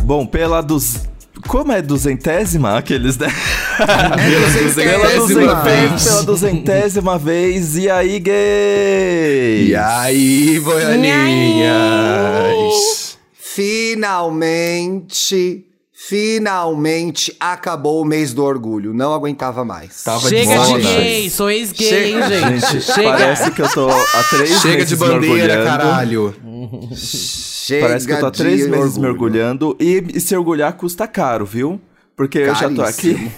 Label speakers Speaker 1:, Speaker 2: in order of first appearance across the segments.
Speaker 1: Bom, pela dos. Como é duzentésima aqueles, né? Pela
Speaker 2: É Duzentésima
Speaker 1: duzentésima,
Speaker 2: vez.
Speaker 1: pela duzentésima vez. E aí, gays?
Speaker 2: E aí, boianinhas?
Speaker 3: Finalmente, finalmente acabou o mês do orgulho. Não aguentava mais.
Speaker 2: Tava
Speaker 4: Chega de
Speaker 2: bolas.
Speaker 4: gay, sou ex-gay, hein,
Speaker 2: Chega-
Speaker 4: gente.
Speaker 1: Gente,
Speaker 4: Chega.
Speaker 1: parece que eu tô há três
Speaker 2: Chega
Speaker 1: meses
Speaker 2: de
Speaker 1: me
Speaker 2: bandeira,
Speaker 1: orgulhando.
Speaker 2: caralho.
Speaker 3: Chega
Speaker 1: Parece que eu tô há
Speaker 3: de
Speaker 1: três meses me
Speaker 3: orgulho.
Speaker 1: orgulhando. E, e se orgulhar custa caro, viu? Porque eu já tô aqui.
Speaker 3: Caríssimo.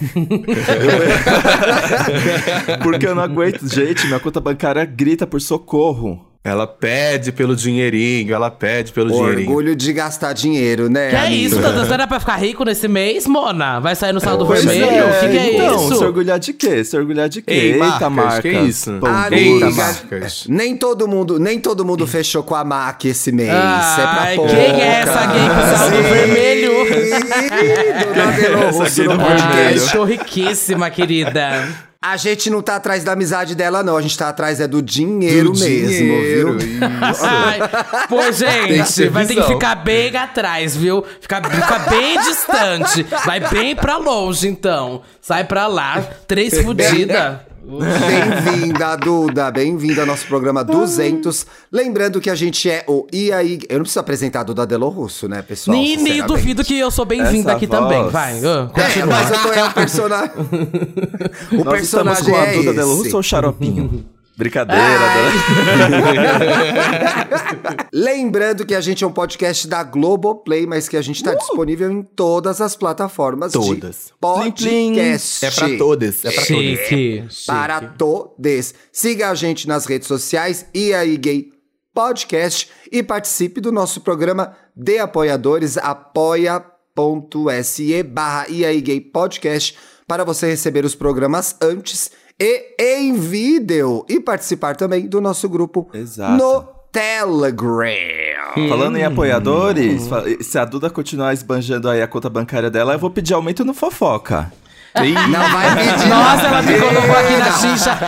Speaker 1: Porque eu não aguento. Gente, minha conta bancária grita por socorro.
Speaker 2: Ela pede pelo dinheirinho, ela pede pelo dinheirinho.
Speaker 3: Orgulho de gastar dinheiro, né?
Speaker 4: Que é
Speaker 3: amigo?
Speaker 4: isso, Dantas? Não era pra ficar rico nesse mês, Mona? Vai sair no saldo
Speaker 1: Pois
Speaker 4: vermelho?
Speaker 1: é,
Speaker 4: O que, que é
Speaker 1: então,
Speaker 4: isso?
Speaker 1: se orgulhar de quê? Se orgulhar de quê?
Speaker 2: Ei,
Speaker 1: Eita,
Speaker 2: marcas,
Speaker 1: marca.
Speaker 2: que isso?
Speaker 1: Pão
Speaker 3: Ah,
Speaker 1: duro,
Speaker 2: Eita,
Speaker 3: amiga,
Speaker 1: marca.
Speaker 2: marcas.
Speaker 3: Nem todo mundo, nem todo mundo fechou com a MAC esse mês.
Speaker 4: Ai,
Speaker 3: é pra
Speaker 4: quem é essa gay com saldo vermelho?
Speaker 3: Dona Adelô Russo no
Speaker 4: Ai,
Speaker 3: podcast.
Speaker 4: estou riquíssima, querida.
Speaker 3: A gente não tá atrás da amizade dela, não. A gente tá atrás é do dinheiro
Speaker 2: Do
Speaker 3: mesmo,
Speaker 2: dinheiro,
Speaker 3: viu?
Speaker 4: Ai, pô,
Speaker 2: Tem que
Speaker 4: gente,
Speaker 2: ter
Speaker 4: vai ter que
Speaker 2: visão.
Speaker 4: ficar bem atrás, viu? Ficar, ficar bem distante. Vai bem pra longe, então. Sai pra lá, três fudida.
Speaker 3: Bem-vinda, Duda. Bem-vinda ao nosso programa 200. Lembrando que a gente é o IAI. Eu não preciso apresentar a Duda Delo Russo, né, pessoal?
Speaker 4: Nini,
Speaker 3: Sinceramente.
Speaker 4: duvido que eu sou bem-vinda
Speaker 1: Essa
Speaker 4: aqui
Speaker 1: voz.
Speaker 4: também. Vai, ah,
Speaker 3: É,
Speaker 4: continua.
Speaker 3: mas eu tô é o personagem. O
Speaker 1: Nós estamos
Speaker 3: personagem
Speaker 1: com a
Speaker 3: é
Speaker 1: Duda
Speaker 3: esse.
Speaker 1: Delo Russo ou o Xaropinho? Brincadeira, Dona-
Speaker 3: Lembrando que a gente é um podcast da Globoplay, mas que a gente tá
Speaker 4: Uh!
Speaker 3: disponível em todas as plataformas
Speaker 2: Todas.
Speaker 3: de podcast.
Speaker 2: É pra todas, é pra todas.
Speaker 4: Chique.
Speaker 3: Para todes. Siga a gente nas redes sociais e aí gay podcast e participe do nosso programa de apoiadores apoia.se barra e aí gay podcast para você receber os programas antes e em vídeo e participar também do nosso grupo
Speaker 1: Exato.
Speaker 3: no Telegram.
Speaker 1: Falando em apoiadores, fa- se a Duda continuar esbanjando aí a conta bancária dela, eu vou pedir aumento no fofoca.
Speaker 3: Não vai pedir.
Speaker 4: Nossa, ela me
Speaker 3: Não.
Speaker 4: colocou aqui na xincha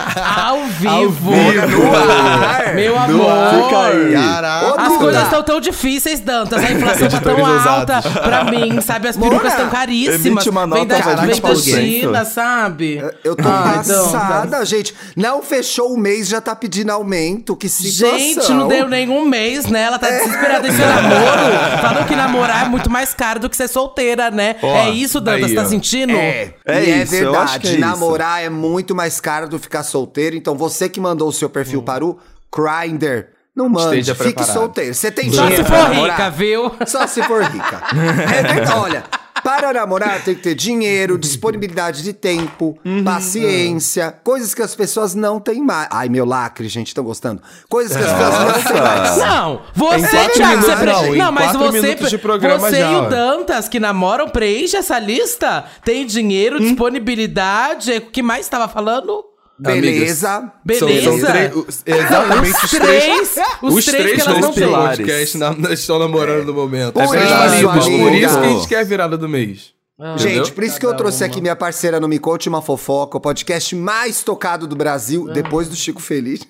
Speaker 4: ao vivo.
Speaker 3: No ar.
Speaker 4: Meu
Speaker 2: No
Speaker 4: amor.
Speaker 1: Fica aí.
Speaker 2: Caraca.
Speaker 3: Ô,
Speaker 4: As
Speaker 3: Duda.
Speaker 4: coisas estão tão difíceis, Dantas. A inflação tá tão
Speaker 2: Editores
Speaker 4: alta
Speaker 2: ousados.
Speaker 4: pra mim, sabe? As perucas estão caríssimas.
Speaker 1: Emite uma
Speaker 4: vem
Speaker 1: nota,
Speaker 4: da,
Speaker 1: vai
Speaker 4: vem da
Speaker 1: 20%.
Speaker 4: China, sabe?
Speaker 3: Eu tô
Speaker 4: Ai,
Speaker 3: passada,
Speaker 4: Dantas.
Speaker 3: gente. Não fechou o mês, já tá pedindo aumento. Que situação.
Speaker 4: Gente, não deu nenhum mês, né? Ela tá desesperada em seu namoro. Falou que namorar é muito mais caro do que ser solteira, né?
Speaker 2: Ó,
Speaker 4: é isso, Dantas,
Speaker 2: aí,
Speaker 4: tá
Speaker 2: ó.
Speaker 4: sentindo?
Speaker 3: É,
Speaker 1: É
Speaker 3: e é
Speaker 1: isso, eu acho que é isso.
Speaker 3: verdade. Namorar é muito mais caro do que ficar solteiro. Então você que mandou o seu
Speaker 4: Hum.
Speaker 3: perfil para o Grindr, não mande,
Speaker 2: Esteja
Speaker 3: fique
Speaker 2: preparado.
Speaker 3: solteiro. Você tem
Speaker 4: Só
Speaker 3: dinheiro
Speaker 4: se
Speaker 3: pra
Speaker 4: for
Speaker 3: namorar?
Speaker 4: rica, viu?
Speaker 3: Só se for rica. É verdade. Olha, para namorar tem que ter dinheiro, disponibilidade de tempo,
Speaker 4: Uhum.
Speaker 3: paciência, coisas que as pessoas não têm mais. Ai, meu lacre, gente, estão gostando. Coisas que as pessoas não têm mais.
Speaker 4: Não, você,
Speaker 2: quatro
Speaker 4: Thiago, você
Speaker 2: minutos,
Speaker 4: preenche.
Speaker 2: não, em
Speaker 4: Não, mas
Speaker 2: quatro
Speaker 4: você,
Speaker 2: minutos de programa
Speaker 4: você
Speaker 2: já,
Speaker 4: e
Speaker 2: ó.
Speaker 4: o Dantas, que namoram, preenche essa lista. Tem
Speaker 2: Hum?
Speaker 4: dinheiro, disponibilidade. É O que mais estava falando?
Speaker 3: Beleza.
Speaker 2: São,
Speaker 4: Beleza.
Speaker 2: são três, os- exatamente os três.
Speaker 4: Três, os, três, que elas
Speaker 1: três
Speaker 4: não têm.
Speaker 1: pilares.
Speaker 2: podcast na, na- estão namorando no momento.
Speaker 3: Por
Speaker 2: é
Speaker 1: isso,
Speaker 2: válido,
Speaker 1: amigo.
Speaker 2: por isso que a gente quer a virada do mês.
Speaker 4: Ah.
Speaker 2: Entendeu?
Speaker 3: Gente, por isso que eu trouxe aqui minha parceira no Me Conte Uma Fofoca, o podcast mais tocado do
Speaker 4: Ah.
Speaker 3: Brasil, depois do Chico Feliz.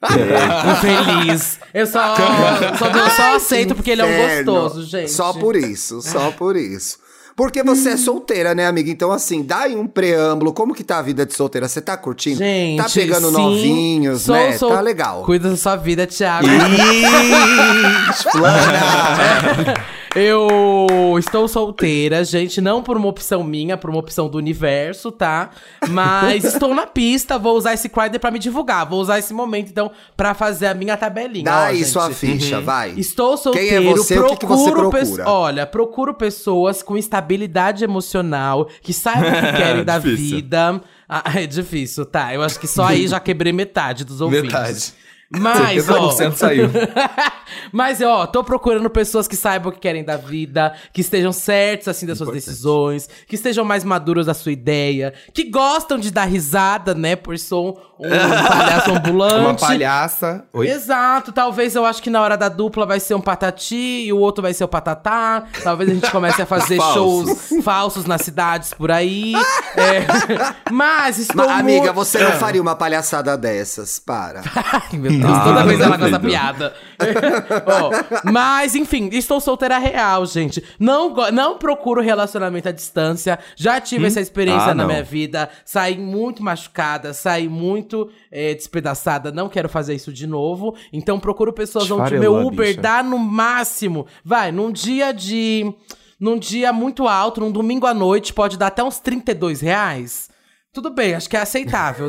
Speaker 4: O feliz. Eu só, só, eu só aceito porque ele é um
Speaker 3: Inferno.
Speaker 4: gostoso, gente. Ah.
Speaker 3: Só por isso, só por isso. Porque você é solteira, né, amiga? Então, assim, dá aí um preâmbulo. Como que tá a vida de solteira? Você tá curtindo?
Speaker 4: Gente,
Speaker 3: tá pegando
Speaker 4: sim,
Speaker 3: novinhos,
Speaker 4: sou-
Speaker 3: né?
Speaker 4: sou-
Speaker 3: Tá legal.
Speaker 4: Cuida da sua vida, Thiago.
Speaker 2: Explana!
Speaker 4: Eu estou solteira, gente, não por uma opção minha, por uma opção do universo, tá? Mas estou na pista, vou usar esse Crider pra me divulgar, vou usar esse momento então pra fazer a minha tabelinha.
Speaker 3: Dá
Speaker 4: Ó,
Speaker 3: aí
Speaker 4: gente, Uhum.
Speaker 3: sua ficha, vai.
Speaker 4: Estou solteiro,
Speaker 3: Quem é você? O
Speaker 4: procuro
Speaker 3: que que você
Speaker 4: pes-
Speaker 3: procura?
Speaker 4: Olha, procuro pessoas com estabilidade emocional, que saibam o que
Speaker 3: É
Speaker 4: querem da
Speaker 1: Difícil.
Speaker 4: vida. Ah, é difícil, tá? Eu acho que só aí já quebrei metade dos ouvintes.
Speaker 2: Metade.
Speaker 4: Mas, ó.
Speaker 2: 70% saiu.
Speaker 4: Mas, ó, tô procurando pessoas que saibam o que querem da vida, que estejam certos, assim, das suas decisões, que estejam mais maduros da sua ideia, que gostam de dar risada, né, por som um palhaço ambulante.
Speaker 2: Uma palhaça. Oi?
Speaker 4: Exato, talvez eu acho que na hora da dupla vai ser um patati e o outro vai ser o patatá. Talvez a gente comece a fazer
Speaker 1: Falsos.
Speaker 4: shows falsos nas cidades por aí. É. Mas estou
Speaker 3: Mas, amiga,
Speaker 4: muito- Ah.
Speaker 3: você não faria uma palhaçada dessas, para.
Speaker 4: Ai, meu lindos.
Speaker 1: Ah,
Speaker 4: Toda vez ela com essa
Speaker 1: duvido.
Speaker 4: piada. Ó, mas, enfim, estou solteira real, gente. Não, go- não procuro relacionamento à distância. Já tive essa experiência
Speaker 1: Ah,
Speaker 4: na
Speaker 1: não.
Speaker 4: minha vida. Saí muito machucada, saí muito eh, despedaçada. Não quero fazer isso de novo. Então procuro pessoas onde meu
Speaker 2: Esfarelou a
Speaker 4: Uber
Speaker 2: bicha.
Speaker 4: dá no máximo. Vai, num dia de. Num dia muito alto, num domingo à noite, pode dar até uns 32 reais. Tudo bem, acho que é aceitável,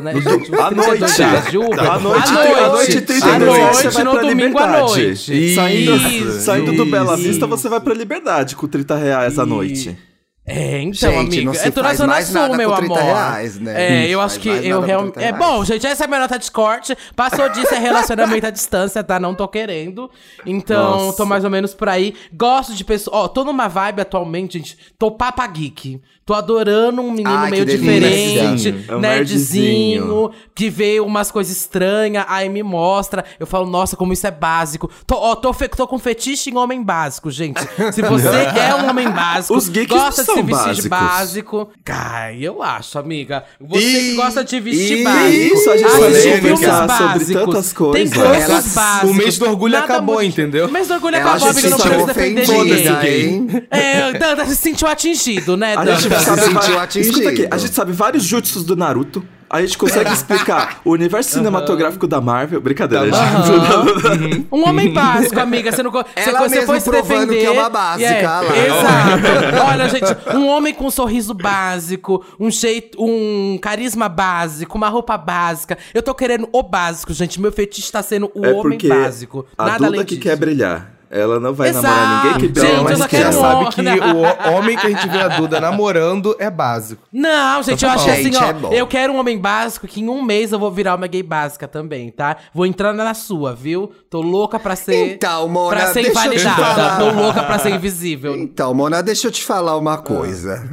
Speaker 4: né, gente? Uns
Speaker 1: À
Speaker 4: 32
Speaker 1: noite.
Speaker 4: reais de
Speaker 3: Tá.
Speaker 4: Uber.
Speaker 1: À noite, à noite, 32
Speaker 4: à
Speaker 1: reais, você
Speaker 4: noite,
Speaker 1: vai
Speaker 4: no
Speaker 1: pra
Speaker 4: domingo à
Speaker 1: Liberdade.
Speaker 4: noite.
Speaker 2: Isso.
Speaker 1: Saindo, saindo do
Speaker 2: Isso.
Speaker 1: Bela Vista, você vai pra liberdade com 30 reais à noite.
Speaker 4: É, então,
Speaker 3: Gente,
Speaker 4: amigo.
Speaker 3: não se
Speaker 4: é toda
Speaker 3: faz
Speaker 4: a Zona
Speaker 3: mais
Speaker 4: Sul,
Speaker 3: nada com
Speaker 4: meu
Speaker 3: 30
Speaker 4: amor.
Speaker 3: reais, né?
Speaker 4: É, eu
Speaker 3: Não
Speaker 4: acho
Speaker 3: faz
Speaker 4: que
Speaker 3: mais
Speaker 4: eu
Speaker 3: nada com
Speaker 4: realmente.
Speaker 3: 30
Speaker 4: É
Speaker 3: reais.
Speaker 4: bom, gente, essa é a minha nota de corte. Passou disso, é relacionamento à distância, tá? Não tô querendo. Então,
Speaker 1: Nossa.
Speaker 4: tô mais ou menos por aí. Gosto de pessoas. Ó, tô numa vibe atualmente, gente. Tô papa geek. Tô adorando um menino
Speaker 3: Ai, que
Speaker 4: meio
Speaker 3: delícia.
Speaker 4: diferente,
Speaker 1: Nerdzinho. É um
Speaker 4: nerdzinho,
Speaker 1: nerdzinho.
Speaker 4: que vê umas coisas estranhas, aí me mostra. Eu falo, nossa, como isso é básico. Tô, ó, tô, fe- tô com fetiche em homem básico, gente. Se você é um homem básico,
Speaker 1: Os geeks
Speaker 4: gosta
Speaker 1: não
Speaker 4: de se
Speaker 1: são
Speaker 4: vestir
Speaker 1: básicos.
Speaker 4: de básico básico. Cara, eu acho, amiga. Você que
Speaker 1: Ih,
Speaker 4: gosta de vestir
Speaker 3: ih,
Speaker 4: básico.
Speaker 1: isso, a gente
Speaker 4: assiste
Speaker 1: vai
Speaker 4: filmes
Speaker 1: brincar sobre
Speaker 4: básicos,
Speaker 1: tantas coisas.
Speaker 4: Tem gostos
Speaker 3: Ela-
Speaker 4: básicos.
Speaker 2: o mês do orgulho acabou,
Speaker 4: muito-
Speaker 2: entendeu?
Speaker 4: O mês do orgulho
Speaker 3: Ela
Speaker 4: acabou,
Speaker 3: se
Speaker 4: amiga. Eu não
Speaker 3: sentiu
Speaker 4: preciso defender
Speaker 3: ofendida,
Speaker 4: ninguém.
Speaker 3: hein?
Speaker 4: É, Danta se sentiu atingido, né,
Speaker 1: A
Speaker 4: Danta?
Speaker 1: gente
Speaker 3: Tá se
Speaker 1: sabe
Speaker 3: sentiu
Speaker 1: va-
Speaker 3: atingido.
Speaker 1: Escuta aqui, a gente sabe vários jutsus do Naruto. A gente consegue explicar o universo cinematográfico da Marvel. Brincadeira, gente.
Speaker 4: Um homem básico, amiga. Você não go- você,
Speaker 3: Ela
Speaker 4: você
Speaker 3: mesmo
Speaker 4: foi se
Speaker 3: provando
Speaker 4: defender.
Speaker 3: que é uma básica,
Speaker 4: Yeah,
Speaker 3: lá.
Speaker 4: Exato. Olha, gente, um homem com um sorriso básico, um jeito, um carisma básico, uma roupa básica. Eu tô querendo o básico, gente. Meu fetiche tá sendo o
Speaker 1: é
Speaker 4: homem
Speaker 1: porque
Speaker 4: básico.
Speaker 1: a
Speaker 4: Nada além
Speaker 1: Duda que
Speaker 4: disso.
Speaker 1: quer brilhar. Ela não vai
Speaker 4: Exato.
Speaker 1: namorar ninguém que
Speaker 4: Gente,
Speaker 1: brilha
Speaker 4: eu
Speaker 1: mais
Speaker 4: só
Speaker 1: que
Speaker 4: quero
Speaker 1: ela.
Speaker 2: já
Speaker 4: um
Speaker 2: sabe que
Speaker 4: homem.
Speaker 2: o ho- homem que a gente vê a Duda namorando é básico.
Speaker 4: Não, gente,
Speaker 2: Então
Speaker 4: eu
Speaker 2: tá
Speaker 4: acho
Speaker 2: bom.
Speaker 4: assim,
Speaker 3: Gente,
Speaker 4: ó.
Speaker 3: é bom.
Speaker 4: eu quero um homem básico que em um mês eu vou virar uma gay básica também, tá? Vou entrar na sua, viu? Tô louca pra ser.
Speaker 3: Então, Mona,
Speaker 4: pra ser
Speaker 3: deixa eu te
Speaker 4: invalidada.
Speaker 3: falar.
Speaker 4: Tô louca pra ser invisível.
Speaker 3: Então, Mona, deixa eu te falar uma coisa.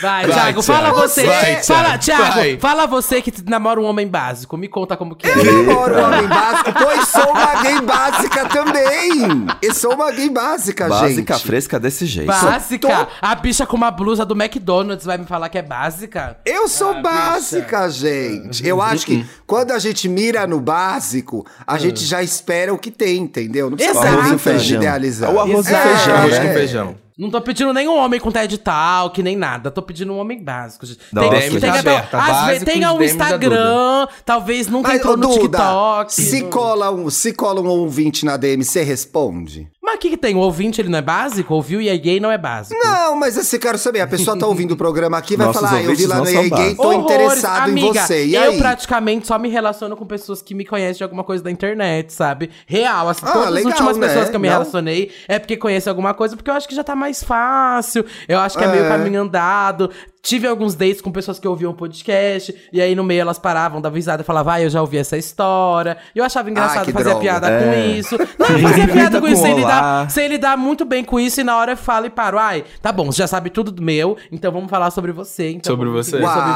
Speaker 4: Vai,
Speaker 2: Vai,
Speaker 4: Thiago, fala
Speaker 2: Thiago,
Speaker 4: você.
Speaker 2: vai,
Speaker 4: fala,
Speaker 2: Thiago,
Speaker 4: Thiago,
Speaker 2: vai.
Speaker 4: fala você que namora um homem básico. Me conta como que é.
Speaker 3: Eu namoro um homem básico, pois sou uma gay básica também. E sou uma gay básica,
Speaker 1: Básica
Speaker 3: gente.
Speaker 1: fresca desse jeito.
Speaker 4: Básica?
Speaker 3: tô-
Speaker 4: A bicha com uma blusa do McDonald's vai me falar que é básica?
Speaker 3: Eu sou
Speaker 4: Ah,
Speaker 3: básica, gente.
Speaker 1: Uhum.
Speaker 3: Eu acho que quando a gente mira no básico, a gente já espera o que tem, entendeu? Não precisa
Speaker 4: Uhum. Exato.
Speaker 3: muito
Speaker 1: Feijão.
Speaker 3: idealizar.
Speaker 1: É o arroz e
Speaker 3: É,
Speaker 1: feijão,
Speaker 2: Arroz
Speaker 1: né?
Speaker 2: com feijão.
Speaker 4: Não tô pedindo nenhum homem com TED Talk, nem nada. Tô pedindo um homem básico. gente. Tem,
Speaker 1: Nossa,
Speaker 4: tem,
Speaker 1: tá
Speaker 4: até-
Speaker 2: aberta.
Speaker 4: às
Speaker 2: Básico
Speaker 4: vezes tem
Speaker 2: de
Speaker 4: um
Speaker 2: DM da
Speaker 4: Instagram, talvez nunca
Speaker 3: Mas, ô,
Speaker 4: entrou no
Speaker 3: Duda,
Speaker 4: TikTok.
Speaker 3: se cola, um, se cola um ouvinte na DM, você responde?
Speaker 4: Mas o que, que tem? O ouvinte ele não é básico? Ouviu e é gay não é básico.
Speaker 3: Não, mas assim, quero saber. A pessoa tá ouvindo o programa aqui e vai
Speaker 1: Nossos
Speaker 3: falar, ah, eu vi
Speaker 1: ouvintes
Speaker 3: lá
Speaker 1: não
Speaker 3: no
Speaker 1: são
Speaker 3: EA Gay, tô
Speaker 4: Horrores,
Speaker 3: interessado
Speaker 4: amiga,
Speaker 3: em você. E
Speaker 4: eu
Speaker 3: aí?
Speaker 4: praticamente só me relaciono com pessoas que me conhecem de alguma coisa da internet, sabe? Real, assim,
Speaker 3: Ah,
Speaker 4: todas
Speaker 3: legal,
Speaker 4: as últimas
Speaker 3: né?
Speaker 4: pessoas que eu me
Speaker 3: Não?
Speaker 4: relacionei é porque conhecem alguma coisa, porque eu acho que já tá mais fácil, eu acho que é, meio
Speaker 3: É.
Speaker 4: caminho andado. Tive alguns dates com pessoas que ouviam podcast, e aí no meio elas paravam, davam risada e falavam, ah, eu já ouvi essa história. E eu achava engraçado
Speaker 3: que
Speaker 4: fazer
Speaker 3: droga.
Speaker 4: piada
Speaker 1: É.
Speaker 4: com isso. Não, eu fazia piada com
Speaker 1: Com
Speaker 4: isso, sem
Speaker 1: olá.
Speaker 4: lidar, sem lidar muito bem com isso, e na hora eu falo e paro, ai, tá bom, você já sabe tudo do meu, então vamos falar sobre você. Então
Speaker 2: Sobre
Speaker 4: vamos
Speaker 2: você.
Speaker 4: falar sobre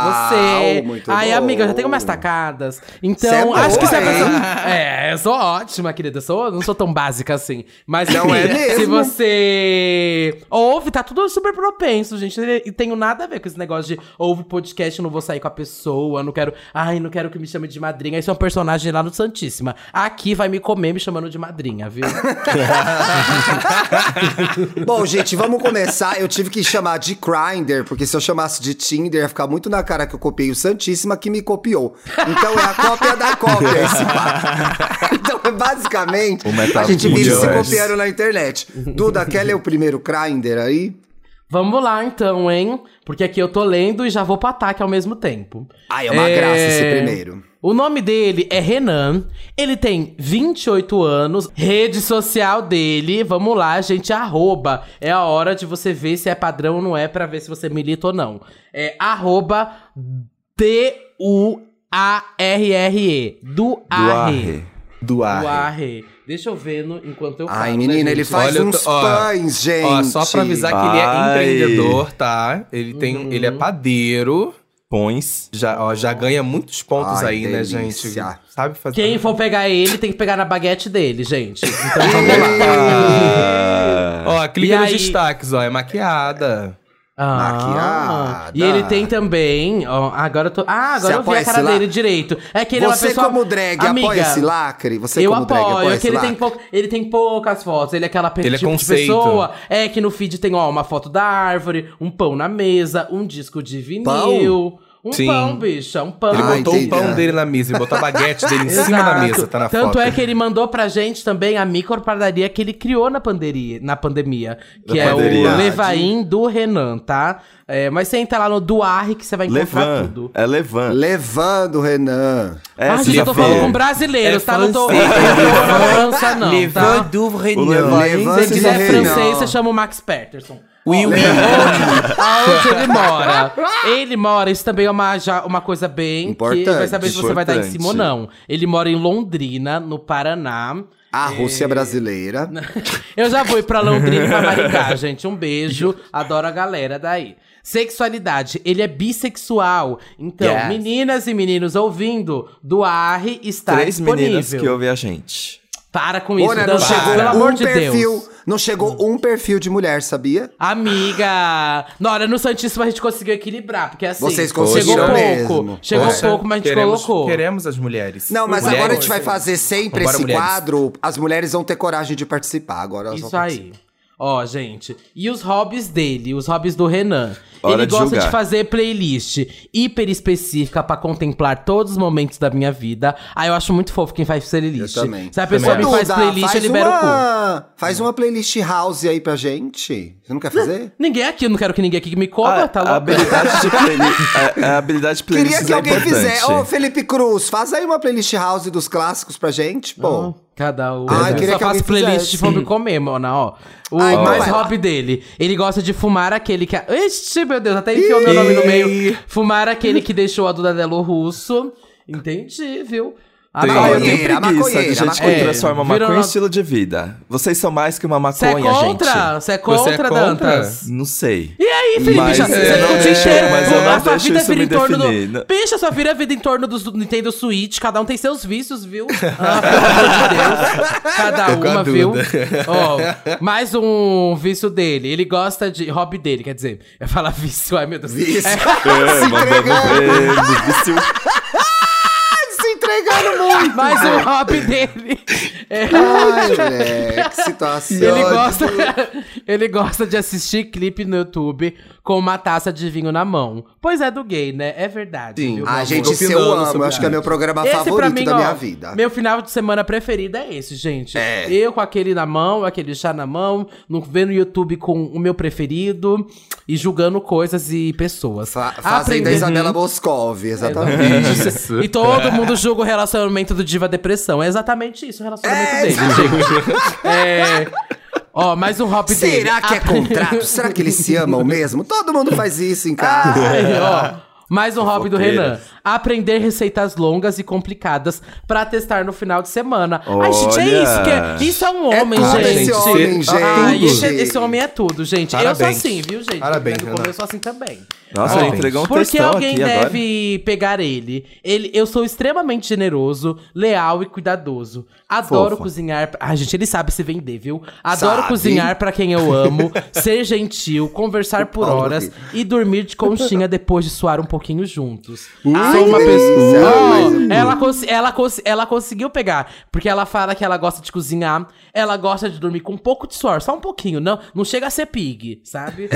Speaker 4: você.
Speaker 3: Uau, muito
Speaker 4: Ai,
Speaker 3: bom.
Speaker 4: amiga, eu já tenho umas tacadas. Então,
Speaker 3: Cê é boa,
Speaker 4: acho que se a
Speaker 3: hein?
Speaker 4: pessoa. É, eu sou ótima, querida. Eu sou, não sou tão básica assim. Mas
Speaker 3: Não é
Speaker 4: enfim, se
Speaker 3: mesmo.
Speaker 4: você ouve, tá tudo super propenso, gente. E tenho nada a ver com esse negócio de ouve podcast, não vou sair com a pessoa, não quero. Ai, não quero que me chame de madrinha. Isso é um personagem lá no Santíssima. Aqui vai me comer me chamando de madrinha, viu?
Speaker 3: Bom, gente, vamos começar. Eu tive que chamar de Grindr, porque se eu chamasse de Tinder, ia ficar muito na cara que eu copiei o Santíssima, que me copiou. Então é a cópia da cópia esse papo. Então, é basicamente,
Speaker 1: O
Speaker 3: a gente vive se
Speaker 2: é
Speaker 1: metaverso.
Speaker 3: copiando na internet. Duda, quer ler o primeiro Grindr aí?
Speaker 4: Vamos lá então, hein? Porque aqui eu tô lendo e já vou pro ataque ao mesmo tempo.
Speaker 3: Ai, é uma graça esse primeiro.
Speaker 4: O nome dele é Renan, ele tem 28 anos, rede social dele, vamos lá, gente, arroba. É a hora de você ver se é padrão ou não é, pra ver se você milita ou não. É arroba D-U-A-R-R-E. Do Arre.
Speaker 1: Duarre.
Speaker 4: Do
Speaker 2: Duarte.
Speaker 4: Arre. Deixa eu ver no, enquanto eu
Speaker 3: Ai,
Speaker 4: falo, né,
Speaker 3: menina, ele
Speaker 4: gente?
Speaker 3: faz
Speaker 2: Olha, eu tô-
Speaker 3: uns
Speaker 2: ó,
Speaker 3: pães, gente. Uhum.
Speaker 2: Ó, só pra avisar que ele é
Speaker 1: Ai.
Speaker 2: empreendedor, tá? Ele tem, ele é padeiro.
Speaker 1: Pões.
Speaker 2: Já, ó, já ganha muitos pontos
Speaker 3: Ai,
Speaker 2: aí, né, gente?
Speaker 3: delícia.
Speaker 2: Sabe fazer.
Speaker 4: Quem for pegar ele tem que pegar na baguete dele, gente.
Speaker 2: tá
Speaker 4: Então,
Speaker 3: Eita!
Speaker 2: Ó, clica
Speaker 4: E
Speaker 1: Ah.
Speaker 2: nos
Speaker 4: aí-
Speaker 2: destaques, ó. É maquiada.
Speaker 3: Maquiada.
Speaker 4: E ele tem também. ó, agora eu tô.
Speaker 3: Você
Speaker 4: Ah, agora eu vi
Speaker 3: apoia
Speaker 4: a cara
Speaker 3: esse lá?
Speaker 4: dele direito. É que ele é uma
Speaker 3: Você
Speaker 4: pessoa.
Speaker 3: como drag
Speaker 4: Amiga,
Speaker 3: apoia esse lacre? Você
Speaker 4: eu
Speaker 3: como
Speaker 4: apoio,
Speaker 3: drag apoia
Speaker 4: é que
Speaker 3: esse
Speaker 4: ele
Speaker 3: lacre?
Speaker 4: tem, pouca, ele tem poucas fotos. Ele é aquela pe-
Speaker 2: Ele é
Speaker 4: tipo de
Speaker 2: conceito.
Speaker 4: pessoa. É que no feed tem, ó, uma foto da árvore, um pão na mesa, um disco de vinil. Um
Speaker 2: Sim.
Speaker 4: pão, bicha, um pão.
Speaker 2: Ele
Speaker 3: Ah,
Speaker 2: botou
Speaker 3: entendi.
Speaker 2: o pão dele na mesa, ele botou a baguete dele em cima da
Speaker 4: Exato.
Speaker 2: mesa, tá na
Speaker 4: Tanto
Speaker 2: foto.
Speaker 4: é que ele mandou pra gente também a micropadaria que ele criou na, panderia, na pandemia. Que
Speaker 1: Na
Speaker 4: é
Speaker 1: pandemia.
Speaker 4: o Levain do Renan, tá? É, mas você entra lá no Duarre que você vai encontrar
Speaker 1: Levan.
Speaker 4: tudo.
Speaker 1: É Levan.
Speaker 3: Levando, Renan.
Speaker 1: É,
Speaker 4: ah,
Speaker 1: você
Speaker 4: gente,
Speaker 1: já
Speaker 4: eu tô
Speaker 1: vê.
Speaker 4: falando com
Speaker 2: É
Speaker 4: brasileiros, tá? Não tô, não tô na França, não,
Speaker 5: Levant
Speaker 4: tá?
Speaker 5: du
Speaker 1: O
Speaker 5: Réunion.
Speaker 1: Levan.
Speaker 3: Levante
Speaker 4: Se quiser
Speaker 3: Renan.
Speaker 4: francês, você chama o Max Peterson.
Speaker 5: Oui, oui.
Speaker 4: Aonde ele mora? Ele mora, isso também é uma, já, uma coisa bem. Que vai
Speaker 3: Importante.
Speaker 4: saber se você vai dar em cima ou
Speaker 1: Importante.
Speaker 4: não. Ele mora em Londrina, no Paraná.
Speaker 3: A Rússia brasileira.
Speaker 4: Eu já fui pra Londrina e pra Maricá, gente. Um beijo. Adoro a galera daí. Sexualidade. Ele é bissexual. Então,
Speaker 5: Yes.
Speaker 4: meninas e meninos ouvindo, Duarre está
Speaker 1: Três
Speaker 4: Tá disponível.
Speaker 1: meninas que ouvem a gente.
Speaker 4: Para com isso,
Speaker 3: Olha, não
Speaker 4: Dan,
Speaker 3: chegou
Speaker 4: né, pelo amor
Speaker 3: um
Speaker 4: de
Speaker 3: perfil.
Speaker 4: Deus.
Speaker 3: Não chegou um perfil de mulher, sabia?
Speaker 4: Amiga! Nora, no Santíssimo a gente conseguiu equilibrar, porque assim,
Speaker 3: Vocês
Speaker 4: chegou
Speaker 3: conseguiram
Speaker 4: pouco.
Speaker 3: mesmo.
Speaker 4: Chegou
Speaker 2: Poxa,
Speaker 4: pouco, mas a gente
Speaker 2: queremos-
Speaker 4: colocou.
Speaker 2: Queremos as mulheres.
Speaker 3: Não, mas
Speaker 2: Mulheres.
Speaker 3: agora a
Speaker 4: é
Speaker 3: gente vai fazer sempre
Speaker 2: Vambora,
Speaker 3: esse
Speaker 2: mulheres.
Speaker 3: quadro. As mulheres vão ter coragem de participar agora. elas vão
Speaker 4: Isso aí. Ó, gente. E os hobbies dele, os hobbies do Renan.
Speaker 1: Hora
Speaker 4: Ele
Speaker 1: de
Speaker 4: gosta de
Speaker 1: julgar.
Speaker 4: fazer playlist hiper específica pra contemplar todos os momentos da minha vida. Ah, eu acho muito fofo quem faz playlist.
Speaker 3: Eu também.
Speaker 4: Se a pessoa
Speaker 2: Também
Speaker 4: me faz
Speaker 3: Duda,
Speaker 4: playlist, eu libero o cu.
Speaker 3: uma, Faz uma playlist house aí pra gente. Você não quer fazer?
Speaker 4: Ninguém aqui, eu não quero que ninguém aqui me cobra,
Speaker 1: A,
Speaker 4: tá
Speaker 1: Ah, a
Speaker 4: louco?
Speaker 1: habilidade de playlist. A, a habilidade de
Speaker 3: Queria
Speaker 1: playlists
Speaker 3: que
Speaker 1: é
Speaker 3: alguém
Speaker 1: importante.
Speaker 3: fizesse. Ô, Felipe Cruz, faz aí uma playlist house dos clássicos pra gente, pô.
Speaker 4: Cada um.
Speaker 3: Ah, eu
Speaker 4: eu
Speaker 3: queria
Speaker 4: só
Speaker 3: que
Speaker 4: faço
Speaker 3: alguém
Speaker 4: playlist
Speaker 3: fizesse.
Speaker 4: de fome comer, mona, ó. O
Speaker 3: Ai, então
Speaker 4: mais
Speaker 3: vai lá.
Speaker 4: hobby dele. Ele gosta de fumar aquele que. a- Ixi, meu Deus, até enfiou meu nome no meio. Fumar aquele que deixou a Duda Delo russo. Entendi, viu?
Speaker 1: Tem-
Speaker 4: Adoro.
Speaker 1: eu tenho
Speaker 3: Maconheira,
Speaker 1: preguiça de
Speaker 3: maconheira,
Speaker 1: gente que
Speaker 4: maconheira.
Speaker 1: transforma
Speaker 4: Virou
Speaker 1: maconha em
Speaker 4: uma-
Speaker 1: estilo de vida. Vocês são mais que uma
Speaker 4: Você é
Speaker 1: maconha,
Speaker 4: contra? Você é
Speaker 2: Você é
Speaker 4: contra,
Speaker 2: contra?
Speaker 4: Dantas?
Speaker 1: gente. Não sei.
Speaker 4: E aí, Felipe?
Speaker 1: Mas,
Speaker 4: já, você
Speaker 1: é,
Speaker 4: ficou o dia inteiro.
Speaker 1: mas eu não
Speaker 4: a sua
Speaker 1: deixo
Speaker 4: vida
Speaker 1: isso
Speaker 4: vira
Speaker 1: me
Speaker 4: em torno
Speaker 1: definir,
Speaker 4: do.
Speaker 1: não.
Speaker 4: Bicha, sua vida vida em torno do Nintendo Switch. Cada um tem seus vícios, viu? Ah, pelo amor de Deus. Cada
Speaker 2: Tô com a
Speaker 4: uma, viu?
Speaker 2: Duda.
Speaker 4: Ó, mais um vício dele. Ele gosta de. Hobby dele, quer dizer. Eu falar vício, ai meu Deus.
Speaker 3: Vício.
Speaker 4: É,
Speaker 1: É, mandando
Speaker 3: né?
Speaker 1: ver, viciou.
Speaker 3: Se entregando muito.
Speaker 4: mais um hobby dele. É.
Speaker 3: Ai, mulher, que situação.
Speaker 4: Ele gosta, ele gosta de assistir clipe no YouTube com uma taça de vinho na mão. Pois é do gay, né? É verdade.
Speaker 2: Sim.
Speaker 4: viu, meu
Speaker 3: Ah,
Speaker 4: amor?
Speaker 3: gente, se eu
Speaker 2: Opinando
Speaker 3: amo. Eu
Speaker 2: sobre
Speaker 3: acho que é meu programa favorito da minha vida.
Speaker 4: Meu final de semana preferido é esse, gente. Eu com aquele na mão, aquele chá na mão, no, vendo YouTube com o meu preferido e julgando coisas e pessoas.
Speaker 3: Fa fazendo
Speaker 4: Aprender-
Speaker 3: a Isabela Boscov, exatamente.
Speaker 2: Isso.
Speaker 4: E todo mundo julga o relacionamento do Diva Depressão. É exatamente isso o relacionamento
Speaker 3: É,
Speaker 4: dele, gente. É. Ó, mais um hop dele.
Speaker 3: Será que é
Speaker 4: Apre-
Speaker 3: contrato? Será que eles se amam mesmo? Todo mundo faz isso em casa.
Speaker 4: Ai, ó, mais um hobby do Renan. Aprender receitas longas e complicadas pra testar no final de semana. Ai, gente, é
Speaker 1: Olha.
Speaker 4: isso que é. Isso é um
Speaker 3: É
Speaker 4: homem,
Speaker 3: tudo
Speaker 4: gente.
Speaker 3: esse homem,
Speaker 4: Ai,
Speaker 3: gente.
Speaker 4: esse, esse homem é tudo, gente. Eu sou
Speaker 2: Parabéns.
Speaker 4: assim, viu, gente?
Speaker 2: Parabéns,
Speaker 4: No
Speaker 2: Renan.
Speaker 4: começo eu sou assim também.
Speaker 1: Nossa,
Speaker 4: Ó,
Speaker 1: ele entregou um
Speaker 4: Porque
Speaker 1: textão
Speaker 4: alguém
Speaker 1: aqui agora.
Speaker 4: deve pegar ele. ele. Eu sou extremamente generoso, leal e cuidadoso. Adoro
Speaker 1: Fofa.
Speaker 4: cozinhar. Ai, gente, ele sabe se vender, viu? Adoro
Speaker 3: Sabe.
Speaker 4: cozinhar pra quem eu amo, ser gentil, conversar por
Speaker 3: Paulo
Speaker 4: horas
Speaker 3: Vitor.
Speaker 4: e dormir de conchinha depois de suar um pouquinho juntos.
Speaker 3: Ai,
Speaker 4: Sou uma
Speaker 3: que
Speaker 4: pessoa.
Speaker 3: delícia.
Speaker 4: Ó,
Speaker 3: Mas- é
Speaker 4: ela, consi- ela, consi- ela conseguiu pegar. Porque ela fala que ela gosta de cozinhar, ela gosta de dormir com um pouco de suor, só um pouquinho. Não, não chega a ser pig, sabe?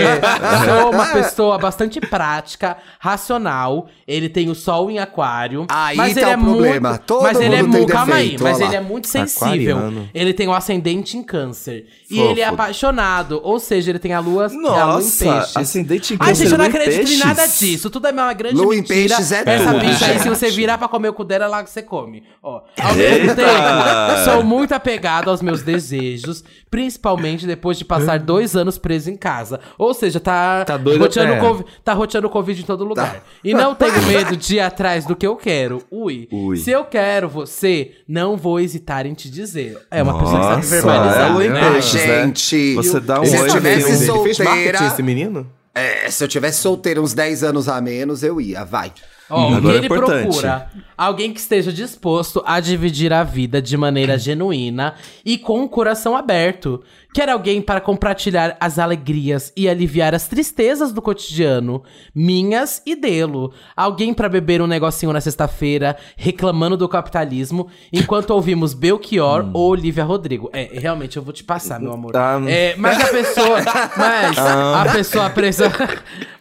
Speaker 4: É, sou uma pessoa bastante prática, racional. Ele tem o sol em aquário.
Speaker 3: Aí
Speaker 4: mas
Speaker 3: tá
Speaker 4: ele
Speaker 3: o
Speaker 4: é
Speaker 3: problema.
Speaker 4: Muito,
Speaker 3: Todo
Speaker 4: mas ele é
Speaker 3: mundo tem
Speaker 4: muito. Calma aí,
Speaker 3: defeito,
Speaker 4: mas
Speaker 3: olha
Speaker 4: ele
Speaker 3: lá.
Speaker 4: é muito sensível.
Speaker 2: Aquariano.
Speaker 4: Ele tem o ascendente em câncer. E
Speaker 1: Fofo.
Speaker 4: ele é apaixonado. Ou seja, ele tem a lua, a lua em
Speaker 1: Nossa,
Speaker 4: peixes.
Speaker 1: ascendente em
Speaker 4: Ai, gente, eu não
Speaker 1: Lua em
Speaker 4: acredito em
Speaker 1: peixes.
Speaker 4: nada disso. Tudo é uma grande
Speaker 3: Lua em
Speaker 4: mentira.
Speaker 3: peixes é
Speaker 4: Essa
Speaker 3: tudo,
Speaker 4: bicha aí, se
Speaker 3: gente.
Speaker 4: você virar pra comer o cu dela, é lá que você come. Ó, ao mesmo
Speaker 1: Eita!
Speaker 4: tempo, sou muito apegado aos meus desejos, principalmente depois de passar dois anos preso em casa. Ou seja, tá,
Speaker 2: Tá doido
Speaker 4: roteando,
Speaker 1: é.
Speaker 2: até.
Speaker 4: Covid, tá roteando Covid em todo lugar.
Speaker 3: Tá.
Speaker 4: E não tenho medo de ir atrás do que eu quero. Ui.
Speaker 1: Ui.
Speaker 4: Se eu quero você, não vou hesitar em te dizer. É uma pessoa que sabe
Speaker 1: Nossa,
Speaker 4: verbalizar,
Speaker 1: é o
Speaker 4: né?
Speaker 1: Inês.
Speaker 3: Gente,
Speaker 1: Você dá um
Speaker 3: se
Speaker 1: oi
Speaker 3: eu
Speaker 1: pra
Speaker 3: tivesse
Speaker 1: ele.
Speaker 2: Ele fez
Speaker 3: solteira,
Speaker 2: marketing, esse menino?
Speaker 3: é, se eu tivesse solteira uns 10 anos a menos, eu ia, vai.
Speaker 4: Ó, o que
Speaker 2: Agora é
Speaker 4: ele
Speaker 2: importante.
Speaker 4: procura? Alguém que esteja disposto a dividir a vida de
Speaker 2: Uhum.
Speaker 4: maneira genuína e com o coração aberto. Quer alguém para compartilhar as alegrias e aliviar as tristezas do cotidiano, minhas e dele. Alguém para beber um negocinho na sexta-feira, reclamando do capitalismo, enquanto ouvimos Belchior ou Olivia Rodrigo. É, realmente eu vou te passar, meu amor.
Speaker 2: Hum. Tá.
Speaker 4: É, mas a pessoa, mas
Speaker 2: Ah.
Speaker 4: a pessoa precisa,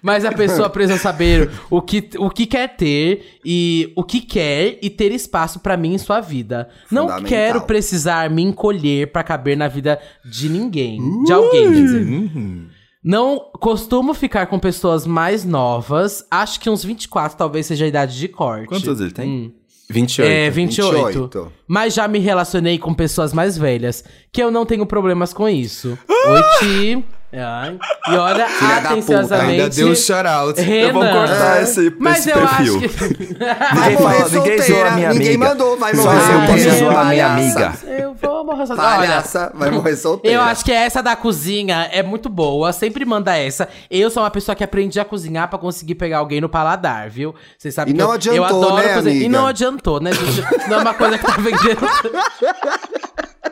Speaker 4: mas a pessoa precisa saber o que, o que quer ter e o que quer e ter espaço pra mim em sua vida. Não
Speaker 3: Fundamental.
Speaker 4: quero precisar me encolher pra caber na vida de ninguém, de alguém, quer dizer.
Speaker 2: Uhum.
Speaker 4: Não costumo ficar com pessoas mais novas. Acho que uns 24 talvez seja a idade de corte.
Speaker 2: Quantos ele tem?
Speaker 4: Hum.
Speaker 2: 28.
Speaker 4: É, 28.
Speaker 3: 28.
Speaker 4: Mas já me relacionei com pessoas mais velhas, que eu não tenho problemas com isso. Oi, Ti. Ai. E olha,
Speaker 3: Filha da
Speaker 4: atenciosamente.
Speaker 5: Ainda deu shout out.
Speaker 4: Renan.
Speaker 1: Eu vou cortar esse,
Speaker 4: Mas
Speaker 1: esse
Speaker 4: eu
Speaker 1: perfil.
Speaker 4: acho que.
Speaker 3: Vai morrer
Speaker 2: Ninguém falou, ninguém zoou
Speaker 3: solteira.
Speaker 2: a minha
Speaker 3: Ninguém
Speaker 2: amiga.
Speaker 3: mandou, vai
Speaker 2: Só
Speaker 3: morrer
Speaker 4: eu
Speaker 3: solteira.
Speaker 4: que zoou
Speaker 2: a minha
Speaker 3: palhaça.
Speaker 2: amiga.
Speaker 4: eu vou morrer sozinha. Olha.
Speaker 3: Palhaça, vai morrer solteira.
Speaker 4: Eu acho que essa da cozinha é muito boa, sempre manda essa. Eu sou uma pessoa que aprendi a cozinhar pra conseguir pegar alguém no paladar, viu? Vocês
Speaker 3: E
Speaker 4: sabem que
Speaker 3: não
Speaker 4: eu,
Speaker 3: adiantou,
Speaker 4: eu adoro
Speaker 3: né,
Speaker 4: cozinhar. E
Speaker 3: amiga?
Speaker 4: não adiantou, né, gente? Não é uma coisa que tá vendendo.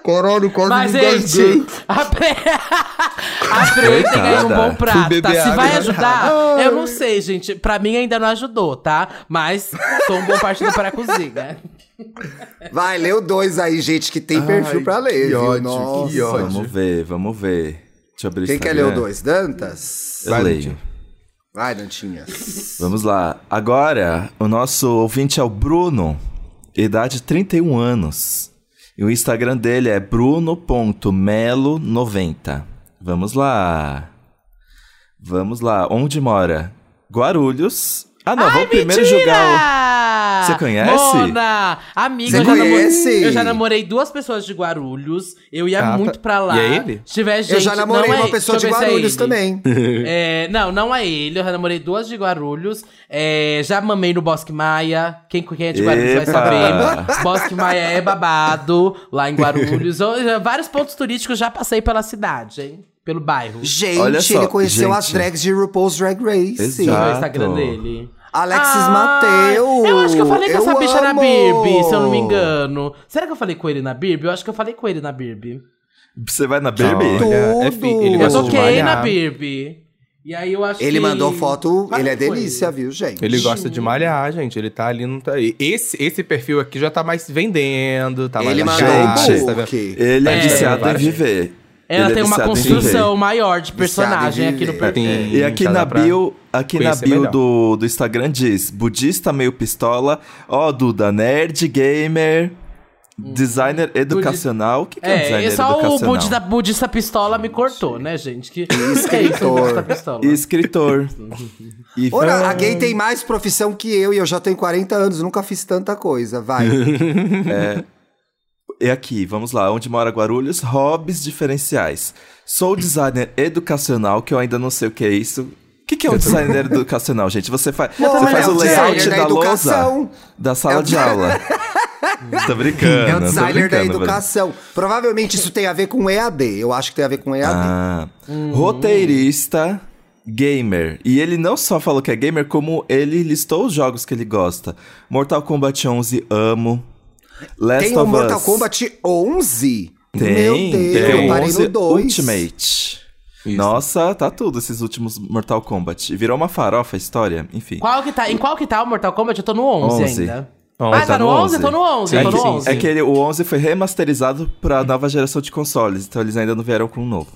Speaker 5: Corona, corona,
Speaker 4: Mas, gente, apre... aprendem aí um bom prato,
Speaker 5: Fui
Speaker 4: tá?
Speaker 5: beber
Speaker 4: Se vai
Speaker 5: água.
Speaker 4: ajudar, eu não sei, gente. Pra mim ainda não ajudou, tá? Mas sou um bom partido para a cozinha.
Speaker 3: Vai, lê o dois aí, gente, que tem perfil pra ler.
Speaker 5: que
Speaker 3: viu?
Speaker 5: ódio, que
Speaker 3: Nossa.
Speaker 5: ódio.
Speaker 1: Vamos ver, vamos ver. Deixa eu abrir
Speaker 3: Quem
Speaker 1: o
Speaker 3: quer ler
Speaker 1: Instagram.
Speaker 3: o dois? Dantas?
Speaker 1: Eu leio.
Speaker 3: Vai, Dantinhas.
Speaker 1: Vamos lá. Agora, o nosso ouvinte é o Bruno, idade 31 anos. E o Instagram dele é bruno.melo90. Vamos lá. Vamos lá. Onde mora? Guarulhos. Ah, não, vamos primeiro jogar o.
Speaker 4: jogar
Speaker 1: Você conhece?
Speaker 4: Mona! Amiga,
Speaker 3: Você
Speaker 4: eu já,
Speaker 3: conhece?
Speaker 4: namorei, eu já namorei duas pessoas de Guarulhos. Eu ia
Speaker 2: Ah, tá.
Speaker 4: muito pra lá.
Speaker 2: E é ele?
Speaker 4: Se tiver gente,
Speaker 3: eu já namorei
Speaker 4: não é-
Speaker 3: uma pessoa de
Speaker 4: deixa eu ver se é
Speaker 3: Guarulhos
Speaker 4: ele.
Speaker 3: também.
Speaker 4: É, não, não é ele. Eu já namorei duas de Guarulhos. É, já mamei no Bosque Maia. Quem, quem é de Guarulhos vai
Speaker 1: Epa!
Speaker 4: saber. Bosque Maia é babado lá em Guarulhos. Ou, já, vários pontos turísticos já passei pela cidade, hein? Pelo bairro.
Speaker 3: Gente,
Speaker 1: Olha só,
Speaker 3: ele conheceu
Speaker 1: gente.
Speaker 3: as drags de RuPaul's Drag Race.
Speaker 4: Deixa eu ver
Speaker 1: Exato.
Speaker 4: o Instagram dele.
Speaker 3: Alexis
Speaker 4: Ah,
Speaker 3: Mateus.
Speaker 4: Eu acho que eu falei com essa bicha na
Speaker 3: amo.
Speaker 4: Birb, se eu não me engano. Será que eu falei com ele na Birb? Eu acho que eu falei com ele na Birb.
Speaker 1: Você vai na Barbie?
Speaker 2: Olha, é fi- ele
Speaker 3: Eu
Speaker 4: Eu
Speaker 2: gosta de
Speaker 4: toquei na
Speaker 2: malhar.
Speaker 4: Birb. E aí eu acho que...
Speaker 3: Ele mandou foto,
Speaker 4: Falei
Speaker 3: ele é
Speaker 4: com
Speaker 3: delícia, viu, gente?
Speaker 2: Ele gosta de malhar, gente. Ele tá ali, não tá aí. Esse, esse perfil aqui já tá mais vendendo, tá mais
Speaker 3: Ele
Speaker 2: na
Speaker 3: mandou
Speaker 2: cara,
Speaker 3: o
Speaker 2: tá vendo?
Speaker 3: book.
Speaker 1: Ele é,
Speaker 4: É,
Speaker 1: viciado em
Speaker 2: várias.
Speaker 1: viver.
Speaker 4: Ela
Speaker 1: Ele é
Speaker 4: tem uma
Speaker 1: viciado em
Speaker 4: construção maior de
Speaker 3: Viciado É, em
Speaker 4: personagem aqui no
Speaker 3: viver.
Speaker 4: perfil.
Speaker 2: Tem-
Speaker 1: E aqui
Speaker 2: já
Speaker 1: na
Speaker 2: dá pra
Speaker 1: bio, aqui na
Speaker 2: conhecer
Speaker 1: bio
Speaker 2: melhor.
Speaker 1: do, do Instagram diz: budista meio pistola, ó, Duda, nerd, gamer, designer educacional. O que, que é, um
Speaker 4: Hum. É,
Speaker 1: designer
Speaker 4: e só o
Speaker 1: educacional?
Speaker 4: budista, budista pistola me cortou, né, gente? Que, que é isso, o
Speaker 3: escritor.
Speaker 4: budista pistola?
Speaker 1: E escritor. e
Speaker 3: Ora, a gay tem mais profissão que eu e eu já tenho 40 anos, nunca fiz tanta coisa, vai.
Speaker 1: É aqui, vamos lá. Onde mora Guarulhos? Hobbies diferenciais. Sou designer educacional, que eu ainda não sei o que é isso. O que, que é um designer educacional, gente? Você, fa você
Speaker 3: também
Speaker 1: faz
Speaker 3: é
Speaker 1: o
Speaker 3: um
Speaker 1: layout
Speaker 3: designer
Speaker 1: da,
Speaker 3: da
Speaker 1: lousa
Speaker 3: educação.
Speaker 1: da sala
Speaker 3: É um
Speaker 1: de aula. tô brincando.
Speaker 3: É o
Speaker 1: tô
Speaker 3: designer da
Speaker 1: brincando, mas-
Speaker 3: educação. Provavelmente isso tem a ver com EAD. Eu acho que tem a ver com EAD.
Speaker 1: Ah, roteirista gamer. E ele não só falou que é gamer, como ele listou os jogos que ele gosta. Mortal Kombat 11, amo. Ah, Last
Speaker 3: tem o
Speaker 1: of
Speaker 3: Mortal
Speaker 1: Us.
Speaker 3: Kombat 11?
Speaker 1: Tem,
Speaker 3: Meu Deus,
Speaker 1: tem
Speaker 3: eu
Speaker 1: o
Speaker 3: parei
Speaker 1: 11
Speaker 3: no 2.
Speaker 1: Ultimate.
Speaker 2: Isso.
Speaker 1: Nossa, tá tudo esses últimos Mortal Kombat. E Virou uma farofa a história, enfim.
Speaker 4: Qual que tá, em qual que tá o Mortal Kombat? Eu tô no 11,
Speaker 1: 11.
Speaker 4: ainda.
Speaker 2: Onze,
Speaker 4: ah, tá no 11? Eu Tô no 11, eu tô
Speaker 2: Sim,
Speaker 4: no
Speaker 2: sim.
Speaker 4: 11.
Speaker 1: É que ele- o 11 foi remasterizado pra nova geração de consoles, então eles ainda não vieram com um novo.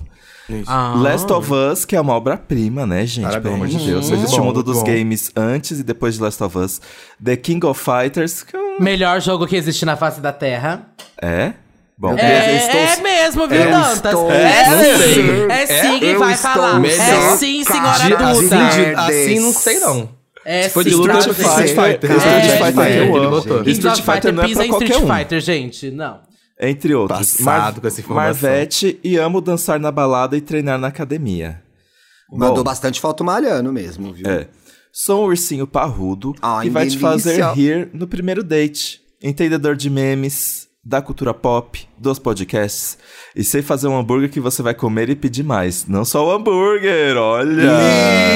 Speaker 4: Ah.
Speaker 1: Last of Us, que é uma obra-prima, né, gente? Pelo
Speaker 2: Parabéns.
Speaker 1: amor de Deus. Existe
Speaker 2: Uhum.
Speaker 1: o
Speaker 2: Muito
Speaker 1: mundo
Speaker 2: bom,
Speaker 1: dos
Speaker 2: muito bom.
Speaker 1: games antes e depois de Last of Us. The King of Fighters. que eu-
Speaker 4: Melhor jogo que existe na face da Terra.
Speaker 1: É? Bom,
Speaker 4: É,
Speaker 1: eu estou-
Speaker 4: é mesmo, viu,
Speaker 3: eu
Speaker 4: Dantas?
Speaker 3: estou-
Speaker 4: é
Speaker 3: eu
Speaker 4: sim,
Speaker 3: estou-
Speaker 4: é sim quem
Speaker 3: eu
Speaker 4: vai
Speaker 3: estou
Speaker 4: falar. É
Speaker 3: melhor
Speaker 4: sim,
Speaker 3: cara
Speaker 4: senhora
Speaker 3: de
Speaker 4: Duda.
Speaker 3: Disney.
Speaker 2: Assim, assim não sei, não.
Speaker 4: É
Speaker 2: Se for
Speaker 4: sim,
Speaker 2: de luta,
Speaker 4: Strato
Speaker 2: eu
Speaker 1: Street
Speaker 2: prefiro
Speaker 4: Fighter.
Speaker 1: É,
Speaker 2: Street Fighter. Street
Speaker 1: Street
Speaker 2: Fighter
Speaker 1: Fighter,
Speaker 2: eu
Speaker 1: gente.
Speaker 2: amo.
Speaker 1: E Street
Speaker 4: Street Fighter
Speaker 1: Fighter não é
Speaker 4: pisa
Speaker 1: pra
Speaker 4: em
Speaker 1: qualquer
Speaker 4: Street
Speaker 1: um.
Speaker 4: Fighter, gente. Não.
Speaker 1: Entre outros.
Speaker 2: Passado com essa informação.
Speaker 1: Marvete e amo dançar na balada e treinar na academia.
Speaker 3: Mandou
Speaker 1: Bom.
Speaker 3: bastante foto malhando mesmo, viu?
Speaker 1: É. Sou um ursinho parrudo
Speaker 3: Ai,
Speaker 1: que vai te fazer
Speaker 3: delícia.
Speaker 1: rir no primeiro date. Entendedor de memes, da cultura pop, dos podcasts. E sei fazer um hambúrguer que você vai comer e pedir mais. Não só o hambúrguer, olha!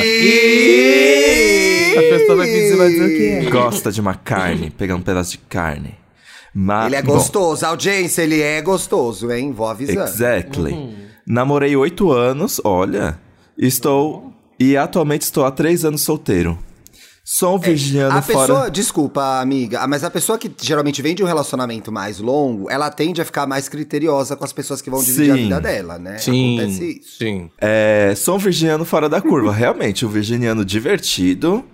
Speaker 3: E...
Speaker 2: A pessoa vai pedir, vai dizer o que é.
Speaker 1: Gosta de uma carne, pegar um pedaço de carne. Mas,
Speaker 3: Ele é
Speaker 1: Ah, bom,
Speaker 3: gostoso, audiência, ele é gostoso, hein? Vou avisar.
Speaker 1: Exactly.
Speaker 2: Uhum.
Speaker 1: Namorei oito anos, olha. Estou. E atualmente estou há três anos solteiro. Sou um virginiano
Speaker 3: É, A
Speaker 1: fora.
Speaker 3: pessoa, desculpa, amiga, ah, mas a pessoa que geralmente vem de um relacionamento mais longo, ela tende a ficar mais criteriosa com as pessoas que vão dividir a
Speaker 1: Sim.
Speaker 3: vida dela, né? Acontece
Speaker 2: Sim,
Speaker 3: isso.
Speaker 2: sim.
Speaker 1: É, sou um virginiano fora da curva. Realmente, um virginiano divertido.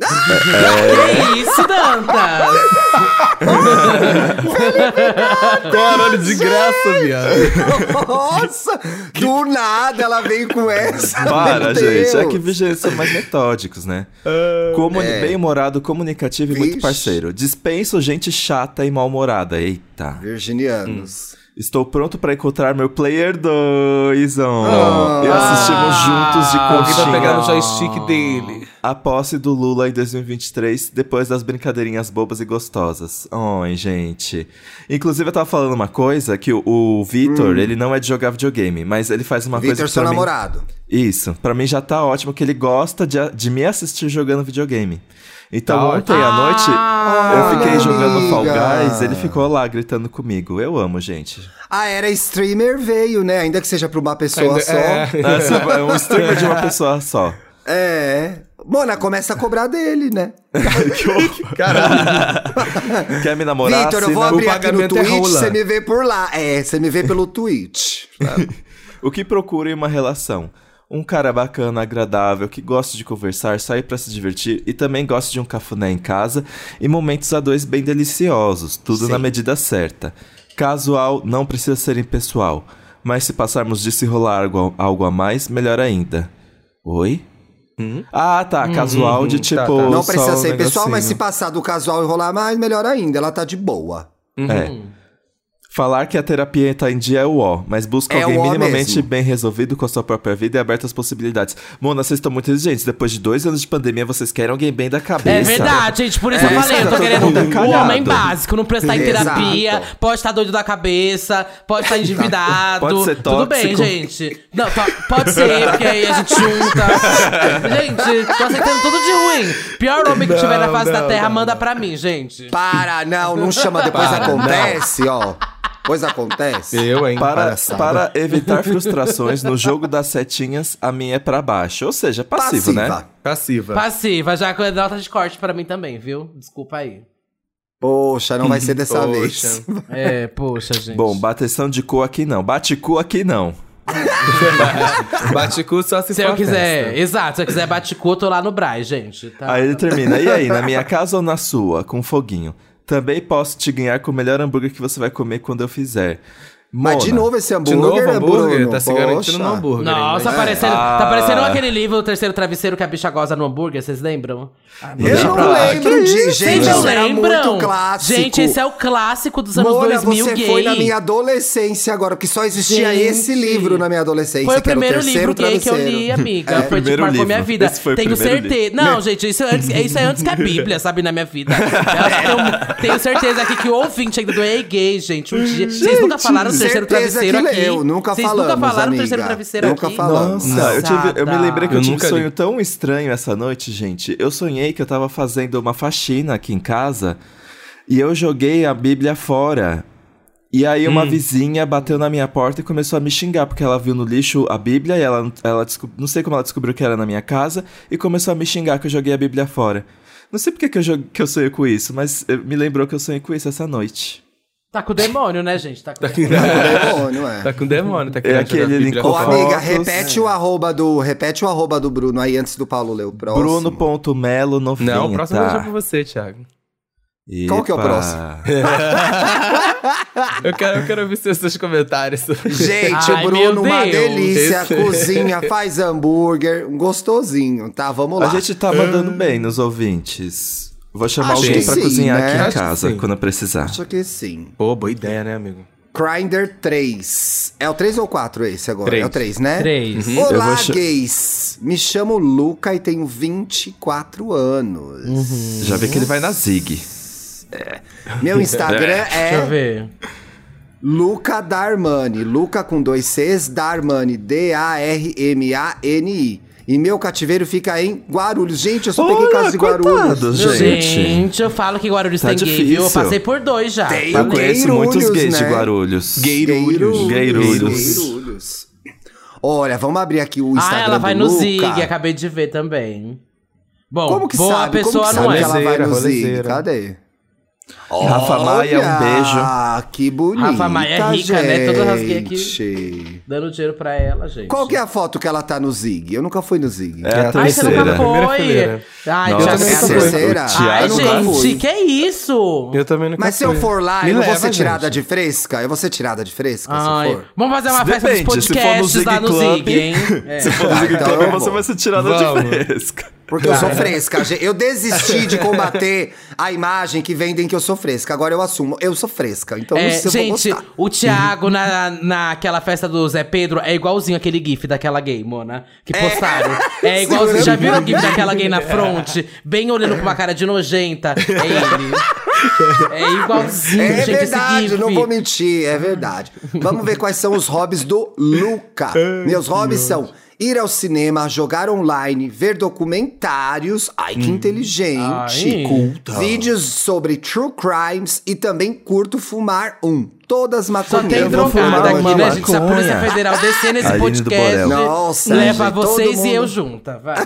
Speaker 4: Que É isso, Dantas?
Speaker 2: Caralho, de graça, viado.
Speaker 3: Nossa! Do nada ela veio com essa.
Speaker 1: Para,
Speaker 3: Ah, meu
Speaker 1: gente. É
Speaker 3: Deus. Ah,
Speaker 1: que virginianos são mais metódicos, né? Comuni- Bem-humorado, comunicativo e muito
Speaker 3: é. Vixe.
Speaker 1: parceiro. Dispenso gente chata e mal-humorada. Eita. Hum,
Speaker 3: Virginianos.
Speaker 1: Estou pronto para encontrar meu player 2. Oh.
Speaker 3: Ah.
Speaker 1: E assistimos juntos de
Speaker 2: Alguém vai pegar no
Speaker 1: conchinha
Speaker 2: joystick dele.
Speaker 1: a posse do Lula em 2023, depois das brincadeirinhas bobas e gostosas. Oi, gente. Inclusive, eu tava falando uma coisa, que o, o Vitor, ele não é de jogar videogame, mas ele faz uma coisa
Speaker 3: Hum. Vitor,
Speaker 1: que
Speaker 3: seu
Speaker 1: pra mim-
Speaker 3: namorado.
Speaker 1: Isso. Pra mim já tá ótimo que ele gosta de, a- de me assistir jogando videogame. Então
Speaker 2: Tá
Speaker 1: ontem à noite
Speaker 4: Ah,
Speaker 1: eu fiquei
Speaker 3: olha,
Speaker 1: jogando Fall
Speaker 3: amiga.
Speaker 1: Guys, ele ficou lá gritando comigo. Eu amo, gente.
Speaker 3: Ah, era streamer, veio, né? Ainda que seja pra uma pessoa
Speaker 2: Ainda-
Speaker 3: só.
Speaker 2: é.
Speaker 1: Essa é um streamer de uma pessoa só.
Speaker 3: É. Mona, começa a cobrar dele, né?
Speaker 1: Quer me namorar?
Speaker 3: Vitor, eu vou
Speaker 1: Assina-
Speaker 3: abrir aqui no
Speaker 2: pagamento é
Speaker 3: Twitch,
Speaker 2: rola.
Speaker 3: você me vê por lá. É, você me vê pelo Twitch.
Speaker 1: O que procura em uma relação? Um cara bacana, agradável, que gosta de conversar, sair pra se divertir e também gosta de um cafuné em casa e momentos a dois bem deliciosos, tudo na medida certa. Casual não precisa ser impessoal, mas se passarmos disso e rolar algo, algo a mais, melhor ainda. Oi? Ah, tá, casual de tipo.
Speaker 2: Hum? tá, tá. Ou
Speaker 3: Não
Speaker 1: só
Speaker 3: precisa
Speaker 1: um
Speaker 3: ser pessoal, mas se
Speaker 1: negocinho.
Speaker 3: passar do casual e rolar mais, melhor ainda. Ela tá de boa.
Speaker 1: É.
Speaker 4: Uhum.
Speaker 1: Falar que a terapia tá em dia é o ó, mas busca
Speaker 3: É
Speaker 1: alguém
Speaker 3: o ó
Speaker 1: minimamente
Speaker 3: mesmo.
Speaker 1: bem resolvido com a sua própria vida e aberto às possibilidades. Mona, vocês estão muito exigentes. Depois de dois anos de pandemia, vocês querem alguém bem da cabeça.
Speaker 4: É verdade, gente. Por isso eu
Speaker 3: É,
Speaker 4: falei, eu
Speaker 3: tá
Speaker 4: tô
Speaker 3: todo
Speaker 4: querendo
Speaker 1: mundo
Speaker 4: um
Speaker 1: encalhado.
Speaker 4: homem básico, não prestar em
Speaker 3: Exato.
Speaker 4: terapia, pode estar doido da cabeça, pode estar endividado.
Speaker 1: Pode ser
Speaker 4: Tudo bem,
Speaker 1: tóxico.
Speaker 4: gente. Não, tá- pode ser, porque aí a gente junta. gente, tô aceitando tudo de ruim. Pior homem que tiver na
Speaker 2: Não,
Speaker 4: face da
Speaker 2: não,
Speaker 4: terra,
Speaker 2: não,
Speaker 4: manda pra mim, gente.
Speaker 3: Para, não, não chama. Depois
Speaker 2: Para, É
Speaker 3: acontece, ó. Depois acontece.
Speaker 2: Eu, hein?
Speaker 1: Para,
Speaker 2: palhaçada.
Speaker 1: para evitar frustrações, no jogo das setinhas, a minha é pra baixo. Ou seja, passivo, né?
Speaker 2: Passiva.
Speaker 4: Passiva, já com nota de corte pra mim também, viu? Desculpa aí.
Speaker 3: Poxa, não vai ser dessa
Speaker 2: Poxa.
Speaker 3: vez.
Speaker 4: É, poxa, gente.
Speaker 1: Bom, bateção de cu aqui não. Bate cu aqui não.
Speaker 2: Bate cu só se
Speaker 4: se
Speaker 2: for
Speaker 4: eu
Speaker 2: a
Speaker 4: quiser,
Speaker 2: festa.
Speaker 4: exato, se eu quiser bate cu, eu tô lá no Braz, gente. Tá?
Speaker 1: Aí ele termina. E aí, na minha casa ou na sua? Com foguinho. Também posso te ganhar com o melhor hambúrguer que você vai comer quando eu fizer.
Speaker 3: Mas
Speaker 1: Mona,
Speaker 3: de novo esse
Speaker 2: De novo,
Speaker 3: hambúrguer, né,
Speaker 2: hambúrguer?
Speaker 3: Bruno?
Speaker 2: Tá se garantindo no
Speaker 3: Poxa.
Speaker 2: hambúrguer. hein,
Speaker 4: Nossa,
Speaker 2: mas-
Speaker 4: parecendo,
Speaker 1: Ah.
Speaker 4: tá parecendo aquele livro do terceiro travesseiro que a bicha goza no hambúrguer, vocês lembram?
Speaker 3: Eu não
Speaker 1: Ah,
Speaker 3: lembro de. Gente,
Speaker 4: Vocês não
Speaker 3: isso era
Speaker 4: lembram?
Speaker 3: muito clássico.
Speaker 4: Gente, esse é o clássico dos anos
Speaker 3: Mona,
Speaker 4: 2000
Speaker 3: você
Speaker 4: gay.
Speaker 3: foi na minha adolescência agora, porque só existia
Speaker 4: Gente.
Speaker 3: esse livro na minha adolescência.
Speaker 4: Foi o
Speaker 3: que era
Speaker 4: primeiro
Speaker 3: terceiro
Speaker 4: livro gay que eu li,
Speaker 3: travesseiro.
Speaker 4: amiga.
Speaker 1: É,
Speaker 4: foi o que
Speaker 1: primeiro
Speaker 4: marcou
Speaker 1: livro.
Speaker 4: minha vida.
Speaker 1: Esse foi o
Speaker 4: tenho
Speaker 1: primeiro
Speaker 4: certeza. Não, gente, isso é, antes, é- isso é antes que a Bíblia, sabe, na minha vida.
Speaker 3: É.
Speaker 4: Eu tenho, tenho certeza aqui que o ouvinte aqui do Ei Gay, gente, um dia. vocês nunca falaram do terceiro
Speaker 3: certeza
Speaker 4: travesseiro
Speaker 3: que
Speaker 4: aqui.
Speaker 3: leu, nunca
Speaker 4: vocês nunca
Speaker 3: falamos,
Speaker 4: falaram do
Speaker 3: amiga.
Speaker 4: terceiro travesseiro
Speaker 3: Nunca
Speaker 4: aqui.
Speaker 3: falamos.
Speaker 1: Nossa, eu, tive- eu me lembrei que eu,
Speaker 2: Eu
Speaker 1: tive um
Speaker 2: nunca
Speaker 1: sonho
Speaker 2: li.
Speaker 1: tão estranho essa noite, gente. Eu sonhei que eu tava fazendo uma faxina aqui em casa e eu joguei a Bíblia fora. E aí uma
Speaker 2: Hum.
Speaker 1: vizinha bateu na minha porta e começou a me xingar, porque ela viu no lixo a Bíblia e ela, ela descob- não sei como ela descobriu que era na minha casa e começou a me xingar que eu joguei a Bíblia fora. Não sei porque que eu, jo- que eu sonhei com isso, mas eh, me lembrou que eu sonhei com isso essa noite.
Speaker 4: Tá com o demônio, né, gente? Tá com o demônio.
Speaker 3: Demônio, é.
Speaker 2: Tá com demônio, tá
Speaker 1: É
Speaker 2: querendo
Speaker 1: aquele
Speaker 2: jogar
Speaker 1: ele
Speaker 2: Bíblia
Speaker 1: com
Speaker 3: Ô,
Speaker 2: fora.
Speaker 1: foto.
Speaker 3: amiga,
Speaker 1: fotos.
Speaker 3: repete o arroba do. Repete o arroba do Bruno aí antes do Paulo ler o próximo.
Speaker 1: Bruno.melo novinho,
Speaker 2: Não, o próximo
Speaker 1: tá?
Speaker 2: beijo é pra você, Thiago.
Speaker 3: Qual que é o
Speaker 1: Epa.
Speaker 3: próximo?
Speaker 2: Eu quero, eu quero ouvir seus, seus comentários.
Speaker 3: Gente,
Speaker 4: Ai,
Speaker 3: o Bruno,
Speaker 4: meu
Speaker 3: uma
Speaker 4: Deus.
Speaker 3: delícia,
Speaker 1: é
Speaker 2: Esse-
Speaker 3: cozinha, faz hambúrguer, um gostosinho, tá? Vamos
Speaker 1: A
Speaker 3: lá.
Speaker 1: gente tá mandando bem nos ouvintes. Vou chamar
Speaker 3: Acho
Speaker 1: alguém
Speaker 2: que
Speaker 1: pra
Speaker 3: sim,
Speaker 1: cozinhar
Speaker 3: né?
Speaker 1: aqui em
Speaker 2: Acho que
Speaker 1: casa
Speaker 2: sim.
Speaker 1: quando eu precisar.
Speaker 3: Acho que sim.
Speaker 2: Pô, boa ideia, né, amigo?
Speaker 3: Grindr 3. É o 3 ou 4 esse agora?
Speaker 2: Três.
Speaker 3: É o 3, né?
Speaker 4: Três.
Speaker 1: Uhum. Eu vou
Speaker 3: Olá,
Speaker 1: cha-
Speaker 3: gays! Me chamo Luca e tenho 24 anos.
Speaker 4: Uhum.
Speaker 1: Já vi que ele vai na Zig.
Speaker 3: Meu Instagram
Speaker 4: Deixa eu
Speaker 3: é
Speaker 4: ver.
Speaker 3: Luca Darmani. Luca com dois Cs, Darmani. D-A-R-M-A-N-I. E meu cativeiro fica em Guarulhos. Gente, eu só peguei
Speaker 1: Olha,
Speaker 3: casa de Guarulhos.
Speaker 1: coitados,
Speaker 4: Gente.
Speaker 1: Gente.
Speaker 4: eu falo que Guarulhos
Speaker 1: Tá
Speaker 4: tem gay, viu? Eu
Speaker 1: difícil.
Speaker 4: passei por dois já. Tá
Speaker 3: Tem.
Speaker 1: Eu conheço
Speaker 3: Gueirulhos,
Speaker 1: muitos gays
Speaker 3: né?
Speaker 1: de Guarulhos.
Speaker 3: Gueirulhos.
Speaker 1: Gueirulhos.
Speaker 3: Gueirulhos. Olha, vamos abrir aqui o Instagram
Speaker 4: Ah, ela vai
Speaker 3: do
Speaker 4: no
Speaker 3: Luca.
Speaker 4: Zig, acabei de ver também. Bom,
Speaker 3: Como que
Speaker 4: boa
Speaker 3: sabe?
Speaker 4: pessoa
Speaker 3: Como que
Speaker 4: não
Speaker 3: sabe
Speaker 4: é.
Speaker 3: que ela vai no
Speaker 2: Rolezeira,
Speaker 3: Zig?
Speaker 2: rolezeira.
Speaker 3: Cadê?
Speaker 1: Rafa Maia, um beijo.
Speaker 3: Ah, que bonita,
Speaker 4: Rafa Maia é rica, né? Toda rasguei aqui.
Speaker 3: gente.
Speaker 4: Dando dinheiro pra ela, gente.
Speaker 3: Qual que é a foto que ela tá no Zig? Eu nunca fui no Zig.
Speaker 1: É a
Speaker 4: Ai, você tá nunca
Speaker 1: terceira.
Speaker 2: Primeira
Speaker 4: foi.
Speaker 2: fileira.
Speaker 4: Ai,
Speaker 1: Nossa,
Speaker 4: Thiago,
Speaker 3: também
Speaker 4: nunca
Speaker 3: nunca
Speaker 4: foi.
Speaker 1: terceira.
Speaker 3: Terceira?
Speaker 1: O
Speaker 4: Ai,
Speaker 1: Thiago
Speaker 3: é. nunca
Speaker 4: gente,
Speaker 3: fui.
Speaker 4: que isso?
Speaker 2: Eu também nunca
Speaker 3: Mas se eu
Speaker 2: fui.
Speaker 3: for lá,
Speaker 2: Me
Speaker 3: eu não
Speaker 2: leva,
Speaker 3: vou ser tirada
Speaker 2: gente.
Speaker 3: de fresca? Eu vou ser tirada de fresca se
Speaker 4: Ai,
Speaker 3: eu for?
Speaker 4: vamos fazer uma festa dos
Speaker 1: Depende, se for no
Speaker 4: podcasts lá
Speaker 1: Zig
Speaker 4: no
Speaker 1: Club-
Speaker 4: Zig, hein? É.
Speaker 1: Se for no Zig
Speaker 3: Então
Speaker 1: Club,
Speaker 3: eu
Speaker 1: você
Speaker 3: vou.
Speaker 1: vai ser tirada
Speaker 2: Vamos.
Speaker 1: de fresca.
Speaker 3: Porque eu sou fresca. gente. Eu desisti de combater a imagem que vendem que eu sou fresca. Agora eu assumo, eu sou fresca. Então
Speaker 4: É,
Speaker 3: isso eu
Speaker 4: gente,
Speaker 3: vou gostar.
Speaker 4: o Thiago na, naquela festa do Zé Pedro é igualzinho aquele gif daquela gay, Mona. Que postaram. É, igualzinho. Já viram o gif daquela gay na front? Bem olhando com uma cara de nojenta. É ele. É igualzinho,
Speaker 3: É
Speaker 4: gente, esse
Speaker 3: verdade,
Speaker 4: gif.
Speaker 3: não vou mentir, é verdade. Vamos ver quais são os hobbies do Luca. Meus hobbies são ir ao cinema, jogar online, ver documentários, ai que inteligente,
Speaker 4: Hum. Ai.
Speaker 3: culta. Vídeos sobre true crimes e também curto fumar um. Todas
Speaker 4: Só
Speaker 3: maconheiras.
Speaker 4: tem
Speaker 1: Eu vou
Speaker 4: drogada
Speaker 1: fumar
Speaker 4: aqui,
Speaker 1: uma
Speaker 4: né, gente? Se a
Speaker 1: maconha.
Speaker 4: Polícia Federal descer nesse
Speaker 1: Aline do
Speaker 4: podcast,
Speaker 1: Borel.
Speaker 3: Nossa,
Speaker 4: leva
Speaker 3: gente, todo
Speaker 4: vocês
Speaker 3: mundo.
Speaker 4: e eu junta, vai.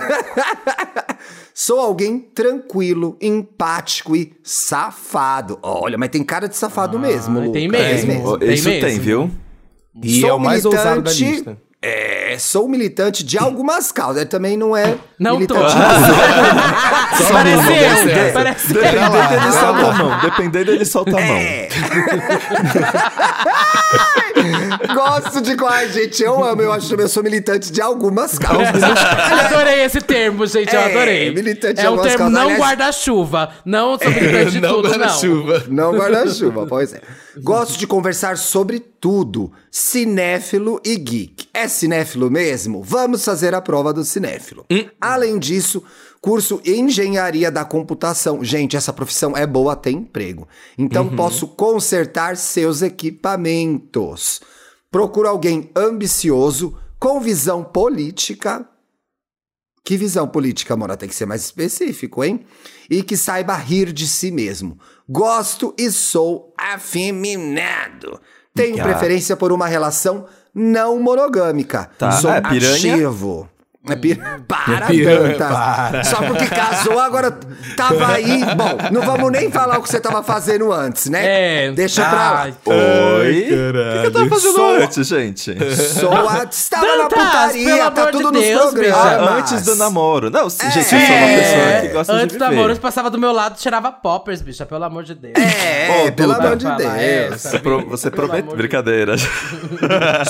Speaker 3: Sou alguém tranquilo, empático e safado. Olha, mas tem cara de safado mesmo, Luca.
Speaker 4: tem
Speaker 3: É
Speaker 4: mesmo.
Speaker 1: Ó,
Speaker 4: Tem
Speaker 1: Isso tem,
Speaker 4: mesmo.
Speaker 1: viu?
Speaker 2: E
Speaker 3: Sou
Speaker 2: é o mais ousado da
Speaker 3: militante.
Speaker 2: lista.
Speaker 3: É, sou militante de algumas causas. Ele também não é
Speaker 4: Não tô.
Speaker 3: militante. um
Speaker 4: Parece
Speaker 2: deu
Speaker 4: eu,
Speaker 3: né?
Speaker 2: certo.
Speaker 4: parece eu.
Speaker 1: Dependendo
Speaker 3: lá,
Speaker 1: dele
Speaker 3: vai
Speaker 1: solta
Speaker 3: lá.
Speaker 1: a mão. Dependendo dele solta a mão.
Speaker 3: É. Gosto de qual, gente. Eu amo, eu acho que eu sou militante de algumas causas.
Speaker 4: Eu adorei esse termo, gente. Eu
Speaker 3: É,
Speaker 4: adorei.
Speaker 3: militante
Speaker 4: é um
Speaker 3: algumas
Speaker 4: termo
Speaker 3: causas.
Speaker 4: não
Speaker 3: Aliás-
Speaker 4: guarda-chuva. Não sou militante de
Speaker 2: Não,
Speaker 4: tudo,
Speaker 2: na
Speaker 4: não.
Speaker 2: chuva.
Speaker 3: é Não guarda-chuva, pois é. Gosto de conversar sobre tudo. Cinéfilo e geek. É cinéfilo mesmo? Vamos fazer a prova do cinéfilo. Além disso, curso engenharia da computação. Gente, essa profissão é boa, tem emprego. Então posso consertar seus equipamentos. Procuro alguém ambicioso, com visão política. Que visão política, Mora? Tem que ser mais específico, hein? E que saiba rir de si mesmo. Gosto e sou afeminado. Tenho
Speaker 1: Ah.
Speaker 3: preferência por uma relação não monogâmica.
Speaker 1: Tá.
Speaker 3: Sou
Speaker 1: Ah, é piranha?
Speaker 3: ativo. É pir... Para,
Speaker 2: piranha,
Speaker 3: Dantas.
Speaker 2: para.
Speaker 3: Só porque casou, agora tava aí. Bom, não vamos nem falar o que você tava fazendo antes, né?
Speaker 4: É.
Speaker 3: Deixa pra lá.
Speaker 4: Ai,
Speaker 1: Oi?
Speaker 2: Ai,
Speaker 1: O que, que eu
Speaker 2: caralho.
Speaker 1: tava fazendo
Speaker 3: Sou-
Speaker 1: antes, gente?
Speaker 3: Sou a... Estava na
Speaker 4: Dantas, pelo
Speaker 3: putaria, tá
Speaker 4: amor
Speaker 3: tudo
Speaker 4: de
Speaker 3: nos
Speaker 4: Deus,
Speaker 3: programas.
Speaker 1: Ah, antes do namoro. Não, se- gente, eu sou uma pessoa
Speaker 3: É.
Speaker 1: que gosta
Speaker 4: Antes
Speaker 1: de
Speaker 4: da
Speaker 1: viver.
Speaker 4: Moros passava do meu lado e tirava poppers, bicha, pelo amor de Deus.
Speaker 3: É,
Speaker 1: Ô,
Speaker 3: pelo
Speaker 1: Duda.
Speaker 3: amor de
Speaker 4: Fala, é,
Speaker 3: Deus.
Speaker 1: Você, pro- você
Speaker 4: Pelo
Speaker 1: promete...
Speaker 4: amor de-
Speaker 1: Brincadeira.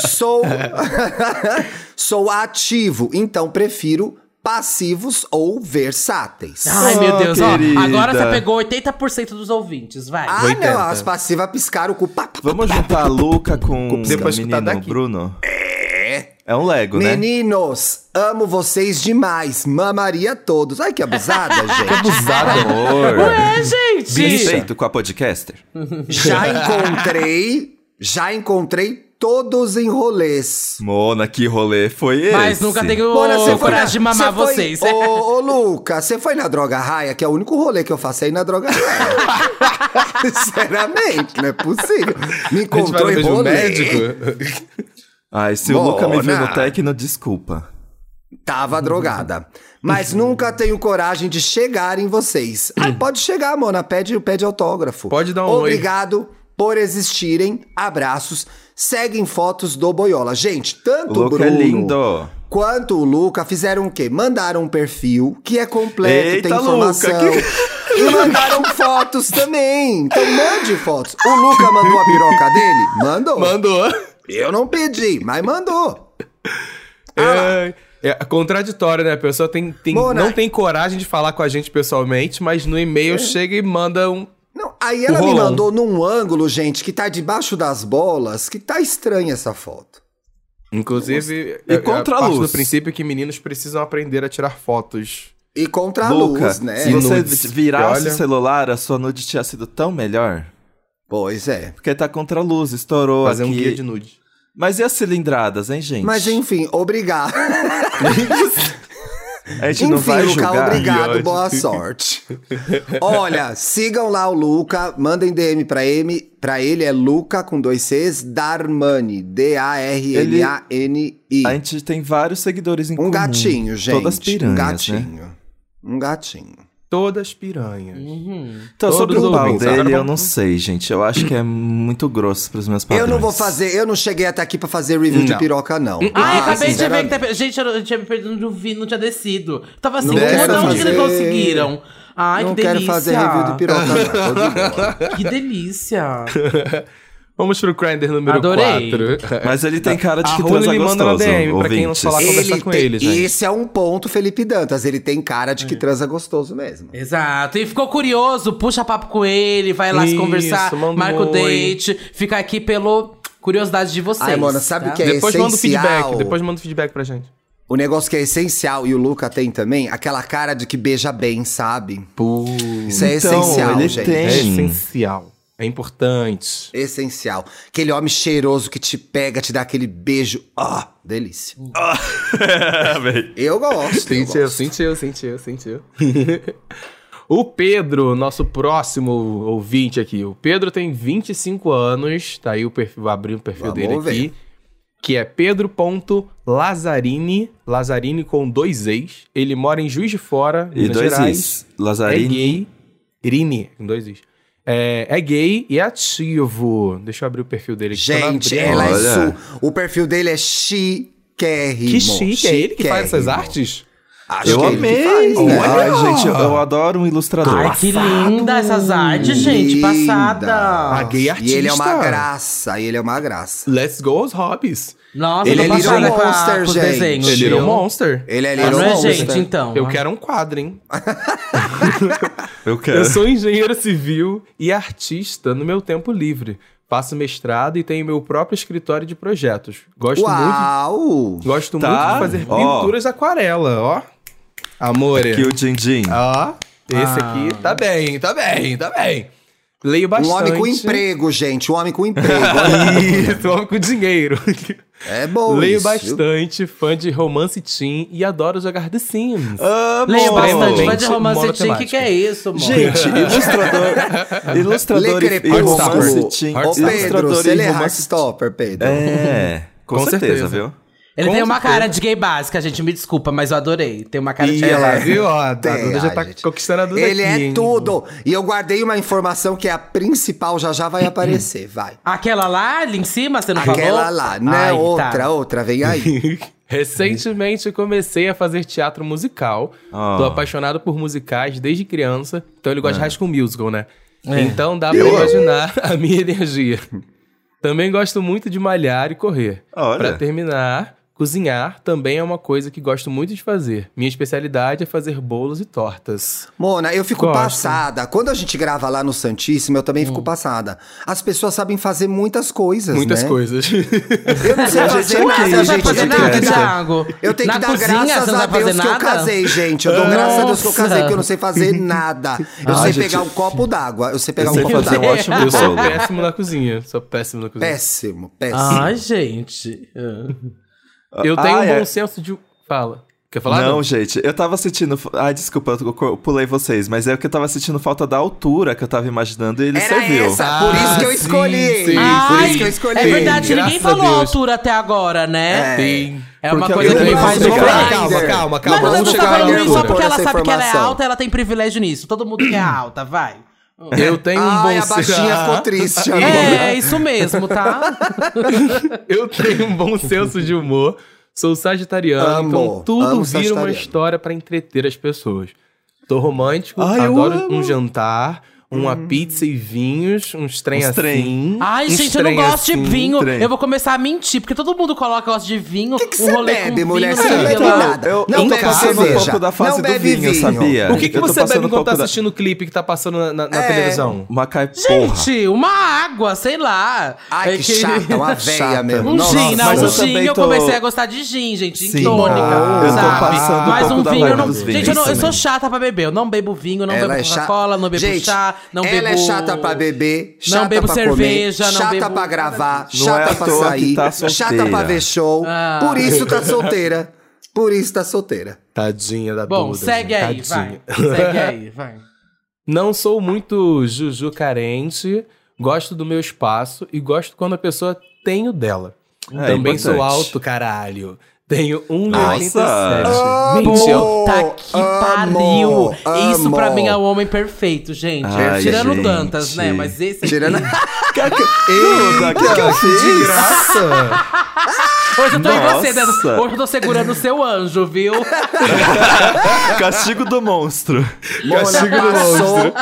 Speaker 3: Sou sou ativo, então prefiro passivos ou versáteis.
Speaker 4: Ai, meu
Speaker 1: Ô,
Speaker 4: Deus,
Speaker 1: querida.
Speaker 4: ó. Agora você pegou 80% dos ouvintes, vai.
Speaker 3: Ah,
Speaker 2: 80.
Speaker 3: não, as passivas piscaram com pá, pá, pá.
Speaker 1: Vamos juntar a Luca com o
Speaker 2: Depois que tá
Speaker 1: menino
Speaker 2: daqui.
Speaker 1: Bruno? É. É um Lego, né?
Speaker 3: Meninos, amo vocês demais. Mamaria todos. Ai, que abusada, gente.
Speaker 1: Abusado, amor.
Speaker 4: Ué, É, gente!
Speaker 1: Respeito com a podcaster.
Speaker 3: Já encontrei, já encontrei todos em rolês.
Speaker 1: Mona, que rolê foi esse?
Speaker 4: Mas nunca teve o
Speaker 3: Mona, você foi
Speaker 4: coragem
Speaker 3: na-
Speaker 4: de mamar
Speaker 3: você foi-
Speaker 4: vocês.
Speaker 3: Ô, ô, Luca, você foi na Droga Raia, que é o único rolê que eu faço aí na Droga Raia. Sinceramente, não é possível. Me
Speaker 2: A gente vai
Speaker 3: encontrou
Speaker 2: no
Speaker 3: em
Speaker 2: beijo
Speaker 3: rolê.
Speaker 2: médico.
Speaker 1: Ai, se
Speaker 3: Mona.
Speaker 1: o Luca me viu no Tecno, desculpa.
Speaker 3: Tava drogada. Mas
Speaker 2: Uhum.
Speaker 3: nunca tenho coragem de chegar em vocês. Ah, pode chegar, Mona. Pede, pede autógrafo.
Speaker 2: Pode dar um oi.
Speaker 3: Obrigado por existirem. Abraços. Seguem fotos do Boiola. Gente,
Speaker 1: O
Speaker 3: tanto o
Speaker 1: Luca
Speaker 3: Bruno
Speaker 1: é lindo.
Speaker 3: quanto o Luca fizeram o quê? Mandaram um perfil que é completo, tem
Speaker 1: Eita,
Speaker 3: informação.
Speaker 1: Luca,
Speaker 3: E mandaram fotos também. Então mande fotos. O Luca mandou a piroca dele? Mandou.
Speaker 2: Mandou.
Speaker 3: Eu não pedi, mas mandou. Ah
Speaker 2: É, é contraditório, né? A pessoa tem, tem-
Speaker 3: Mona.
Speaker 2: não tem coragem de falar com a gente pessoalmente, mas no
Speaker 3: É.
Speaker 2: e-mail chega e manda um.
Speaker 3: Não, aí ela me
Speaker 2: Rolou.
Speaker 3: mandou num ângulo, gente, que tá debaixo das bolas, que tá estranha essa foto.
Speaker 2: Inclusive, é,
Speaker 1: E contra a
Speaker 2: parte
Speaker 1: luz.
Speaker 2: do princípio que meninos precisam aprender a tirar fotos.
Speaker 3: E contra a
Speaker 1: Luca,
Speaker 3: luz, né?
Speaker 1: se você
Speaker 2: nudes.
Speaker 1: virar o
Speaker 2: Olha.
Speaker 1: seu celular, a sua nude tinha sido tão melhor.
Speaker 3: Pois é.
Speaker 1: Porque tá contra a luz, estourou
Speaker 2: Fazer
Speaker 1: aqui.
Speaker 2: um guia de nude.
Speaker 1: Mas e as cilindradas, hein, gente?
Speaker 3: Mas enfim, obrigado.
Speaker 1: A gente não
Speaker 3: Enfim,
Speaker 1: vai
Speaker 3: Luca,
Speaker 1: julgar.
Speaker 3: obrigado, boa sorte. Olha, sigam lá o Luca, mandem DM pra ele, pra ele é Luca com dois Cs, Darmani, D-A-R-M-A-N-I.
Speaker 1: A gente tem vários seguidores em comum.
Speaker 3: Um gatinho, gente.
Speaker 1: Todas piranhas,
Speaker 3: um
Speaker 1: né?
Speaker 3: gatinho. Um gatinho.
Speaker 2: Todas piranhas.
Speaker 3: Hum.
Speaker 4: Uhum.
Speaker 1: Então,
Speaker 2: Todos
Speaker 1: sobre o pau
Speaker 2: ouvintes. Agora
Speaker 1: dele, eu
Speaker 2: vamos-
Speaker 1: não sei, gente. Eu acho que é muito grosso pros meus padrões.
Speaker 3: Eu não vou fazer, eu não cheguei até aqui pra fazer review de
Speaker 2: Não.
Speaker 3: piroca, não.
Speaker 4: Ah, eu acabei de ver que
Speaker 3: sinceramente.
Speaker 4: tá... pe- Gente, eu eu tinha me perdido, não vi, não tinha descido. Tava assim,
Speaker 3: quero
Speaker 4: não, que
Speaker 3: fazer.
Speaker 4: eles conseguiram. Ai,
Speaker 3: não
Speaker 4: que delícia.
Speaker 3: quero fazer review de piroca, não. Tô de boa.
Speaker 4: Que delícia.
Speaker 2: Vamos pro Grindr número
Speaker 4: Adorei.
Speaker 2: 4.
Speaker 1: Mas ele tem cara de que
Speaker 2: Arrula,
Speaker 1: transa
Speaker 2: ele manda
Speaker 1: gostoso,
Speaker 2: na DM pra quem não
Speaker 1: ouvintes.
Speaker 2: falar com- conversar
Speaker 3: Ele tem-
Speaker 2: ele, gente.
Speaker 3: Esse é um ponto, Felipe Dantas. Ele tem cara
Speaker 1: É.
Speaker 3: de que transa gostoso mesmo.
Speaker 4: Exato. E ficou curioso, puxa papo com ele, vai lá se
Speaker 2: Isso,
Speaker 4: conversar,
Speaker 2: manda um
Speaker 4: marca o
Speaker 2: oi.
Speaker 4: date, fica aqui pelo curiosidade de vocês. tá?
Speaker 3: Ai, Mona, sabe o que é
Speaker 2: Depois manda o
Speaker 3: essencial.
Speaker 2: feedback. Depois manda o feedback pra gente.
Speaker 3: O negócio que é essencial, e o Luca tem também, aquela cara de que beija bem, sabe? Isso é
Speaker 1: Então,
Speaker 3: essencial,
Speaker 1: ele
Speaker 3: gente.
Speaker 1: tem.
Speaker 2: É
Speaker 1: Sim.
Speaker 2: essencial. É importante.
Speaker 3: Essencial. Aquele homem cheiroso que te pega, te dá aquele beijo. Ó, delícia.
Speaker 4: Hum.
Speaker 3: Eu gosto. eu
Speaker 2: Sentiu,
Speaker 3: gosto.
Speaker 2: sentiu, sentiu, sentiu. o Pedro, nosso próximo ouvinte aqui. O Pedro tem 25 anos. Tá aí o perfil, abrindo o perfil
Speaker 3: Vamos
Speaker 2: dele
Speaker 3: ver.
Speaker 2: aqui. Que é Pedro.Lazarini. Lazarini com dois ex. Ele mora em Juiz de Fora,
Speaker 1: E
Speaker 2: Minas
Speaker 1: dois
Speaker 2: Gerais.
Speaker 1: is.
Speaker 2: É
Speaker 1: Lazarini.
Speaker 2: gay. Irini, com dois is. É, é gay e ativo. Deixa eu abrir o perfil dele aqui.
Speaker 3: Gente,
Speaker 2: Pra não
Speaker 3: ela
Speaker 2: abrir-
Speaker 3: é
Speaker 1: Olha.
Speaker 3: su... O perfil dele é chiquérrimo.
Speaker 2: Que chique, é ele que faz essas
Speaker 3: chiquérrimo.
Speaker 2: artes?
Speaker 3: Acho
Speaker 1: eu
Speaker 3: que ele
Speaker 1: amei!
Speaker 3: que faz, né?
Speaker 1: Ai, gente, eu, eu adoro um ilustrador.
Speaker 4: Ai, que linda essas artes, gente.
Speaker 3: Linda.
Speaker 4: Passada.
Speaker 2: Ah, gay
Speaker 3: E ele é uma
Speaker 2: artista.
Speaker 3: graça, e ele é uma graça.
Speaker 2: Let's go os hobbies.
Speaker 4: Nossa,
Speaker 3: Ele
Speaker 4: eu tô
Speaker 3: é Little
Speaker 4: passada com a-
Speaker 3: Monster,
Speaker 4: com os
Speaker 3: gente.
Speaker 4: desenhos.
Speaker 2: Ele é um
Speaker 4: viu?
Speaker 2: monster.
Speaker 3: Ele é
Speaker 4: Ah,
Speaker 3: Little
Speaker 4: não é
Speaker 3: Monster.
Speaker 4: gente, então.
Speaker 2: Eu quero um quadro, hein?
Speaker 1: Eu quero.
Speaker 2: Eu sou engenheiro civil e artista no meu tempo livre. Faço mestrado e tenho meu próprio escritório de projetos. Gosto muito,
Speaker 3: Uau! Um
Speaker 2: gosto
Speaker 1: Tá.
Speaker 2: muito de fazer
Speaker 1: Ó.
Speaker 2: pinturas aquarela, ó. Amore.
Speaker 1: Aqui o Dindim.
Speaker 2: Ó, esse
Speaker 4: Ah.
Speaker 2: aqui tá bem, tá bem, tá bem. Leio
Speaker 3: Um
Speaker 2: bastante.
Speaker 3: homem com emprego, gente. Um homem com emprego.
Speaker 2: Isso, homem com dinheiro.
Speaker 3: é bom
Speaker 2: Leio
Speaker 3: isso, viu?
Speaker 2: bastante, fã de romance teen e adoro jogar The Sims.
Speaker 1: Amo!
Speaker 4: Leia bastante,
Speaker 2: Extremamente
Speaker 4: vai de romance teen. O que,
Speaker 2: monotemático.
Speaker 4: que é isso, mano?
Speaker 1: Gente, ilustrador, ilustrador
Speaker 3: Lê
Speaker 1: e- e
Speaker 3: Crepúsculo.
Speaker 1: romance teen.
Speaker 3: Ô, Pedro,
Speaker 1: Ilustrador
Speaker 3: você
Speaker 1: e
Speaker 3: lê
Speaker 1: romance
Speaker 3: Heartstopper, Pedro.
Speaker 1: É, com,
Speaker 2: Com
Speaker 1: certeza,
Speaker 2: certeza.
Speaker 1: viu?
Speaker 4: Ele
Speaker 2: com
Speaker 4: tem uma
Speaker 2: certeza.
Speaker 4: cara de gay básica, gente. Me desculpa, mas eu adorei. Tem uma cara de
Speaker 2: Ih,
Speaker 4: gay
Speaker 2: olha lá,
Speaker 4: básica.
Speaker 2: É, viu? Ó, a
Speaker 3: Tem,
Speaker 2: Duda já
Speaker 3: ai,
Speaker 2: tá
Speaker 3: gente.
Speaker 2: conquistando a Duda
Speaker 3: Ele
Speaker 2: aqui,
Speaker 3: é
Speaker 2: hein?
Speaker 3: tudo. E eu guardei uma informação que é a principal, já já vai aparecer, vai.
Speaker 4: Aquela lá, ali em cima, você não falou?
Speaker 3: Aquela lá, né?
Speaker 4: Ai, tá.
Speaker 3: outra, outra, vem aí.
Speaker 2: Recentemente comecei a fazer teatro musical.
Speaker 1: Ah.
Speaker 2: Tô apaixonado por musicais desde criança. Então ele gosta de High School Musical, né?
Speaker 4: É.
Speaker 2: Então dá pra imaginar a minha energia. Também gosto muito de malhar e correr.
Speaker 1: Olha.
Speaker 2: Pra terminar, cozinhar também é uma coisa que gosto muito de fazer. Minha especialidade é fazer bolos e tortas.
Speaker 3: Mona, eu fico
Speaker 2: Gosto. Hum.
Speaker 3: passada. Quando a gente grava lá no Santíssimo, eu também fico passada. As pessoas sabem fazer muitas coisas,
Speaker 2: Muitas
Speaker 3: né?
Speaker 2: coisas.
Speaker 3: Eu não sei fazer
Speaker 4: Ué,
Speaker 3: nada,
Speaker 4: você não vai
Speaker 3: gente.
Speaker 4: fazer
Speaker 3: eu tenho
Speaker 4: nada,
Speaker 3: que dar-
Speaker 4: Thiago?
Speaker 3: Eu tenho
Speaker 4: Na
Speaker 3: que dar
Speaker 4: cozinha, você
Speaker 3: graças
Speaker 4: não
Speaker 3: a
Speaker 4: vai fazer
Speaker 3: Deus que eu
Speaker 4: nada?
Speaker 3: casei, gente. Eu dou graças a Deus que eu
Speaker 4: Nossa.
Speaker 3: casei, porque eu não sei fazer nada. Eu
Speaker 1: Ah,
Speaker 3: sei
Speaker 1: gente.
Speaker 3: pegar um copo d'água. Eu sei pegar
Speaker 1: Eu
Speaker 3: um
Speaker 1: sei
Speaker 3: copo
Speaker 1: fazer um
Speaker 3: d'água.
Speaker 1: ótimo
Speaker 2: Eu
Speaker 1: bolo.
Speaker 2: sou péssimo na cozinha. Sou péssimo na cozinha.
Speaker 3: Péssimo, péssimo.
Speaker 4: Ai, gente. Ah.
Speaker 2: Eu tenho
Speaker 1: Ah,
Speaker 2: um
Speaker 1: é.
Speaker 2: bom senso de. Fala. Quer falar?
Speaker 1: Não, gente, eu tava sentindo. Ai, desculpa, eu co- pulei vocês, mas é que eu tava sentindo falta da altura que eu tava imaginando e ele
Speaker 3: Era
Speaker 1: serviu.
Speaker 3: essa, por isso que eu
Speaker 2: Ah,
Speaker 3: escolhi.
Speaker 2: sim, sim,
Speaker 3: por
Speaker 4: Ai,
Speaker 3: isso que eu escolhi.
Speaker 4: É verdade,
Speaker 2: Sim,
Speaker 4: ninguém
Speaker 2: graças a
Speaker 4: falou a
Speaker 2: Deus.
Speaker 4: altura até agora, né?
Speaker 2: Tem.
Speaker 4: É uma
Speaker 2: Porque
Speaker 4: coisa
Speaker 2: eu
Speaker 4: que me
Speaker 2: não
Speaker 4: faz
Speaker 2: posso
Speaker 4: lembrar.
Speaker 2: falar.
Speaker 3: Calma,
Speaker 2: Calma, calma,
Speaker 4: Mas
Speaker 2: calma.
Speaker 4: você
Speaker 2: Vamos
Speaker 4: tá
Speaker 2: chegar
Speaker 4: falando
Speaker 2: na
Speaker 4: isso só
Speaker 2: altura.
Speaker 4: porque ela
Speaker 3: Essa
Speaker 4: sabe que ela é
Speaker 3: informação.
Speaker 4: alta, ela tem privilégio nisso. Todo mundo que é alta, vai.
Speaker 2: Eu tenho um
Speaker 3: Ai,
Speaker 2: bom
Speaker 3: a baixinha ficou
Speaker 2: senso.
Speaker 3: triste agora.
Speaker 4: É, isso mesmo, tá?
Speaker 2: Eu tenho um bom senso de humor. Sou sagitariano,
Speaker 3: Amo,
Speaker 2: então tudo
Speaker 3: amo
Speaker 2: vira uma
Speaker 3: sagitariano.
Speaker 2: história pra entreter as pessoas. Tô romântico,
Speaker 1: Ai, eu
Speaker 2: adoro
Speaker 1: amo.
Speaker 2: um jantar, uma pizza e vinhos, uns trem
Speaker 1: Uns trem.
Speaker 2: assim.
Speaker 4: Ai,
Speaker 2: uns
Speaker 4: gente, eu não
Speaker 2: trem
Speaker 4: gosto
Speaker 2: assim.
Speaker 4: de vinho.
Speaker 1: trem.
Speaker 4: Eu vou começar a mentir, porque todo mundo coloca eu gosto de vinho. O
Speaker 3: que você bebe, mulher?
Speaker 4: Vinho,
Speaker 3: Você
Speaker 4: não sei o
Speaker 3: bebe
Speaker 4: que lá.
Speaker 3: nada.
Speaker 1: Eu,
Speaker 3: Não
Speaker 1: eu tô
Speaker 3: bebe
Speaker 1: passando
Speaker 3: cerveja.
Speaker 1: um pouco da fase
Speaker 3: Não
Speaker 1: do
Speaker 3: bebe
Speaker 1: vinho,
Speaker 3: vinho.
Speaker 1: sabia?
Speaker 2: O que, que
Speaker 1: Eu tô
Speaker 2: você
Speaker 1: passando
Speaker 2: bebe
Speaker 1: um
Speaker 2: enquanto
Speaker 1: pouco
Speaker 2: tá
Speaker 1: da-
Speaker 2: assistindo o clipe que tá passando na, na- na
Speaker 3: É.
Speaker 2: televisão?
Speaker 1: Uma caiporra.
Speaker 4: Gente, uma água, sei lá.
Speaker 3: Ai,
Speaker 4: É
Speaker 3: que chata, uma
Speaker 1: Chata.
Speaker 3: véia mesmo.
Speaker 4: Um
Speaker 3: Nossa,
Speaker 4: gin, não,
Speaker 1: É, mas
Speaker 4: um
Speaker 1: eu
Speaker 4: gin
Speaker 1: também
Speaker 4: eu
Speaker 1: tô-
Speaker 4: comecei a gostar de gin, gente,
Speaker 1: Sim.
Speaker 4: em tônica,
Speaker 1: Ah, eu tô
Speaker 4: sabe?
Speaker 1: passando um
Speaker 4: Mas
Speaker 1: pouco
Speaker 4: um
Speaker 1: da
Speaker 4: vinho eu
Speaker 1: vibe
Speaker 4: não...
Speaker 1: dos vinhos
Speaker 4: Gente, eu, não- eu sou
Speaker 1: também.
Speaker 4: chata pra beber, eu não bebo vinho, não
Speaker 3: Ela é
Speaker 4: bebo
Speaker 3: chata.
Speaker 4: Coca-Cola, não bebo
Speaker 3: Gente,
Speaker 4: chá, não
Speaker 3: ela
Speaker 4: bebo...
Speaker 3: é chata pra beber, chata
Speaker 4: bebo
Speaker 3: pra
Speaker 4: cerveja,
Speaker 3: comer,
Speaker 4: não
Speaker 3: chata
Speaker 4: bebo-
Speaker 3: pra gravar,
Speaker 1: Não é
Speaker 3: chata
Speaker 1: à
Speaker 3: pra
Speaker 1: toa que
Speaker 3: sair,
Speaker 1: tá
Speaker 3: chata pra
Speaker 1: solteira.
Speaker 3: ver show.
Speaker 4: Ah.
Speaker 3: Por isso tá solteira. Por isso tá solteira.
Speaker 2: Tadinha da
Speaker 4: Bom,
Speaker 2: Duda, gente,
Speaker 4: segue aí,
Speaker 2: tadinha.
Speaker 4: vai. Segue aí, vai.
Speaker 2: Não sou muito juju carente, gosto do meu espaço e gosto quando a pessoa tem o dela.
Speaker 1: É,
Speaker 2: Também
Speaker 1: importante.
Speaker 2: sou alto, caralho. Tenho
Speaker 1: Nossa. Ah,
Speaker 2: 1,87.
Speaker 3: Amo!
Speaker 2: Mentira. eu-
Speaker 4: Puta que pariu!
Speaker 3: Amo,
Speaker 4: Isso pra
Speaker 3: amo.
Speaker 4: mim é o homem perfeito, gente.
Speaker 1: Ai,
Speaker 4: Tirando
Speaker 1: gente.
Speaker 4: o Dantas, né? Mas esse aqui...
Speaker 3: Tirando.
Speaker 1: Duda, o que, que eu
Speaker 3: de
Speaker 1: fiz?
Speaker 2: Nossa!
Speaker 4: Hoje eu tô em
Speaker 1: Nossa!
Speaker 4: você, Dantas. Hoje eu tô segurando o seu anjo, viu?
Speaker 1: Castigo do monstro.
Speaker 3: Mona
Speaker 2: Castigo do
Speaker 3: passou,
Speaker 2: monstro.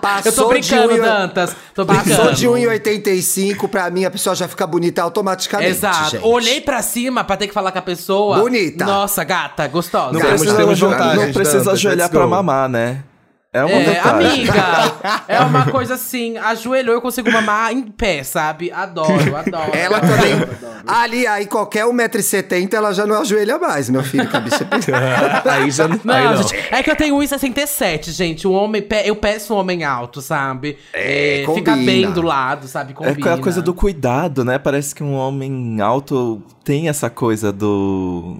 Speaker 3: passou
Speaker 4: Eu tô brincando,
Speaker 3: de 1,80
Speaker 4: Dantas. Tô
Speaker 3: Passou
Speaker 4: brincando.
Speaker 3: de 1,85 pra mim, a pessoa já fica bonita automaticamente.
Speaker 4: Exato.
Speaker 3: gente.
Speaker 4: Olhei pra cima pra ter que falar com a pessoa.
Speaker 3: Bonita.
Speaker 4: Nossa, gata, gostosa.
Speaker 2: Não
Speaker 1: Cara,
Speaker 2: temos-
Speaker 1: não
Speaker 2: temos
Speaker 1: ajo-
Speaker 2: vantagens,
Speaker 1: Não precisa
Speaker 2: Dantas,
Speaker 1: ajoelhar
Speaker 2: let's go.
Speaker 1: pra mamar, né? É uma
Speaker 4: É,
Speaker 1: vantagem.
Speaker 4: amiga, é uma coisa assim, ajoelhou, eu consigo mamar em pé, sabe? Adoro, adoro.
Speaker 3: Ela
Speaker 4: adoro,
Speaker 3: também.
Speaker 4: adoro.
Speaker 3: Ali, aí, qualquer 1,70m, ela já não ajoelha mais, meu filho. que a bicha é pequena.
Speaker 2: aí já não,
Speaker 4: Não,
Speaker 2: aí não.
Speaker 4: gente, é que eu tenho 1,67, gente. Um homem, pe- eu peço um homem alto, sabe?
Speaker 3: É,
Speaker 4: fica
Speaker 3: combina.
Speaker 4: bem do lado, sabe?
Speaker 1: É
Speaker 4: Combina.
Speaker 1: co- a coisa do cuidado, né? Parece que um homem alto tem essa coisa do.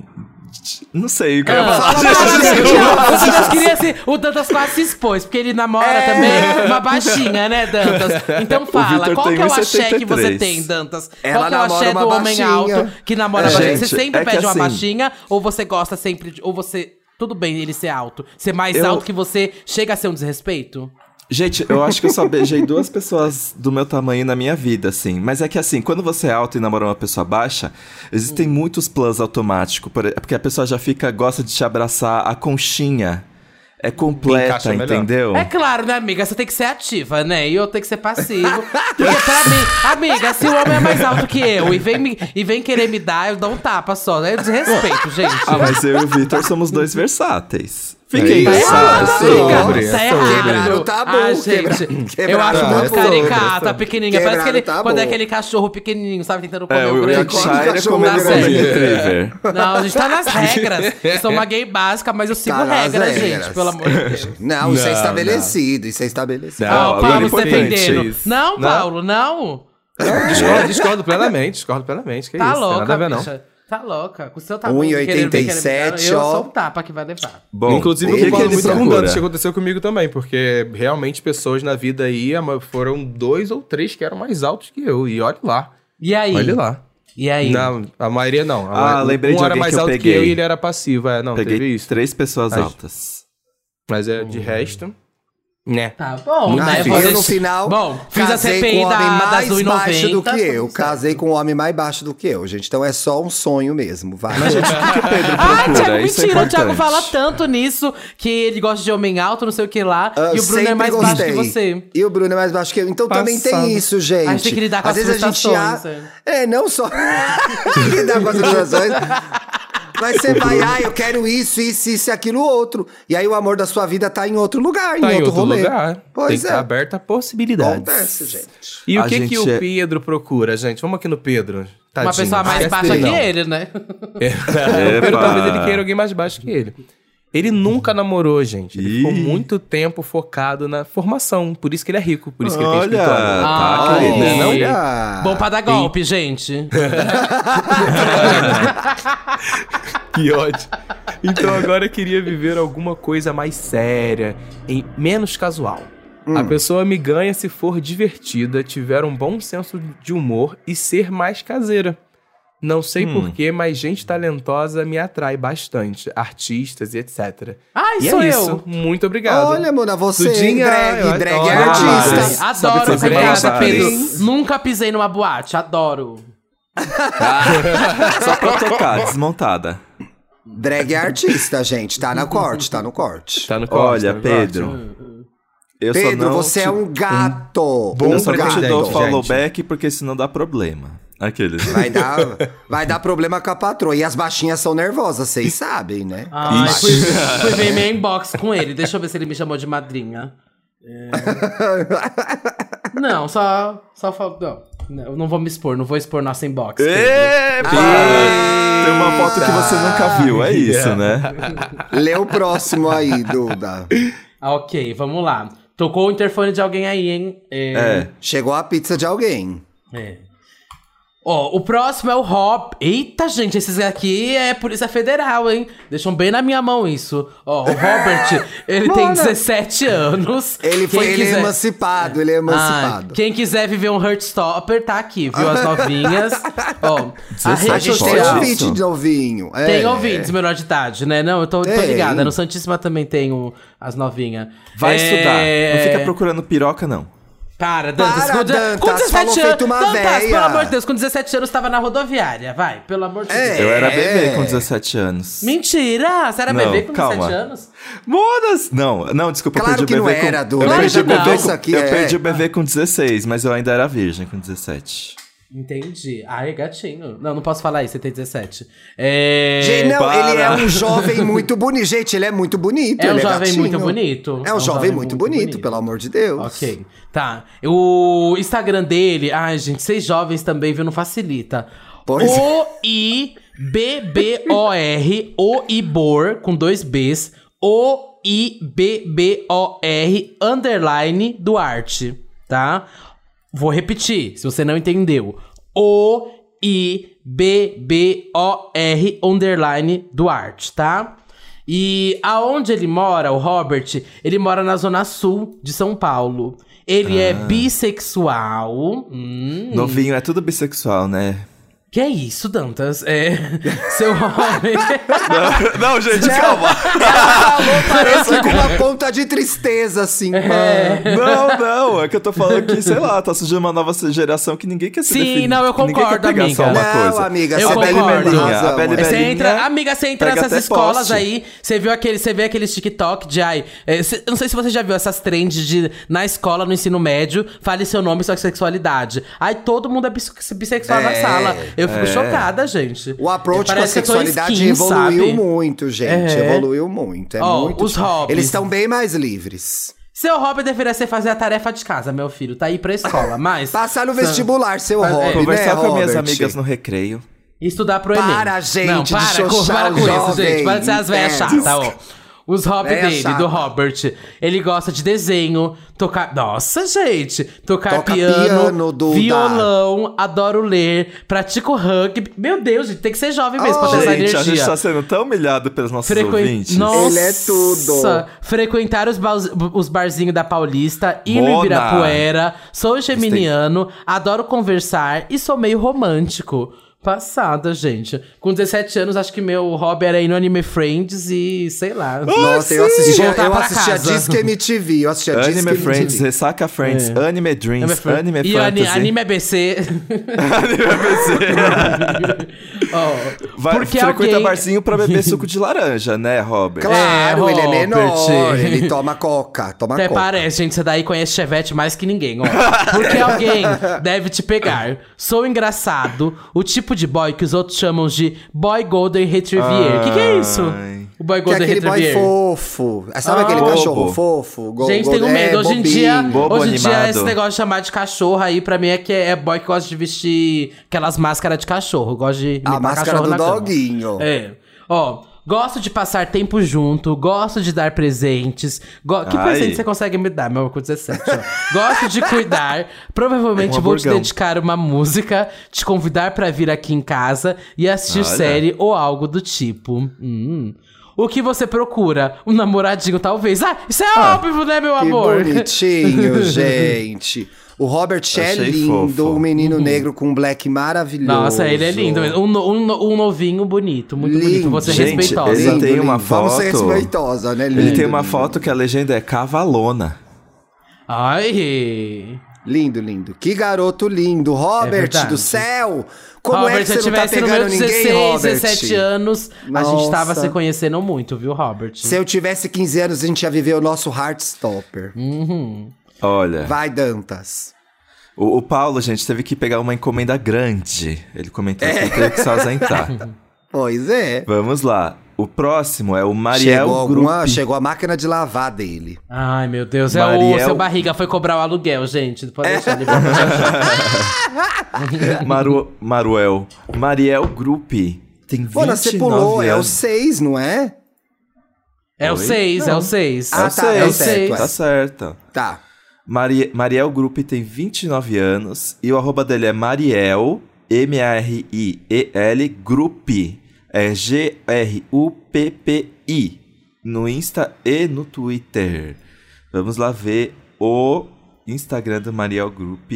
Speaker 1: de- Não sei o
Speaker 3: assim,
Speaker 1: que eu ia
Speaker 4: Ah,
Speaker 1: falar.
Speaker 4: fala pra mim, não, o Dantas queria se- o Dantas quase se expôs, porque ele namora
Speaker 3: É.
Speaker 4: também uma baixinha, né, Dantas? Então fala,
Speaker 1: Victor
Speaker 4: qual
Speaker 1: tem
Speaker 4: que é o axé que você
Speaker 1: 1,73.
Speaker 4: tem, Dantas?
Speaker 3: Ela
Speaker 4: qual que é o
Speaker 3: namora
Speaker 4: axé
Speaker 3: uma
Speaker 4: do homem
Speaker 3: baixinha.
Speaker 4: alto que namora
Speaker 1: É,
Speaker 4: baixinha? Você
Speaker 1: gente,
Speaker 4: sempre
Speaker 1: é que
Speaker 4: pede uma
Speaker 1: assim-
Speaker 4: baixinha ou você gosta sempre de, ou você tudo bem ele ser alto, ser mais
Speaker 1: Eu-
Speaker 4: alto que você chega a ser um desrespeito?
Speaker 1: Gente, eu acho que eu só beijei duas pessoas do meu tamanho na minha vida, assim. Mas é que assim, quando você é alto e namora uma pessoa baixa, existem muitos plus automáticos. por- Porque a pessoa já fica, gosta de te abraçar, a conchinha é completa,
Speaker 2: Encaixa melhor.
Speaker 1: entendeu?
Speaker 4: É claro, né, amiga? Você tem que ser ativa, né? E eu tenho que ser passivo. Porque pra mim, amiga, se o homem é mais alto que eu e vem, me- e vem querer me dar, eu dou um tapa só. né? Eu desrespeito, gente.
Speaker 1: Ah, mas eu e o Vitor somos dois versáteis.
Speaker 2: Fiquei
Speaker 1: Fiquei
Speaker 4: Tá
Speaker 2: isso,
Speaker 4: errado,
Speaker 1: assim. é
Speaker 2: isso, sobre,
Speaker 4: amiga.
Speaker 2: sobre.
Speaker 4: Tá errado.
Speaker 3: Quebraram o tabu,
Speaker 4: Ah, gente,
Speaker 3: Tá quebra-
Speaker 4: eu
Speaker 3: quebraram
Speaker 4: acho
Speaker 3: o
Speaker 4: muito
Speaker 3: tabu.
Speaker 4: caricata, pequenininha. Parece que
Speaker 3: Quebraram
Speaker 4: ele,
Speaker 3: o tabu.
Speaker 4: quando é aquele cachorro pequenininho, sabe? Tentando comer
Speaker 1: É,
Speaker 4: o
Speaker 1: o
Speaker 4: grande.
Speaker 1: Yorkshire
Speaker 3: Cachorro
Speaker 1: comendo né?
Speaker 4: da
Speaker 1: Golden
Speaker 4: série.
Speaker 1: Retriever.
Speaker 2: É.
Speaker 4: Não, a gente tá nas regras. Eu sou uma gay básica, mas eu sigo
Speaker 3: Tá nas
Speaker 4: regras,
Speaker 3: regras.
Speaker 4: gente. Pelo amor de Deus.
Speaker 3: Não, isso é
Speaker 2: Não,
Speaker 3: estabelecido, isso é estabelecido.
Speaker 1: Não,
Speaker 4: Ó, o Paulo
Speaker 1: agora
Speaker 4: se
Speaker 1: importante
Speaker 4: defendendo.
Speaker 1: isso.
Speaker 4: Não, Paulo, não.
Speaker 2: Discordo, discordo plenamente, discordo plenamente. Que
Speaker 4: Tá
Speaker 2: isso,
Speaker 4: louca,
Speaker 2: nada a ver, não.
Speaker 4: bicha. Tá louca. Com o seu tamanho. de querer ver, querer me dar,
Speaker 3: 1,87,
Speaker 4: Eu
Speaker 3: ó.
Speaker 4: sou um tapa que vai levar.
Speaker 1: Bom,
Speaker 2: Inclusive,
Speaker 1: o
Speaker 2: eu
Speaker 1: que, que
Speaker 2: concordo
Speaker 1: ele
Speaker 2: muito com o
Speaker 1: procura?
Speaker 2: Dantas, que aconteceu comigo também, porque realmente pessoas na vida aí ama- foram dois ou três que eram mais altos que eu. E olha lá.
Speaker 4: E aí?
Speaker 2: Olha lá.
Speaker 4: E aí?
Speaker 2: Não, a maioria
Speaker 1: Ah,
Speaker 2: não. A ma-
Speaker 1: lembrei
Speaker 2: um
Speaker 1: de
Speaker 2: era
Speaker 1: alguém
Speaker 2: mais
Speaker 1: que eu
Speaker 2: alto que
Speaker 1: peguei.
Speaker 2: eu e ele era passivo. É, não, teve
Speaker 1: Peguei
Speaker 2: isso.
Speaker 1: três Uhum. pessoas
Speaker 2: Ai.
Speaker 1: altas.
Speaker 2: Mas é, de resto, né.
Speaker 4: Tá bom,
Speaker 3: Ah,
Speaker 4: né?
Speaker 3: eu,
Speaker 4: Vocês-
Speaker 3: no final,
Speaker 4: Bom, fiz a
Speaker 3: casei
Speaker 4: CPI
Speaker 3: com o homem
Speaker 4: da, das
Speaker 3: mais baixo
Speaker 4: 1,90.
Speaker 3: do que eu. Casei com um homem mais baixo do que eu, gente. Então é só um sonho mesmo, vai.
Speaker 1: Pedro
Speaker 4: Ah,
Speaker 1: procura,
Speaker 4: Thiago,
Speaker 1: isso é
Speaker 4: mentira. o Thiago
Speaker 1: importante.
Speaker 4: fala tanto nisso que ele gosta de homem alto, não sei o que lá.
Speaker 3: Ah,
Speaker 4: e o Bruno é
Speaker 3: sempre
Speaker 4: mais baixo que
Speaker 3: gostei.
Speaker 4: você.
Speaker 3: E o Bruno é mais baixo que eu. Então também
Speaker 2: Passado.
Speaker 3: tem isso, gente.
Speaker 4: A gente tem que lidar com
Speaker 3: Às
Speaker 4: as
Speaker 3: vezes a gente
Speaker 4: frustrações,
Speaker 3: já... É, não só lidar com as frustrações. Mas você vai, ah, eu quero isso, isso, isso e aquilo outro. E aí o amor da sua vida tá em outro lugar,
Speaker 2: Tá
Speaker 3: em
Speaker 2: em
Speaker 3: outro,
Speaker 2: outro
Speaker 3: rolê.
Speaker 2: lugar. Tem
Speaker 3: Pois
Speaker 2: que estar
Speaker 3: é.
Speaker 2: aberta a possibilidade.
Speaker 3: Acontece, gente.
Speaker 2: E o
Speaker 1: A
Speaker 2: que, que
Speaker 1: gente é-
Speaker 2: o Pedro procura, gente? Vamos aqui no Pedro.
Speaker 4: Uma
Speaker 2: Tadinho,
Speaker 4: pessoa mais
Speaker 2: esquece
Speaker 4: baixa
Speaker 2: dele,
Speaker 4: que
Speaker 2: não.
Speaker 4: ele, né?
Speaker 2: É. O Pedro
Speaker 1: Epa.
Speaker 2: talvez ele queira alguém mais baixo que ele. Ele nunca namorou, gente. Ele ficou
Speaker 1: Ih.
Speaker 2: muito tempo focado na formação. Por isso que ele é rico, por isso que ele tem
Speaker 1: Olha.
Speaker 2: escritório.
Speaker 1: tá,
Speaker 4: Ai,
Speaker 1: querida, não?
Speaker 3: Olha.
Speaker 4: Bom pra dar golpe, gente.
Speaker 2: Que ódio. Então agora eu queria viver alguma coisa mais séria, em menos casual. A pessoa me ganha se for divertida, tiver um bom senso de humor e ser mais caseira. Não sei
Speaker 1: Hum.
Speaker 2: porquê, mas gente talentosa me atrai bastante. Artistas e etc.
Speaker 4: Ai,
Speaker 2: E
Speaker 4: sou
Speaker 2: é
Speaker 4: eu.
Speaker 2: isso. Muito obrigado.
Speaker 3: Olha, Mona, você
Speaker 2: Tudinha,
Speaker 3: drag,
Speaker 2: eu
Speaker 3: drag
Speaker 2: adoro.
Speaker 3: é
Speaker 1: Artista.
Speaker 3: artista.
Speaker 4: Ai,
Speaker 1: Sabe
Speaker 4: adoro,
Speaker 1: fazer
Speaker 4: obrigada,
Speaker 1: malabares.
Speaker 4: Pedro. Nunca pisei numa boate, adoro.
Speaker 1: Só pra tocar, desmontada.
Speaker 3: Drag é artista, gente. Tá no corte, tá no corte.
Speaker 2: Tá no corte, tá
Speaker 1: Olha,
Speaker 2: no
Speaker 1: Pedro.
Speaker 2: corte.
Speaker 1: Eu só
Speaker 3: Pedro,
Speaker 1: não
Speaker 3: você
Speaker 1: te-
Speaker 3: é um gato.
Speaker 2: bom
Speaker 1: Eu
Speaker 3: um
Speaker 1: só não te
Speaker 2: pretendente,
Speaker 1: dou
Speaker 2: gente.
Speaker 1: followback porque senão dá problema. Aqueles. né?
Speaker 3: Vai dar, vai dar problema com a patroa. E as baixinhas são nervosas, vocês sabem, né?
Speaker 4: Ai,
Speaker 1: Ixi.
Speaker 4: fui, fui ver minha inbox com ele. Deixa eu ver se ele me chamou de madrinha. É. Não, só. Só fal- não. Não, eu não vou me expor, não vou expor nossa inbox. Pedro.
Speaker 1: Epa!
Speaker 3: Ah.
Speaker 1: Tem uma foto que você nunca viu, é isso, né?
Speaker 3: Lê o próximo aí, Duda.
Speaker 4: Ah, ok, vamos lá. Tocou o interfone de alguém aí, hein? É.
Speaker 1: É.
Speaker 3: Chegou a pizza de alguém.
Speaker 4: é. Ó, o próximo é o Rob. Eita, gente, esses aqui é Polícia Federal, hein? Deixam bem na minha mão isso. Ó, o Robert, ele tem 17 anos.
Speaker 3: Ele foi
Speaker 4: Quem
Speaker 3: ele é
Speaker 4: quiser-
Speaker 3: emancipado, ele é
Speaker 4: Ah,
Speaker 3: emancipado.
Speaker 4: quem quiser viver um Heartstopper, tá aqui, viu? As novinhas. Ó,
Speaker 1: 17
Speaker 4: a
Speaker 3: A
Speaker 4: rede
Speaker 3: gente tem
Speaker 1: Olha
Speaker 4: social...
Speaker 3: ouvinte
Speaker 1: isso.
Speaker 3: de novinho. é.
Speaker 4: Tem ouvintes menor de idade, né? Não, eu tô, tô
Speaker 3: Tem.
Speaker 4: ligada. No Santíssima também tem o- as novinhas.
Speaker 1: Vai
Speaker 4: É,
Speaker 1: estudar. Não fica procurando piroca, não.
Speaker 4: Para, Dantas.
Speaker 3: Para,
Speaker 4: com, de-
Speaker 3: Dantas,
Speaker 4: com 17
Speaker 3: falou
Speaker 4: anos.
Speaker 3: feito uma
Speaker 4: Dantas,
Speaker 3: véia.
Speaker 4: pelo amor de Deus, com 17 anos tava na rodoviária. Vai, pelo amor de
Speaker 3: É.
Speaker 1: Eu
Speaker 4: Deus.
Speaker 1: era bebê com 17 anos.
Speaker 4: Mentira! Você era
Speaker 1: Não,
Speaker 4: bebê com 17
Speaker 1: calma.
Speaker 4: anos?
Speaker 1: Monas! Não, não, desculpa,
Speaker 3: Claro
Speaker 1: eu perdi
Speaker 3: que
Speaker 1: o
Speaker 3: não
Speaker 1: bebê com...
Speaker 3: era, Du.
Speaker 1: Eu
Speaker 4: Claro
Speaker 1: perdi,
Speaker 4: que
Speaker 1: o bebê,
Speaker 4: não.
Speaker 3: Isso
Speaker 1: com...
Speaker 3: aqui
Speaker 1: eu
Speaker 3: é-
Speaker 1: perdi o bebê com 16, mas eu ainda era virgem com 17.
Speaker 4: Entendi. Ai, gatinho. Não, não posso falar isso, você tem 17. É.
Speaker 3: Gente, não,
Speaker 1: para.
Speaker 3: ele é um jovem muito bonito. Gente, ele é muito bonito.
Speaker 4: É um
Speaker 3: ele
Speaker 4: jovem
Speaker 3: gatinho.
Speaker 4: muito bonito.
Speaker 3: É um, jovem, muito, bonito, pelo amor de Deus.
Speaker 4: Ok, tá. O Instagram dele, ai, gente, vocês jovens também, viu? Não facilita.
Speaker 3: Pois é.
Speaker 4: O-I-B-B-O-R, O-I-B-O-R, com dois Bs, O-I-B-B-O-R, underline, Duarte, tá? Vou repetir, se você não entendeu. O-I-B-B-O-R, underline, Duarte, tá? E aonde ele mora, o Robert, ele mora na zona sul de São Paulo. Ele é bissexual. Hum.
Speaker 1: Novinho é tudo bissexual, né?
Speaker 4: Que é isso, Dantas? É. Seu homem.
Speaker 1: Não, gente,
Speaker 3: Não, Ela falou, parece com uma ponta de tristeza, assim.
Speaker 4: É.
Speaker 3: pá.
Speaker 1: Não, não, é que eu tô falando que, sei lá, tá surgindo uma nova geração que ninguém quer se
Speaker 4: Sim,
Speaker 1: definir.
Speaker 4: não, eu
Speaker 1: Ninguém quer
Speaker 4: concordo,
Speaker 1: pegar só
Speaker 4: amiga.
Speaker 1: uma
Speaker 3: Não,
Speaker 1: coisa.
Speaker 3: amiga,
Speaker 4: Eu
Speaker 3: você tá
Speaker 4: concordo.
Speaker 1: A Beli
Speaker 3: Belinha.
Speaker 1: Belinha.
Speaker 4: Você entra, amiga, você entra
Speaker 1: pega
Speaker 4: nessas
Speaker 1: até
Speaker 4: escolas
Speaker 1: poste.
Speaker 4: aí, você viu aquele, você vê aqueles TikTok de ai, é, cê- eu não sei se você já viu essas trends de na escola, no ensino médio, fale seu nome e sua sexualidade. Ai, todo mundo é bis- bissexual na
Speaker 3: É,
Speaker 4: sala. Eu fico chocada, gente.
Speaker 3: O approach com a
Speaker 4: Parece que eu tô
Speaker 3: sexualidade
Speaker 4: skin,
Speaker 3: evoluiu
Speaker 4: sabe?
Speaker 3: muito, gente.
Speaker 4: É.
Speaker 3: Evoluiu muito. É
Speaker 4: Ó,
Speaker 3: muito.
Speaker 4: os hobbies.
Speaker 3: Eles estão bem mais livres.
Speaker 4: Seu hobby deveria ser fazer a tarefa de casa, meu filho. Tá aí pra escola, mas
Speaker 3: Passar no
Speaker 4: Sam,
Speaker 3: vestibular, seu
Speaker 4: Faz- é.
Speaker 3: hobby,
Speaker 1: Conversar
Speaker 3: né,
Speaker 1: com minhas
Speaker 3: Robert?
Speaker 1: amigas no recreio.
Speaker 4: Estudar pro Enem.
Speaker 3: Para, gente,
Speaker 4: Não,
Speaker 3: de
Speaker 4: para, com,
Speaker 3: xoxar
Speaker 4: para
Speaker 3: o
Speaker 4: com isso,
Speaker 3: jovem,
Speaker 4: gente. Para de ser as velhas
Speaker 3: entende?
Speaker 4: chatas, ó. Os hobbies
Speaker 3: Véia
Speaker 4: dele,
Speaker 3: chata.
Speaker 4: do Robert. Ele gosta de desenho, tocar. Nossa, gente! Tocar
Speaker 3: Toca
Speaker 4: piano,
Speaker 3: piano, Duda.
Speaker 4: violão, adoro ler, pratico rugby. Meu Deus, gente, tem que ser jovem mesmo pra ter essa
Speaker 1: Gente,
Speaker 4: energia.
Speaker 1: a gente tá sendo tão humilhado pelos nossos
Speaker 4: Frequen-
Speaker 1: ouvintes.
Speaker 4: Nossa,
Speaker 3: Ele é tudo.
Speaker 4: Frequentar os, baus- os barzinhos da Paulista, ir no
Speaker 1: Mona.
Speaker 4: Ibirapuera, sou geminiano, adoro conversar e sou meio romântico. Passada, gente. Com 17 anos, acho que meu hobby era ir no Anime Friends e sei lá.
Speaker 1: Ah!
Speaker 3: Nossa, eu
Speaker 4: assisti
Speaker 3: assistia, eu assistia Disque MTV. Eu assistia Disque
Speaker 1: Anime
Speaker 3: MTV.
Speaker 1: Friends, Ressaca Friends, Anime Dreams,
Speaker 4: É. Anime, Friends.
Speaker 1: Anime,
Speaker 4: e ani-
Speaker 1: Fantasy.
Speaker 4: anime ABC. Ó,
Speaker 1: Vai,
Speaker 4: porque
Speaker 1: frequenta
Speaker 4: alguém-
Speaker 1: barzinho pra beber suco de laranja, né, Robert?
Speaker 3: Claro,
Speaker 4: É,
Speaker 3: ele é menor,
Speaker 4: Robert.
Speaker 3: ele toma coca, toma
Speaker 4: Até
Speaker 3: coca.
Speaker 4: parece, gente, você daí conhece Chevette mais que ninguém, ó. Porque alguém deve te pegar. Sou engraçado, o tipo de boy que os outros chamam de boy golden retriever. O que, que é isso?
Speaker 1: Ai.
Speaker 4: O
Speaker 3: Que
Speaker 4: boy
Speaker 3: é
Speaker 4: golden
Speaker 3: aquele boy
Speaker 4: retriever.
Speaker 3: fofo. É, Sabe
Speaker 4: Ah.
Speaker 3: aquele
Speaker 1: Bobo.
Speaker 3: cachorro fofo? Go-
Speaker 4: Gente,
Speaker 3: go-
Speaker 4: tenho
Speaker 3: é,
Speaker 4: medo. Hoje em dia,
Speaker 3: bobinho.
Speaker 1: Bobo
Speaker 4: hoje em dia
Speaker 1: animado.
Speaker 4: esse negócio de chamar de cachorro aí, pra mim, é que é boy que gosta de vestir aquelas máscaras de cachorro. Gosta de
Speaker 3: A
Speaker 4: imitar
Speaker 3: máscara
Speaker 4: cachorro
Speaker 3: do
Speaker 4: na cama.
Speaker 3: doguinho.
Speaker 4: É. Ó, gosto de passar tempo junto, gosto de dar presentes. go- Que
Speaker 1: Ai.
Speaker 4: presente você consegue me dar, meu com 17? ó? gosto de cuidar. Provavelmente
Speaker 1: Um
Speaker 4: vou te
Speaker 1: hamburgão.
Speaker 4: dedicar uma música, te convidar pra vir aqui em casa e assistir
Speaker 1: Olha.
Speaker 4: série ou algo do tipo. Hum. O que você procura? Um namoradinho, talvez. Ah, isso é óbvio, né, meu
Speaker 3: Que
Speaker 4: amor?
Speaker 3: bonitinho, gente. O Robert é
Speaker 1: Achei
Speaker 3: lindo,
Speaker 1: fofo.
Speaker 3: um menino negro com um black maravilhoso.
Speaker 4: Uhum. Nossa, ele é lindo mesmo. Um, no- um no- um novinho bonito, muito bonito.
Speaker 3: Lindo.
Speaker 4: Você é
Speaker 1: Gente,
Speaker 4: respeitosa.
Speaker 1: ele tem uma
Speaker 3: Vamos ser
Speaker 1: foto-
Speaker 3: é respeitosa, né?
Speaker 1: Ele
Speaker 3: Lindo,
Speaker 1: tem uma
Speaker 3: lindo.
Speaker 1: foto que a legenda é Cavalona.
Speaker 4: Ai.
Speaker 3: Lindo, lindo. Que garoto lindo.
Speaker 4: É
Speaker 3: Robert
Speaker 4: verdade.
Speaker 3: do céu! Como é que
Speaker 4: se eu
Speaker 3: você não tá
Speaker 4: tivesse no
Speaker 3: pegando
Speaker 4: meu
Speaker 3: ninguém,
Speaker 4: 16,
Speaker 3: Robert?
Speaker 4: 17 anos, a gente
Speaker 3: Nossa.
Speaker 4: tava se conhecendo muito, viu, Robert?
Speaker 3: Se eu tivesse 15 anos, a gente ia viver o nosso Heartstopper.
Speaker 1: Hum.
Speaker 4: Uhum.
Speaker 1: Olha,
Speaker 3: Vai, Dantas.
Speaker 1: o, o Paulo, gente, teve que pegar uma encomenda grande. Ele comentou
Speaker 3: É.
Speaker 1: que ele teve que se ausentar.
Speaker 3: Pois é.
Speaker 1: Vamos lá. O próximo é o Mariel
Speaker 3: chegou, Ah,
Speaker 1: Grupo.
Speaker 3: alguma, chegou a máquina de lavar dele.
Speaker 4: Ai, meu Deus. É o
Speaker 1: Mariel-
Speaker 4: seu barriga foi cobrar o aluguel, gente. Pode deixar ele voltar.
Speaker 1: Maru... Maruel. Mariel Grupo. Tem 29
Speaker 3: Mona, você pulou, é o
Speaker 1: anos.
Speaker 3: 6, não é?
Speaker 4: É o
Speaker 1: Oi?
Speaker 4: 6, é
Speaker 1: Não.
Speaker 4: o 6.
Speaker 3: Ah, tá, é
Speaker 4: o
Speaker 3: certo, é.
Speaker 1: Tá certo.
Speaker 3: Tá.
Speaker 1: Mari- Mariel Grupo tem 29 anos e o arroba dele é Mariel M-A-R-I-E-L Group. É G-R-U-P-P-I. No Insta e no Twitter. Vamos lá ver o Instagram do Mariel Group.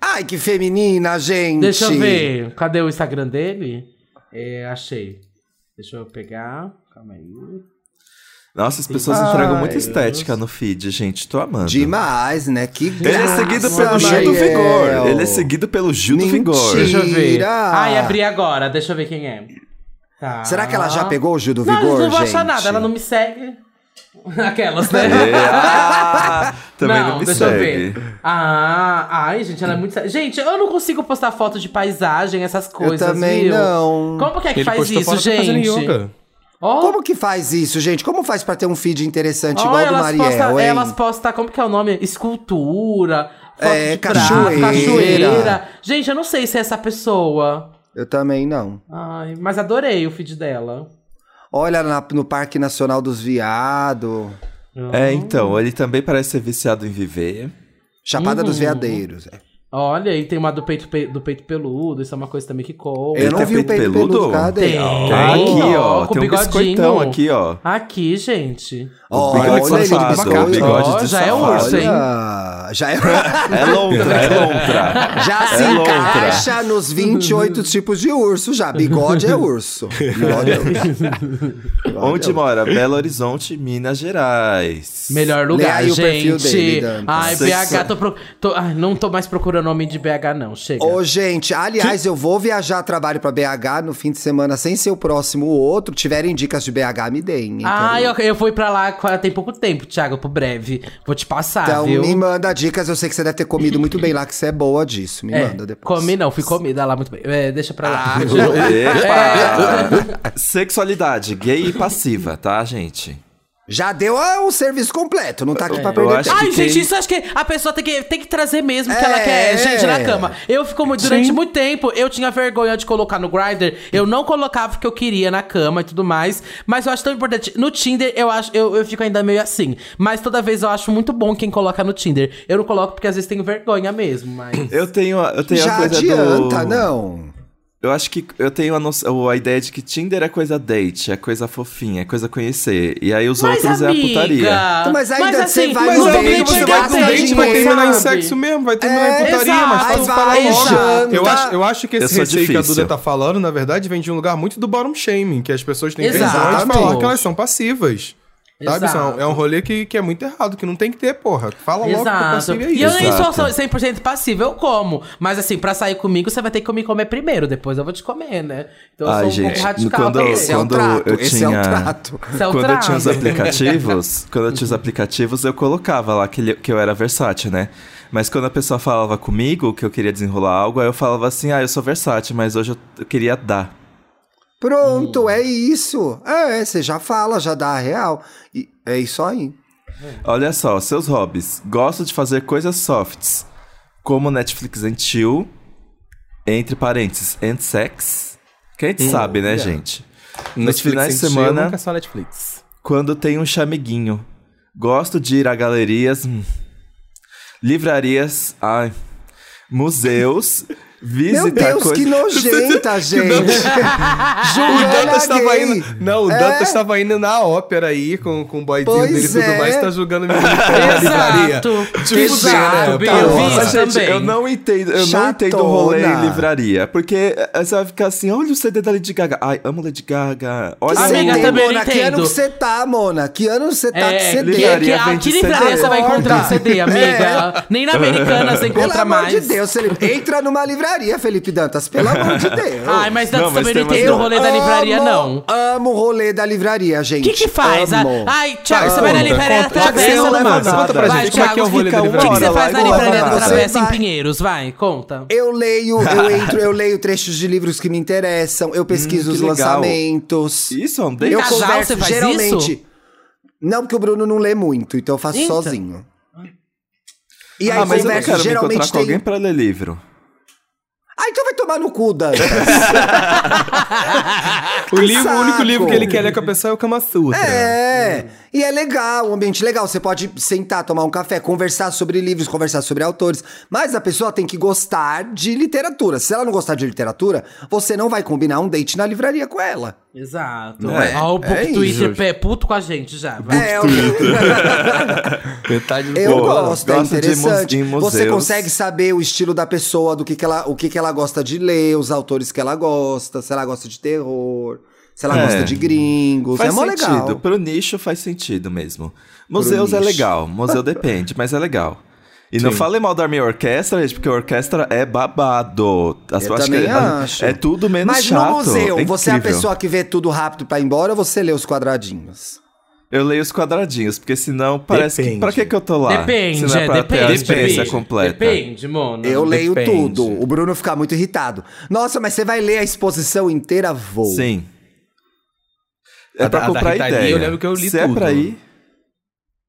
Speaker 3: Ai, que feminina, gente.
Speaker 4: Deixa eu ver. Cadê o Instagram dele? É, achei. Deixa eu pegar. Calma aí.
Speaker 1: Nossa, as pessoas
Speaker 3: Ai,
Speaker 1: entregam muita
Speaker 4: Deus.
Speaker 1: estética no feed, gente. Tô amando.
Speaker 3: Demais, né? Que
Speaker 1: Ele é
Speaker 3: graça,
Speaker 1: seguido pelo Gil do
Speaker 3: Mariel.
Speaker 1: Vigor. Ele é seguido pelo Gil do
Speaker 3: Mentira.
Speaker 1: Vigor.
Speaker 4: Deixa eu ver.
Speaker 3: Tira!
Speaker 4: Ai, abri agora. Deixa eu ver quem é. Tá.
Speaker 3: Ah. Será que ela já pegou o Gil do
Speaker 4: Não,
Speaker 3: Vigor,
Speaker 4: não vou
Speaker 3: gente?
Speaker 4: achar nada. Ela não me segue. Aquelas,
Speaker 1: É,
Speaker 4: né?
Speaker 1: ah, também não, me
Speaker 4: deixa
Speaker 1: segue.
Speaker 4: eu ver. Ah, ai, gente, ela é muito. sé- Gente, eu não consigo postar foto de paisagem, essas coisas.
Speaker 3: Eu também
Speaker 4: viu?
Speaker 3: não.
Speaker 4: Como que é que
Speaker 2: Ele
Speaker 4: faz
Speaker 2: postou
Speaker 4: isso,
Speaker 2: foto tá fazendo
Speaker 4: gente?
Speaker 2: yoga.
Speaker 4: Ó,
Speaker 3: Como que faz isso, gente? Como faz pra ter um feed interessante
Speaker 4: ó,
Speaker 3: igual o do
Speaker 4: elas
Speaker 3: Mariel,
Speaker 4: postam,
Speaker 3: hein?
Speaker 4: elas postam, como que é o nome? Escultura, foto
Speaker 3: É,
Speaker 4: de praia,
Speaker 3: cachoeira.
Speaker 4: cachoeira. Gente, eu não sei se é essa pessoa.
Speaker 3: Eu também não.
Speaker 4: Ai, mas adorei o feed dela.
Speaker 3: Olha na- no Parque Nacional dos Viados. Hum.
Speaker 1: É, então, ele também parece ser viciado em viver.
Speaker 3: Chapada
Speaker 4: Uhum.
Speaker 3: dos Veadeiros. é.
Speaker 4: Olha, e tem uma do peito, pe- do peito peludo, isso é uma coisa também que conta.
Speaker 1: Ele
Speaker 3: Eu não
Speaker 1: tem
Speaker 3: vi o
Speaker 1: peito
Speaker 3: peito peludo,
Speaker 1: peludo?
Speaker 3: cadê?
Speaker 4: Tem.
Speaker 1: Tem aqui, ó.
Speaker 4: com
Speaker 1: Tem um
Speaker 4: bigodinho.
Speaker 1: biscoitão aqui, ó.
Speaker 4: Aqui, gente.
Speaker 3: Ó,
Speaker 1: bigode
Speaker 3: olha ele de
Speaker 1: safado,
Speaker 3: biscoito.
Speaker 1: o bigode
Speaker 4: Ó,
Speaker 1: de
Speaker 4: já é um
Speaker 1: safado.
Speaker 4: urso, hein?
Speaker 3: Olha, já é...
Speaker 1: É lontra, é lontra.
Speaker 3: Já se
Speaker 1: É lontra.
Speaker 3: encaixa nos 28 tipos de urso já. Bigode é urso. Bigode é urso.
Speaker 1: Onde mora? Belo Horizonte, Minas Gerais.
Speaker 4: Melhor
Speaker 3: Lê
Speaker 4: lugar,
Speaker 3: aí o perfil
Speaker 4: gente.
Speaker 3: dele, Dan.
Speaker 4: Ai,
Speaker 1: Sexo.
Speaker 4: BH, tô, pro... tô- ai, não tô mais procurando homem de BH, não. Chega.
Speaker 3: Ô, gente, aliás, eu vou viajar a trabalho pra BH no fim de semana sem ser o próximo ou outro. Tiverem dicas de BH, me deem. hein,
Speaker 4: Ah,
Speaker 3: quero-
Speaker 4: eu, eu fui pra lá qua- tem pouco tempo, Thiago, pro breve. Vou te passar,
Speaker 3: Então
Speaker 4: Ah, viu?
Speaker 3: me manda dicas. Eu sei que você deve ter comido muito bem lá, que você é boa disso. Me
Speaker 4: É,
Speaker 3: manda depois. Ah,
Speaker 4: comi não, fui comida lá muito bem. É, deixa pra lá.
Speaker 1: Epa! Sexualidade, gay e passiva, tá, gente?
Speaker 3: Já deu ah, o serviço completo, não tá aqui pra
Speaker 1: Eu
Speaker 3: perder
Speaker 1: acho
Speaker 3: tempo.
Speaker 4: Ai,
Speaker 1: que
Speaker 4: gente,
Speaker 1: quem-
Speaker 4: isso acho que a pessoa tem que, tem que trazer mesmo o que
Speaker 3: É,
Speaker 4: ela quer, gente, na
Speaker 3: é.
Speaker 4: cama. Eu fico mu- durante
Speaker 2: Sim.
Speaker 4: muito tempo, eu tinha vergonha de colocar no Grindr, eu não colocava o que eu queria na cama e tudo mais, mas eu acho tão importante. No Tinder, eu acho eu, eu fico ainda meio assim, mas toda vez eu acho muito bom quem coloca no Tinder. Eu não coloco porque às vezes tenho vergonha mesmo, mas...
Speaker 1: Eu tenho, a- eu tenho a
Speaker 3: Já
Speaker 1: coisa
Speaker 3: adianta,
Speaker 1: do...
Speaker 3: não.
Speaker 1: Eu acho que eu tenho a, noção- a ideia de que Tinder é coisa date, é coisa fofinha, é coisa conhecer. E aí os
Speaker 4: Mas, assim,
Speaker 1: outros é a putaria.
Speaker 3: Mas ainda você vai
Speaker 2: Mas
Speaker 3: no
Speaker 4: nunca
Speaker 2: aí
Speaker 3: date,
Speaker 2: você
Speaker 4: peguei
Speaker 2: vai com
Speaker 3: gasta
Speaker 2: dente, vai
Speaker 3: dinheiro,
Speaker 2: terminar em
Speaker 4: sabe?
Speaker 2: sexo mesmo, vai terminar
Speaker 3: É,
Speaker 2: em putaria, mas
Speaker 4: exato,
Speaker 2: faz falar
Speaker 3: vai,
Speaker 2: logo.
Speaker 3: janta.
Speaker 4: tá.
Speaker 2: Eu acho, eu acho que
Speaker 1: Eu
Speaker 2: esse
Speaker 1: sou
Speaker 2: receio que a
Speaker 1: é difícil.
Speaker 2: Duda tá falando, na verdade, vem de um lugar muito do bottom shaming, que as pessoas têm vergonha de
Speaker 4: Exato.
Speaker 2: falar que elas são passivas. Sabe? Isso é um-
Speaker 4: Exato.
Speaker 2: É um rolê que, que é muito errado, que não tem que ter, porra. Fala logo que é
Speaker 4: Exato.
Speaker 2: passiva e é
Speaker 4: E
Speaker 2: isso.
Speaker 4: eu nem sou
Speaker 1: Exato.
Speaker 4: só 100% passiva, eu como. Mas assim, pra sair comigo, você vai ter que me comer primeiro, depois eu vou te comer, né? Então eu
Speaker 1: Ai,
Speaker 4: sou um
Speaker 1: gente,
Speaker 4: pouco radical
Speaker 1: quando-
Speaker 4: também.
Speaker 3: Esse é o
Speaker 1: Quando
Speaker 3: trato,
Speaker 1: eu
Speaker 3: esse é
Speaker 1: tinha-
Speaker 3: o trato.
Speaker 4: Isso é o
Speaker 1: quando eu
Speaker 4: trago.
Speaker 1: tinha os aplicativos, quando eu tinha os aplicativos, eu colocava lá que, ele- que eu era versátil, né? Mas quando a pessoa falava comigo que eu queria desenrolar algo, aí eu falava assim, ah, eu sou versátil, mas hoje eu, eu queria dar.
Speaker 3: Pronto, é isso. É, você já fala, já dá a real. E é isso aí.
Speaker 1: Olha só, seus hobbies. Gosto de fazer coisas softs, como Netflix and chill, entre parênteses, and sex. Que a gente sabe, né,
Speaker 2: yeah.
Speaker 1: gente? Nos finais de semana,
Speaker 2: Nunca é só Netflix.
Speaker 1: quando tem um chameguinho. Gosto de ir a galerias, hum, livrarias, ai, museus, visitar
Speaker 3: Meu Deus,
Speaker 1: coisas.
Speaker 3: que nojenta, gente.
Speaker 2: O Dantas estava
Speaker 3: gay.
Speaker 2: indo. Não, o
Speaker 4: É?
Speaker 2: Dantas estava indo na ópera aí com, com o boyzinho
Speaker 3: Pois
Speaker 2: dele e tudo
Speaker 3: é.
Speaker 2: mais, tá julgando meu na livraria.
Speaker 4: Exato.
Speaker 1: assim,
Speaker 2: Tipo,
Speaker 4: Exato,
Speaker 2: né?
Speaker 4: Bia,
Speaker 2: Tá
Speaker 4: eu vi
Speaker 2: bom.
Speaker 1: Nossa,
Speaker 4: isso
Speaker 1: gente,
Speaker 4: também.
Speaker 1: eu não entendo, eu não entendo o rolê em
Speaker 3: Chatona.
Speaker 1: livraria. Porque eh, você vai ficar assim, olha o CD da Lady Gaga. Ai, amo Lady Gaga. Olha
Speaker 3: Que
Speaker 1: o-
Speaker 3: cê
Speaker 4: Amiga,
Speaker 3: tem,
Speaker 4: também não
Speaker 3: Mona? Que
Speaker 4: entendo.
Speaker 3: ano que você tá, Mona? Que ano que você tá que
Speaker 4: É,
Speaker 3: você
Speaker 4: que,
Speaker 1: dê.
Speaker 4: que,
Speaker 3: tem?
Speaker 1: Livraria
Speaker 4: a,
Speaker 1: vende
Speaker 4: que livraria
Speaker 1: CD.
Speaker 4: você vai encontrar
Speaker 3: Acorda.
Speaker 4: CD, amiga? Nem na Americana você
Speaker 3: Pelo
Speaker 4: encontra
Speaker 3: amor
Speaker 4: mais.
Speaker 3: de Deus, Felipe. entra numa livraria, Felipe Dantas. Pelo amor de Deus.
Speaker 4: Ai, mas
Speaker 1: Não,
Speaker 4: Dantas
Speaker 1: mas
Speaker 4: também
Speaker 1: tem mais
Speaker 4: não entende o
Speaker 1: não.
Speaker 4: rolê da livraria,
Speaker 3: Amo-
Speaker 4: não.
Speaker 3: Amo o rolê da livraria, gente.
Speaker 4: O que que faz?
Speaker 3: Amo.
Speaker 4: Ah, Ai, Thiago,
Speaker 2: Vai,
Speaker 4: você vai na
Speaker 2: conta,
Speaker 4: livraria da
Speaker 2: conta. Já que você
Speaker 4: Travessa
Speaker 2: não
Speaker 4: do
Speaker 2: leva
Speaker 4: Mata.
Speaker 2: nada pra
Speaker 4: Vai,
Speaker 2: gente, como é que é o
Speaker 4: Thiago,
Speaker 2: rolê da
Speaker 1: fica uma
Speaker 4: o que
Speaker 2: livraria?
Speaker 4: que você
Speaker 1: Bora lá,
Speaker 4: faz na
Speaker 1: bora
Speaker 4: livraria
Speaker 1: lá.
Speaker 4: da
Speaker 1: Você
Speaker 4: Travessa em
Speaker 3: vai.
Speaker 4: Pinheiros? Vai, conta.
Speaker 3: Eu leio, eu entro, eu leio trechos de livros que me interessam, eu pesquiso
Speaker 1: Hum,
Speaker 3: os
Speaker 1: que legal.
Speaker 3: lançamentos.
Speaker 1: Isso é um date?
Speaker 3: Eu
Speaker 4: casal,
Speaker 3: converso
Speaker 4: você faz
Speaker 3: geralmente.
Speaker 4: isso?
Speaker 3: Não, porque o Bruno não lê muito, então eu faço
Speaker 4: Eita.
Speaker 3: sozinho. E aí
Speaker 1: ah, mas eu não quero
Speaker 3: converso
Speaker 1: me encontrar
Speaker 3: geralmente
Speaker 1: com
Speaker 3: tem.
Speaker 1: alguém pra ler livro.
Speaker 3: Ah, então vai tomar tomar no cu, Dantas.
Speaker 2: O, livro, o único
Speaker 3: saco.
Speaker 2: livro que ele quer ler com a pessoa é o Kama Sutra.
Speaker 1: Hum.
Speaker 3: É, e é legal, um ambiente legal. Você pode sentar, tomar um café, conversar sobre livros, conversar sobre autores, mas a pessoa tem que gostar de literatura. Se ela não gostar de literatura, você não vai combinar um date na livraria com ela.
Speaker 4: Exato.
Speaker 1: Não é?
Speaker 4: Ó, o Book
Speaker 3: É isso.
Speaker 4: Twitter pé puto com a gente já. vai.
Speaker 3: É, eu,
Speaker 2: Metade do
Speaker 3: eu
Speaker 1: Boa.
Speaker 3: gosto, é
Speaker 1: Gosto de mu-
Speaker 3: interessante.
Speaker 1: de museus.
Speaker 3: você consegue saber o estilo da pessoa, do que, que ela, o que, que ela gosta de ler, os autores que ela gosta, se ela gosta de terror, se ela
Speaker 1: É.
Speaker 3: gosta de gringos.
Speaker 1: Faz
Speaker 3: é mó
Speaker 1: sentido.
Speaker 3: legal.
Speaker 1: Pro nicho faz sentido mesmo. Museus é
Speaker 3: nicho.
Speaker 1: legal. Museu depende, mas é legal. E não
Speaker 2: Sim.
Speaker 1: falei mal da minha orquestra, gente, porque a orquestra é babado. As-
Speaker 3: Eu
Speaker 1: acho que
Speaker 3: também
Speaker 1: é-
Speaker 3: acho.
Speaker 1: É tudo menos
Speaker 3: Mas
Speaker 1: chato.
Speaker 3: no museu,
Speaker 1: é
Speaker 3: você é a
Speaker 1: incrível.
Speaker 3: pessoa que vê tudo rápido pra ir embora ou você lê os quadradinhos?
Speaker 1: Eu leio os quadradinhos, porque senão parece
Speaker 2: Depende.
Speaker 1: que... Pra que que eu tô lá?
Speaker 4: Depende,
Speaker 1: Se não é
Speaker 4: é,
Speaker 1: pra ter a
Speaker 4: depende.
Speaker 1: experiência
Speaker 4: depende,
Speaker 1: completa.
Speaker 4: Depende, mano.
Speaker 3: Eu leio
Speaker 2: Depende.
Speaker 3: tudo. O Bruno fica muito irritado. Nossa, mas você vai ler a exposição inteira, vou.
Speaker 1: Sim. É
Speaker 2: A da-
Speaker 1: pra
Speaker 2: a da
Speaker 1: comprar
Speaker 2: Rita Lee,
Speaker 1: ideia.
Speaker 2: eu lembro que eu li
Speaker 1: Se é
Speaker 2: tudo.
Speaker 1: pra ir...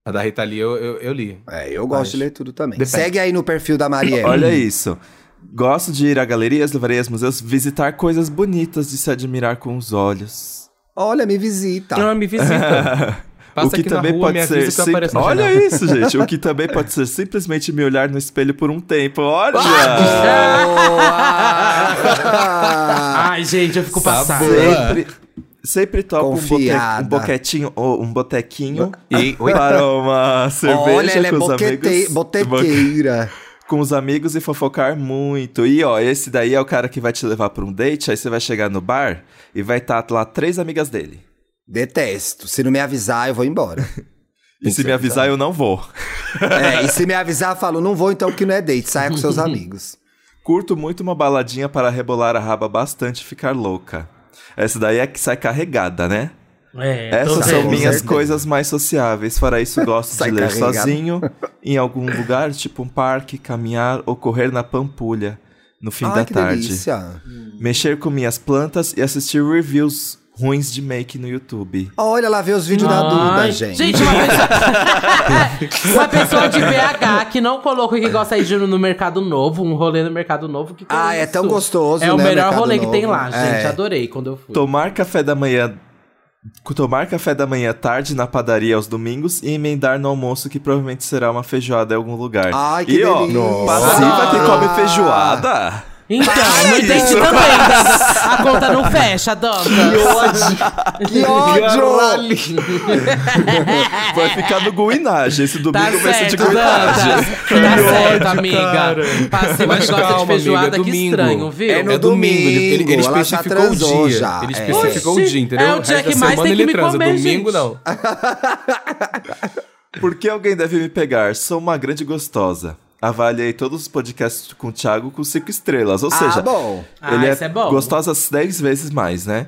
Speaker 2: A da Rita Lee eu, eu, eu li.
Speaker 3: É, eu gosto
Speaker 2: Mas-
Speaker 3: de ler tudo também.
Speaker 2: Depende.
Speaker 3: Segue aí no perfil da
Speaker 2: É.
Speaker 3: Marielle.
Speaker 1: Olha isso. Gosto de ir a galerias, livrarias, museus, visitar coisas bonitas de se admirar com os olhos.
Speaker 3: Olha, me visita.
Speaker 2: Não, me visita. Passa
Speaker 1: o que
Speaker 2: aqui na
Speaker 1: também
Speaker 2: rua, me
Speaker 1: pode
Speaker 2: avisa
Speaker 1: ser.
Speaker 2: que eu
Speaker 1: sim-
Speaker 2: apareço na
Speaker 1: Olha
Speaker 2: janela.
Speaker 1: isso, gente. O que também pode ser simplesmente me olhar no espelho por um tempo. Olha!
Speaker 3: Boa!
Speaker 4: Ai, gente, eu fico
Speaker 2: Sabor.
Speaker 4: passado.
Speaker 1: sempre, sempre topo um, bote,
Speaker 3: Confiada.
Speaker 1: um boquetinho, ou um botequinho
Speaker 2: E- oi.
Speaker 1: para uma cerveja
Speaker 3: Olha, ela é
Speaker 1: com os
Speaker 3: boquete...
Speaker 1: amigos.
Speaker 3: botequeira.
Speaker 1: com os amigos e fofocar muito. E ó, esse daí é o cara que vai te levar pra um date, aí você vai chegar no bar e vai estar lá três amigas dele.
Speaker 3: Detesto. Se não me avisar, eu vou embora.
Speaker 1: E se me avisar, eu não vou.
Speaker 3: É, e se me avisar, eu falo, não vou então que não é date. Saia com seus amigos.
Speaker 1: Curto muito uma baladinha para rebolar a raba bastante e ficar louca. Essa daí é que sai carregada, né?
Speaker 4: É, tô
Speaker 1: Essas
Speaker 4: vendo.
Speaker 1: são
Speaker 3: com
Speaker 1: minhas
Speaker 3: certeza.
Speaker 1: coisas mais sociáveis. Fora isso, gosto de
Speaker 3: Sai
Speaker 1: ler
Speaker 3: carregada.
Speaker 1: sozinho, em algum lugar, tipo um parque, caminhar ou correr na pampulha, no fim
Speaker 3: Ai,
Speaker 1: da
Speaker 3: que
Speaker 1: tarde.
Speaker 3: delícia.
Speaker 1: Mexer com minhas plantas e assistir reviews ruins de make no YouTube.
Speaker 3: Olha lá, vê os vídeos da Duda,
Speaker 4: Ai,
Speaker 3: gente.
Speaker 4: uma pessoa... uma pessoa de BH que não colocou que gosta de ir no Mercado Novo, um rolê no Mercado Novo. Que que
Speaker 3: Ah, é
Speaker 4: isso?
Speaker 3: tão gostoso,
Speaker 4: É o
Speaker 3: né,
Speaker 4: melhor
Speaker 3: Mercado
Speaker 4: rolê
Speaker 3: Novo.
Speaker 4: que tem lá, gente.
Speaker 3: É.
Speaker 4: Adorei quando eu fui.
Speaker 1: Tomar café da manhã. Tomar café da manhã tarde na padaria aos domingos e emendar no almoço que provavelmente será uma feijoada em algum lugar.
Speaker 3: Ai, que
Speaker 1: e ó,
Speaker 3: delícia.
Speaker 1: passiva que come feijoada.
Speaker 4: Então,
Speaker 3: É
Speaker 4: não entendi também. Dantas. A conta não fecha, Dantas.
Speaker 3: Que ódio!
Speaker 1: É. Vai ficar no guinagem. Esse domingo
Speaker 4: Tá
Speaker 1: vai ser de
Speaker 4: certo, Dantas.
Speaker 1: guinagem.
Speaker 4: Tá certo, amiga.
Speaker 2: Mas
Speaker 4: Passei uma que Assim, gosta de
Speaker 2: calma, amiga, é
Speaker 4: feijoada, que
Speaker 2: domingo.
Speaker 4: estranho, viu?
Speaker 3: É no
Speaker 2: É domingo, ele, ele, ele
Speaker 3: domingo, ela já
Speaker 2: especificou o
Speaker 3: transou
Speaker 2: dia.
Speaker 3: já.
Speaker 2: Ele
Speaker 3: É.
Speaker 2: especificou o
Speaker 4: Oxi,
Speaker 2: dia, entendeu?
Speaker 4: é o dia
Speaker 2: resto
Speaker 4: que
Speaker 2: da
Speaker 4: mais
Speaker 2: semana
Speaker 4: tem que
Speaker 2: ele
Speaker 4: me
Speaker 2: transa,
Speaker 4: comer,
Speaker 2: domingo
Speaker 4: gente.
Speaker 2: não.
Speaker 1: Por que alguém deve me pegar? Sou uma grande gostosa. Avaliei todos os podcasts com o Thiago com cinco estrelas. Ou
Speaker 3: Ah,
Speaker 1: seja,
Speaker 3: bom.
Speaker 4: Ah,
Speaker 1: ele é,
Speaker 4: isso é bom.
Speaker 1: gostosa 10 vezes mais, né?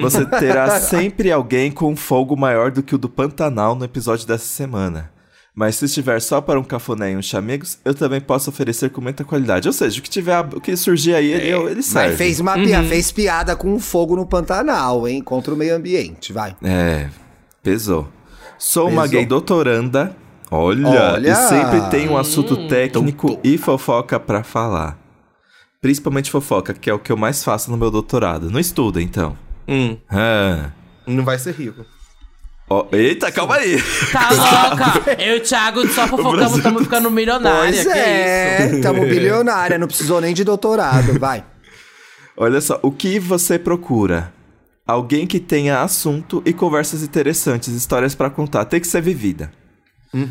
Speaker 1: Você terá sempre alguém com um fogo maior do que o do Pantanal no episódio dessa semana. Mas se estiver só para um cafuné e uns chamegos, eu também posso oferecer com muita qualidade. Ou seja, o que tiver, o que surgir aí, ele, ele serve.
Speaker 3: É, Mas fez, uma pia-
Speaker 4: Uhum.
Speaker 3: fez piada com o fogo no Pantanal, hein? Contra o meio ambiente, vai.
Speaker 1: É, pesou. Sou uma
Speaker 3: Pesou.
Speaker 1: gay doutoranda. Olha,
Speaker 3: Olha! Hum,
Speaker 1: e sempre tem um assunto técnico e fofoca pra falar. Principalmente fofoca, que é o que eu mais faço no meu doutorado. Não estuda, então.
Speaker 2: Hum,
Speaker 1: Ah.
Speaker 2: não vai ser rico.
Speaker 1: Ó, eita, calma aí.
Speaker 4: Tá louca? Eu e o Thiago só fofocamos, estamos ficando milionária.
Speaker 3: Pois
Speaker 4: Que isso?
Speaker 3: é, tamo bilionária, não precisou nem de doutorado, vai.
Speaker 1: Olha só, o que você procura? Alguém que tenha assunto e conversas interessantes, histórias pra contar. Tem que ser vivida.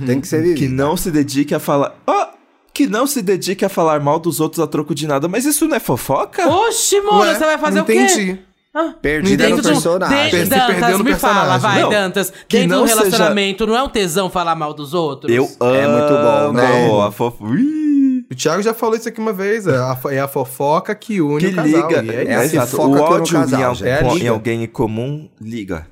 Speaker 3: Tem que ser
Speaker 1: Uhum. Que
Speaker 3: vivido.
Speaker 1: não se dedique a falar. Ó, que não se dedique a falar mal dos outros a troco de nada. Mas isso não é fofoca?
Speaker 4: Oxi, Moura, você vai fazer o quê? Ah,
Speaker 3: Perdida
Speaker 4: dentro
Speaker 3: no
Speaker 4: de um-
Speaker 3: personagem.
Speaker 4: de-
Speaker 2: Se
Speaker 4: Dantas,
Speaker 2: perdeu no
Speaker 4: me fala,
Speaker 2: personagem.
Speaker 4: vai,
Speaker 1: Não,
Speaker 4: Dantas.
Speaker 1: que
Speaker 4: Dentro de
Speaker 1: não
Speaker 4: um
Speaker 1: seja-
Speaker 4: relacionamento, não é um tesão falar mal dos outros?
Speaker 1: Eu amo.
Speaker 3: É muito bom, né?
Speaker 1: A fofo... Ui.
Speaker 2: O Thiago já falou isso aqui uma vez. É a, fo- é a fofoca que une
Speaker 1: Que
Speaker 2: o casal.
Speaker 1: liga.
Speaker 2: e é
Speaker 3: É a
Speaker 2: isso.
Speaker 1: Exato.
Speaker 3: fofoca
Speaker 1: O
Speaker 3: que une o
Speaker 1: ódio
Speaker 3: casal,
Speaker 1: em, al-
Speaker 3: gente.
Speaker 2: É a
Speaker 1: com-
Speaker 2: liga.
Speaker 1: em alguém em comum liga.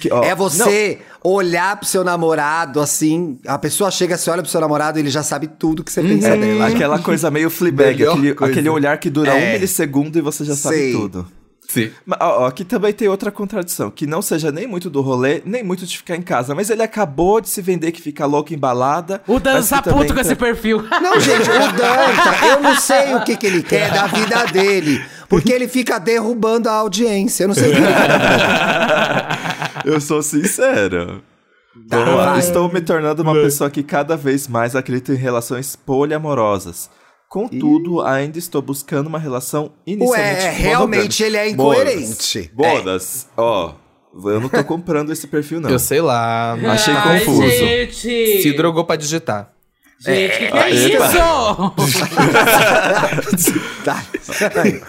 Speaker 1: Que, ó,
Speaker 3: É você olhar pro seu namorado assim, a pessoa chega, você olha pro seu namorado ele já sabe tudo que
Speaker 4: Uhum.
Speaker 3: você pensa
Speaker 1: não,
Speaker 3: dela.
Speaker 1: aquela coisa meio Fleabag,
Speaker 2: Melhor
Speaker 1: aquele,
Speaker 2: coisa.
Speaker 1: aquele olhar que dura
Speaker 3: É.
Speaker 1: um milissegundo e você já sabe
Speaker 3: Sei.
Speaker 1: tudo.
Speaker 2: Sim.
Speaker 1: Mas, ó, ó, aqui também tem outra contradição, que não seja nem muito do rolê, nem muito de ficar em casa. Mas ele acabou de se vender que fica louco embalada.
Speaker 4: O Dan tá puto com esse perfil.
Speaker 3: Não, gente, o Danta, eu não sei o que, que ele quer da vida dele. Porque ele fica derrubando a audiência. Eu não sei o que ele quer.
Speaker 1: Eu sou sincero.
Speaker 3: Tá,
Speaker 1: Vamos lá.
Speaker 3: vai.
Speaker 1: Estou me tornando uma pessoa que cada vez mais acredita em relações poliamorosas. Contudo, ainda estou buscando uma relação inicialmente
Speaker 3: Ué, é, realmente ele é
Speaker 1: monogâmica.
Speaker 3: incoerente. É.
Speaker 1: Bodas, ó, eu não tô comprando esse perfil, não.
Speaker 2: Eu sei lá.
Speaker 1: Achei
Speaker 4: Ai,
Speaker 1: confuso.
Speaker 4: Gente,
Speaker 2: Se drogou pra digitar.
Speaker 4: gente que que é
Speaker 1: Epa.
Speaker 4: isso?
Speaker 3: Tá.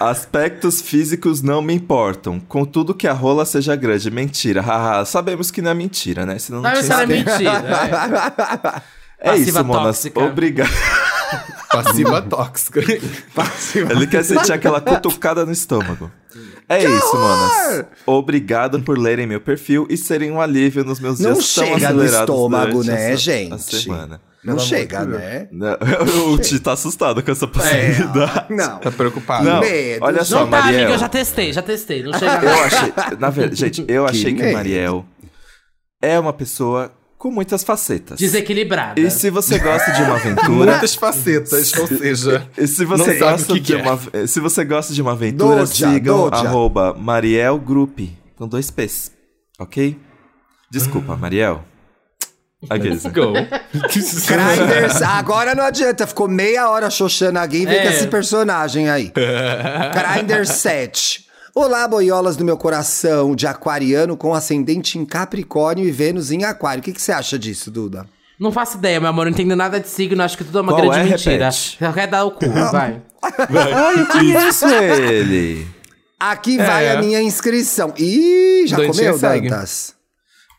Speaker 1: Aspectos físicos não me importam, contudo que a rola seja grande. Mentira, haha. Sabemos que não é mentira, né? Senão não
Speaker 4: Sabe se
Speaker 1: tinha
Speaker 4: era
Speaker 1: escrito.
Speaker 4: mentira? é.
Speaker 1: É
Speaker 4: Passiva
Speaker 1: isso, Monas.
Speaker 4: tóxica.
Speaker 1: Obrigado.
Speaker 2: Passiva tóxica.
Speaker 1: Ele quer sentir aquela cutucada no estômago. É isso, manas. Obrigado por lerem meu perfil e serem um alívio nos meus
Speaker 3: Não
Speaker 1: dias tão
Speaker 3: chega no
Speaker 1: acelerados
Speaker 3: estômago,
Speaker 1: durante
Speaker 3: né,
Speaker 1: essa-
Speaker 3: gente?
Speaker 1: A semana.
Speaker 3: Não chega, né? É.
Speaker 1: Não, o Ti tá assustado com
Speaker 4: É.
Speaker 1: essa possibilidade.
Speaker 3: Não.
Speaker 2: Tá preocupado.
Speaker 1: Não,
Speaker 3: medo,
Speaker 1: olha
Speaker 3: gente.
Speaker 1: só,
Speaker 4: Ah, Não tá,
Speaker 1: Mariel.
Speaker 4: amiga, eu já testei, já testei. Não chega
Speaker 1: Eu achei, na verdade, gente, eu achei que o
Speaker 3: medo.
Speaker 1: Mariel é uma pessoa com muitas facetas.
Speaker 4: desequilibrada.
Speaker 1: E se você gosta de uma aventura,
Speaker 2: Muitas facetas, ou seja...
Speaker 1: E se
Speaker 2: Não
Speaker 1: você
Speaker 2: sabe
Speaker 1: gosta
Speaker 2: o que
Speaker 1: de
Speaker 2: que é.
Speaker 1: uma, eh, se você gosta de uma aventura,
Speaker 3: Doja,
Speaker 1: sigam
Speaker 3: doja.
Speaker 1: arroba Mariel Group. Com dois P's, ok? Desculpa, Mariel. Aqueles, né?
Speaker 2: Go.
Speaker 3: Grinders, agora não adianta, ficou meia hora xoxando alguém, vem
Speaker 4: É.
Speaker 3: com esse personagem aí. Grinders 7. Olá, boiolas do meu coração, de aquariano com ascendente em Capricórnio e Vênus em Aquário. O que, que você acha disso, Duda?
Speaker 4: Não faço ideia, meu amor. Não entendo nada de signo. Acho que tudo é uma
Speaker 1: Qual
Speaker 4: grande
Speaker 1: é?
Speaker 4: mentira.
Speaker 1: Repete.
Speaker 4: Só quer dar o cu, vai.
Speaker 1: Ai, eu conheço ele.
Speaker 3: Aqui vai a minha inscrição. Ih, já
Speaker 2: Dantinha
Speaker 3: comeu,
Speaker 2: segue.
Speaker 3: Dantas?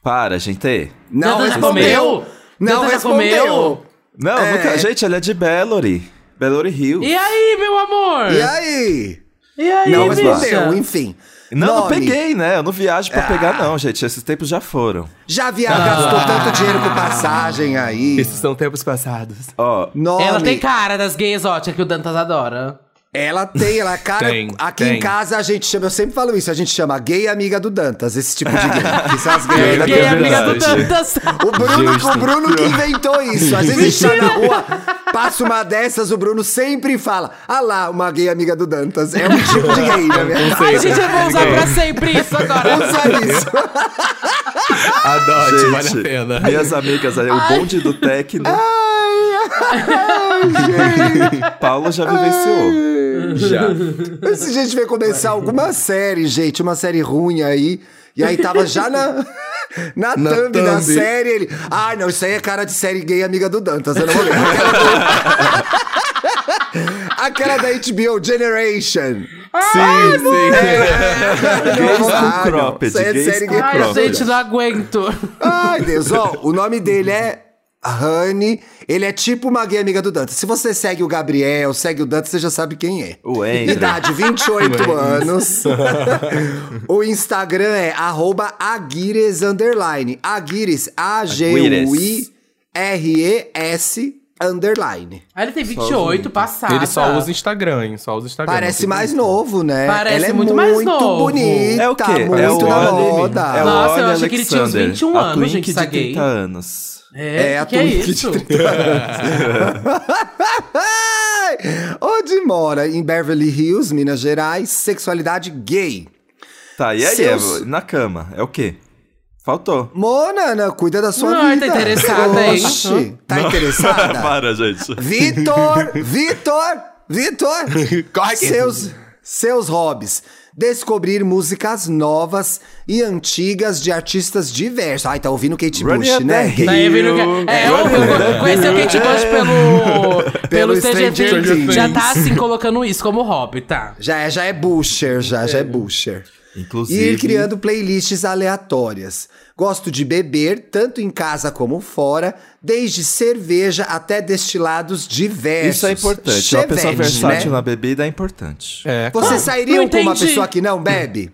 Speaker 1: Para, gente.
Speaker 3: Não
Speaker 4: Dantas já
Speaker 3: respondeu.
Speaker 4: comeu?
Speaker 3: Não
Speaker 4: Dantas já
Speaker 3: respondeu.
Speaker 4: comeu?
Speaker 1: Não, nunca. Gente, ele é de Bellary. Bellary Hill.
Speaker 4: E aí, meu amor?
Speaker 3: E aí?
Speaker 4: E aí,
Speaker 3: Não
Speaker 4: bicha?
Speaker 3: respondeu, enfim.
Speaker 1: Não, não
Speaker 3: Nome. Ah.
Speaker 1: peguei, né? Eu não viajo pra pegar, não, gente. Esses tempos já foram.
Speaker 3: Já via, gastou tanto dinheiro com passagem aí.
Speaker 2: Esses são tempos passados.
Speaker 1: Ó,
Speaker 3: Nome.
Speaker 4: Ela tem cara das gays exóticas que o Dantas adora.
Speaker 3: Ela tem, ela cara.
Speaker 2: Tem,
Speaker 3: aqui
Speaker 2: tem.
Speaker 3: em casa a gente chama, eu sempre falo isso, a gente chama gay amiga do Dantas, esse tipo de gay. Que são as gays da
Speaker 2: É
Speaker 4: Gay
Speaker 3: minha
Speaker 4: amiga do
Speaker 2: verdade.
Speaker 4: Dantas.
Speaker 3: O Bruno,
Speaker 2: Justo.
Speaker 3: o Bruno que inventou isso. Às vezes a gente tá na rua, passa uma dessas, o Bruno sempre fala: Ah lá, uma gay amiga do Dantas. É um tipo de gay, na verdade.
Speaker 4: Ai, gente, eu vou usar pra sempre isso agora.
Speaker 3: Usa isso.
Speaker 2: Adote,
Speaker 1: gente,
Speaker 2: vale a pena.
Speaker 1: Minhas amigas, aí, o bonde do técnico. Paulo já vivenciou.
Speaker 2: Já.
Speaker 3: Esse gente vai começar alguma série, gente, uma série ruim aí. E aí tava já na, na,
Speaker 2: Na
Speaker 3: thumb, da
Speaker 2: thumb.
Speaker 3: série. Ele. Ai, não, isso aí é cara de série gay amiga do Dantas. Eu não vou ler. Aquela, do- Aquela da HBO Generation.
Speaker 2: Sim, sim.
Speaker 1: Gays
Speaker 3: Não,
Speaker 1: com
Speaker 3: ah, não.
Speaker 1: cropped,
Speaker 3: Isso aí é
Speaker 1: gays
Speaker 3: série
Speaker 1: com
Speaker 3: gay
Speaker 4: Ai,
Speaker 1: cropped.
Speaker 4: gente, não aguento.
Speaker 3: Ai, Deus, ó, o nome dele é Honey. Ele é tipo uma gay amiga do Dantas. Se você segue o Gabriel, segue o Dantas, você já sabe quem é.
Speaker 1: O Andrew.
Speaker 3: Idade, 28 anos. o Instagram é arroba Aguires underline. Aguires,
Speaker 1: Aguires.
Speaker 3: A-G-U-I-R-E-S underline.
Speaker 4: Aí ele tem 28, passado.
Speaker 2: Ele só usa Instagram, hein? Só usa Instagram.
Speaker 3: Parece
Speaker 2: não tem
Speaker 3: mais
Speaker 2: como.
Speaker 3: novo, né?
Speaker 4: Parece
Speaker 3: Ela é
Speaker 4: muito
Speaker 3: muito,
Speaker 4: mais novo.
Speaker 3: bonita,
Speaker 1: É o quê?
Speaker 3: muito
Speaker 1: é o
Speaker 3: na
Speaker 1: Ollie-
Speaker 3: moda.
Speaker 1: É o
Speaker 4: Nossa, eu
Speaker 1: Ollie
Speaker 4: achei que ele tinha uns
Speaker 1: Alexander,
Speaker 4: 21
Speaker 1: a
Speaker 4: anos,
Speaker 1: Twink
Speaker 4: gente, essa
Speaker 1: de
Speaker 4: gay.
Speaker 1: 30 anos.
Speaker 4: É,
Speaker 3: É, a
Speaker 4: que é
Speaker 3: Twink de
Speaker 4: isso?
Speaker 3: Ai! Onde mora? Em Beverly Hills, Minas Gerais, sexualidade gay.
Speaker 1: Tá, e aí,
Speaker 3: Seus-
Speaker 1: é, na cama, é o quê? Faltou.
Speaker 3: Mona, não, cuida da sua
Speaker 4: Ai,
Speaker 3: vida.
Speaker 4: tá interessada, hein?
Speaker 3: Oxi, tá interessada?
Speaker 1: gente.
Speaker 3: Vitor, Vitor, Vitor.
Speaker 2: Corre aqui.
Speaker 3: Seus, seus hobbies. Descobrir músicas novas e antigas de artistas diversos. Ai, tá ouvindo Kate
Speaker 1: Running
Speaker 3: Bush,
Speaker 1: up
Speaker 3: né?
Speaker 1: the
Speaker 4: Daí vem
Speaker 1: You-
Speaker 4: no... É, eu, eu, eu conheci o Kate Bush pelo. pelo
Speaker 3: Pelo
Speaker 4: Stranger
Speaker 3: Stranger
Speaker 4: Things. Já
Speaker 3: Things.
Speaker 4: tá assim colocando isso como hobby, tá?
Speaker 3: Já é, já é Busher, já, já é Busher. E
Speaker 1: Inclusive,
Speaker 3: ir criando playlists aleatórias. Gosto de beber, tanto em casa como fora, desde cerveja até destilados diversos.
Speaker 1: isso é importante. uma pessoa
Speaker 3: Chevette,
Speaker 1: versátil
Speaker 3: né?
Speaker 1: na bebida é importante.
Speaker 2: É,
Speaker 3: Você sairia
Speaker 4: Não
Speaker 3: com uma
Speaker 4: entendi.
Speaker 3: pessoa que não bebe?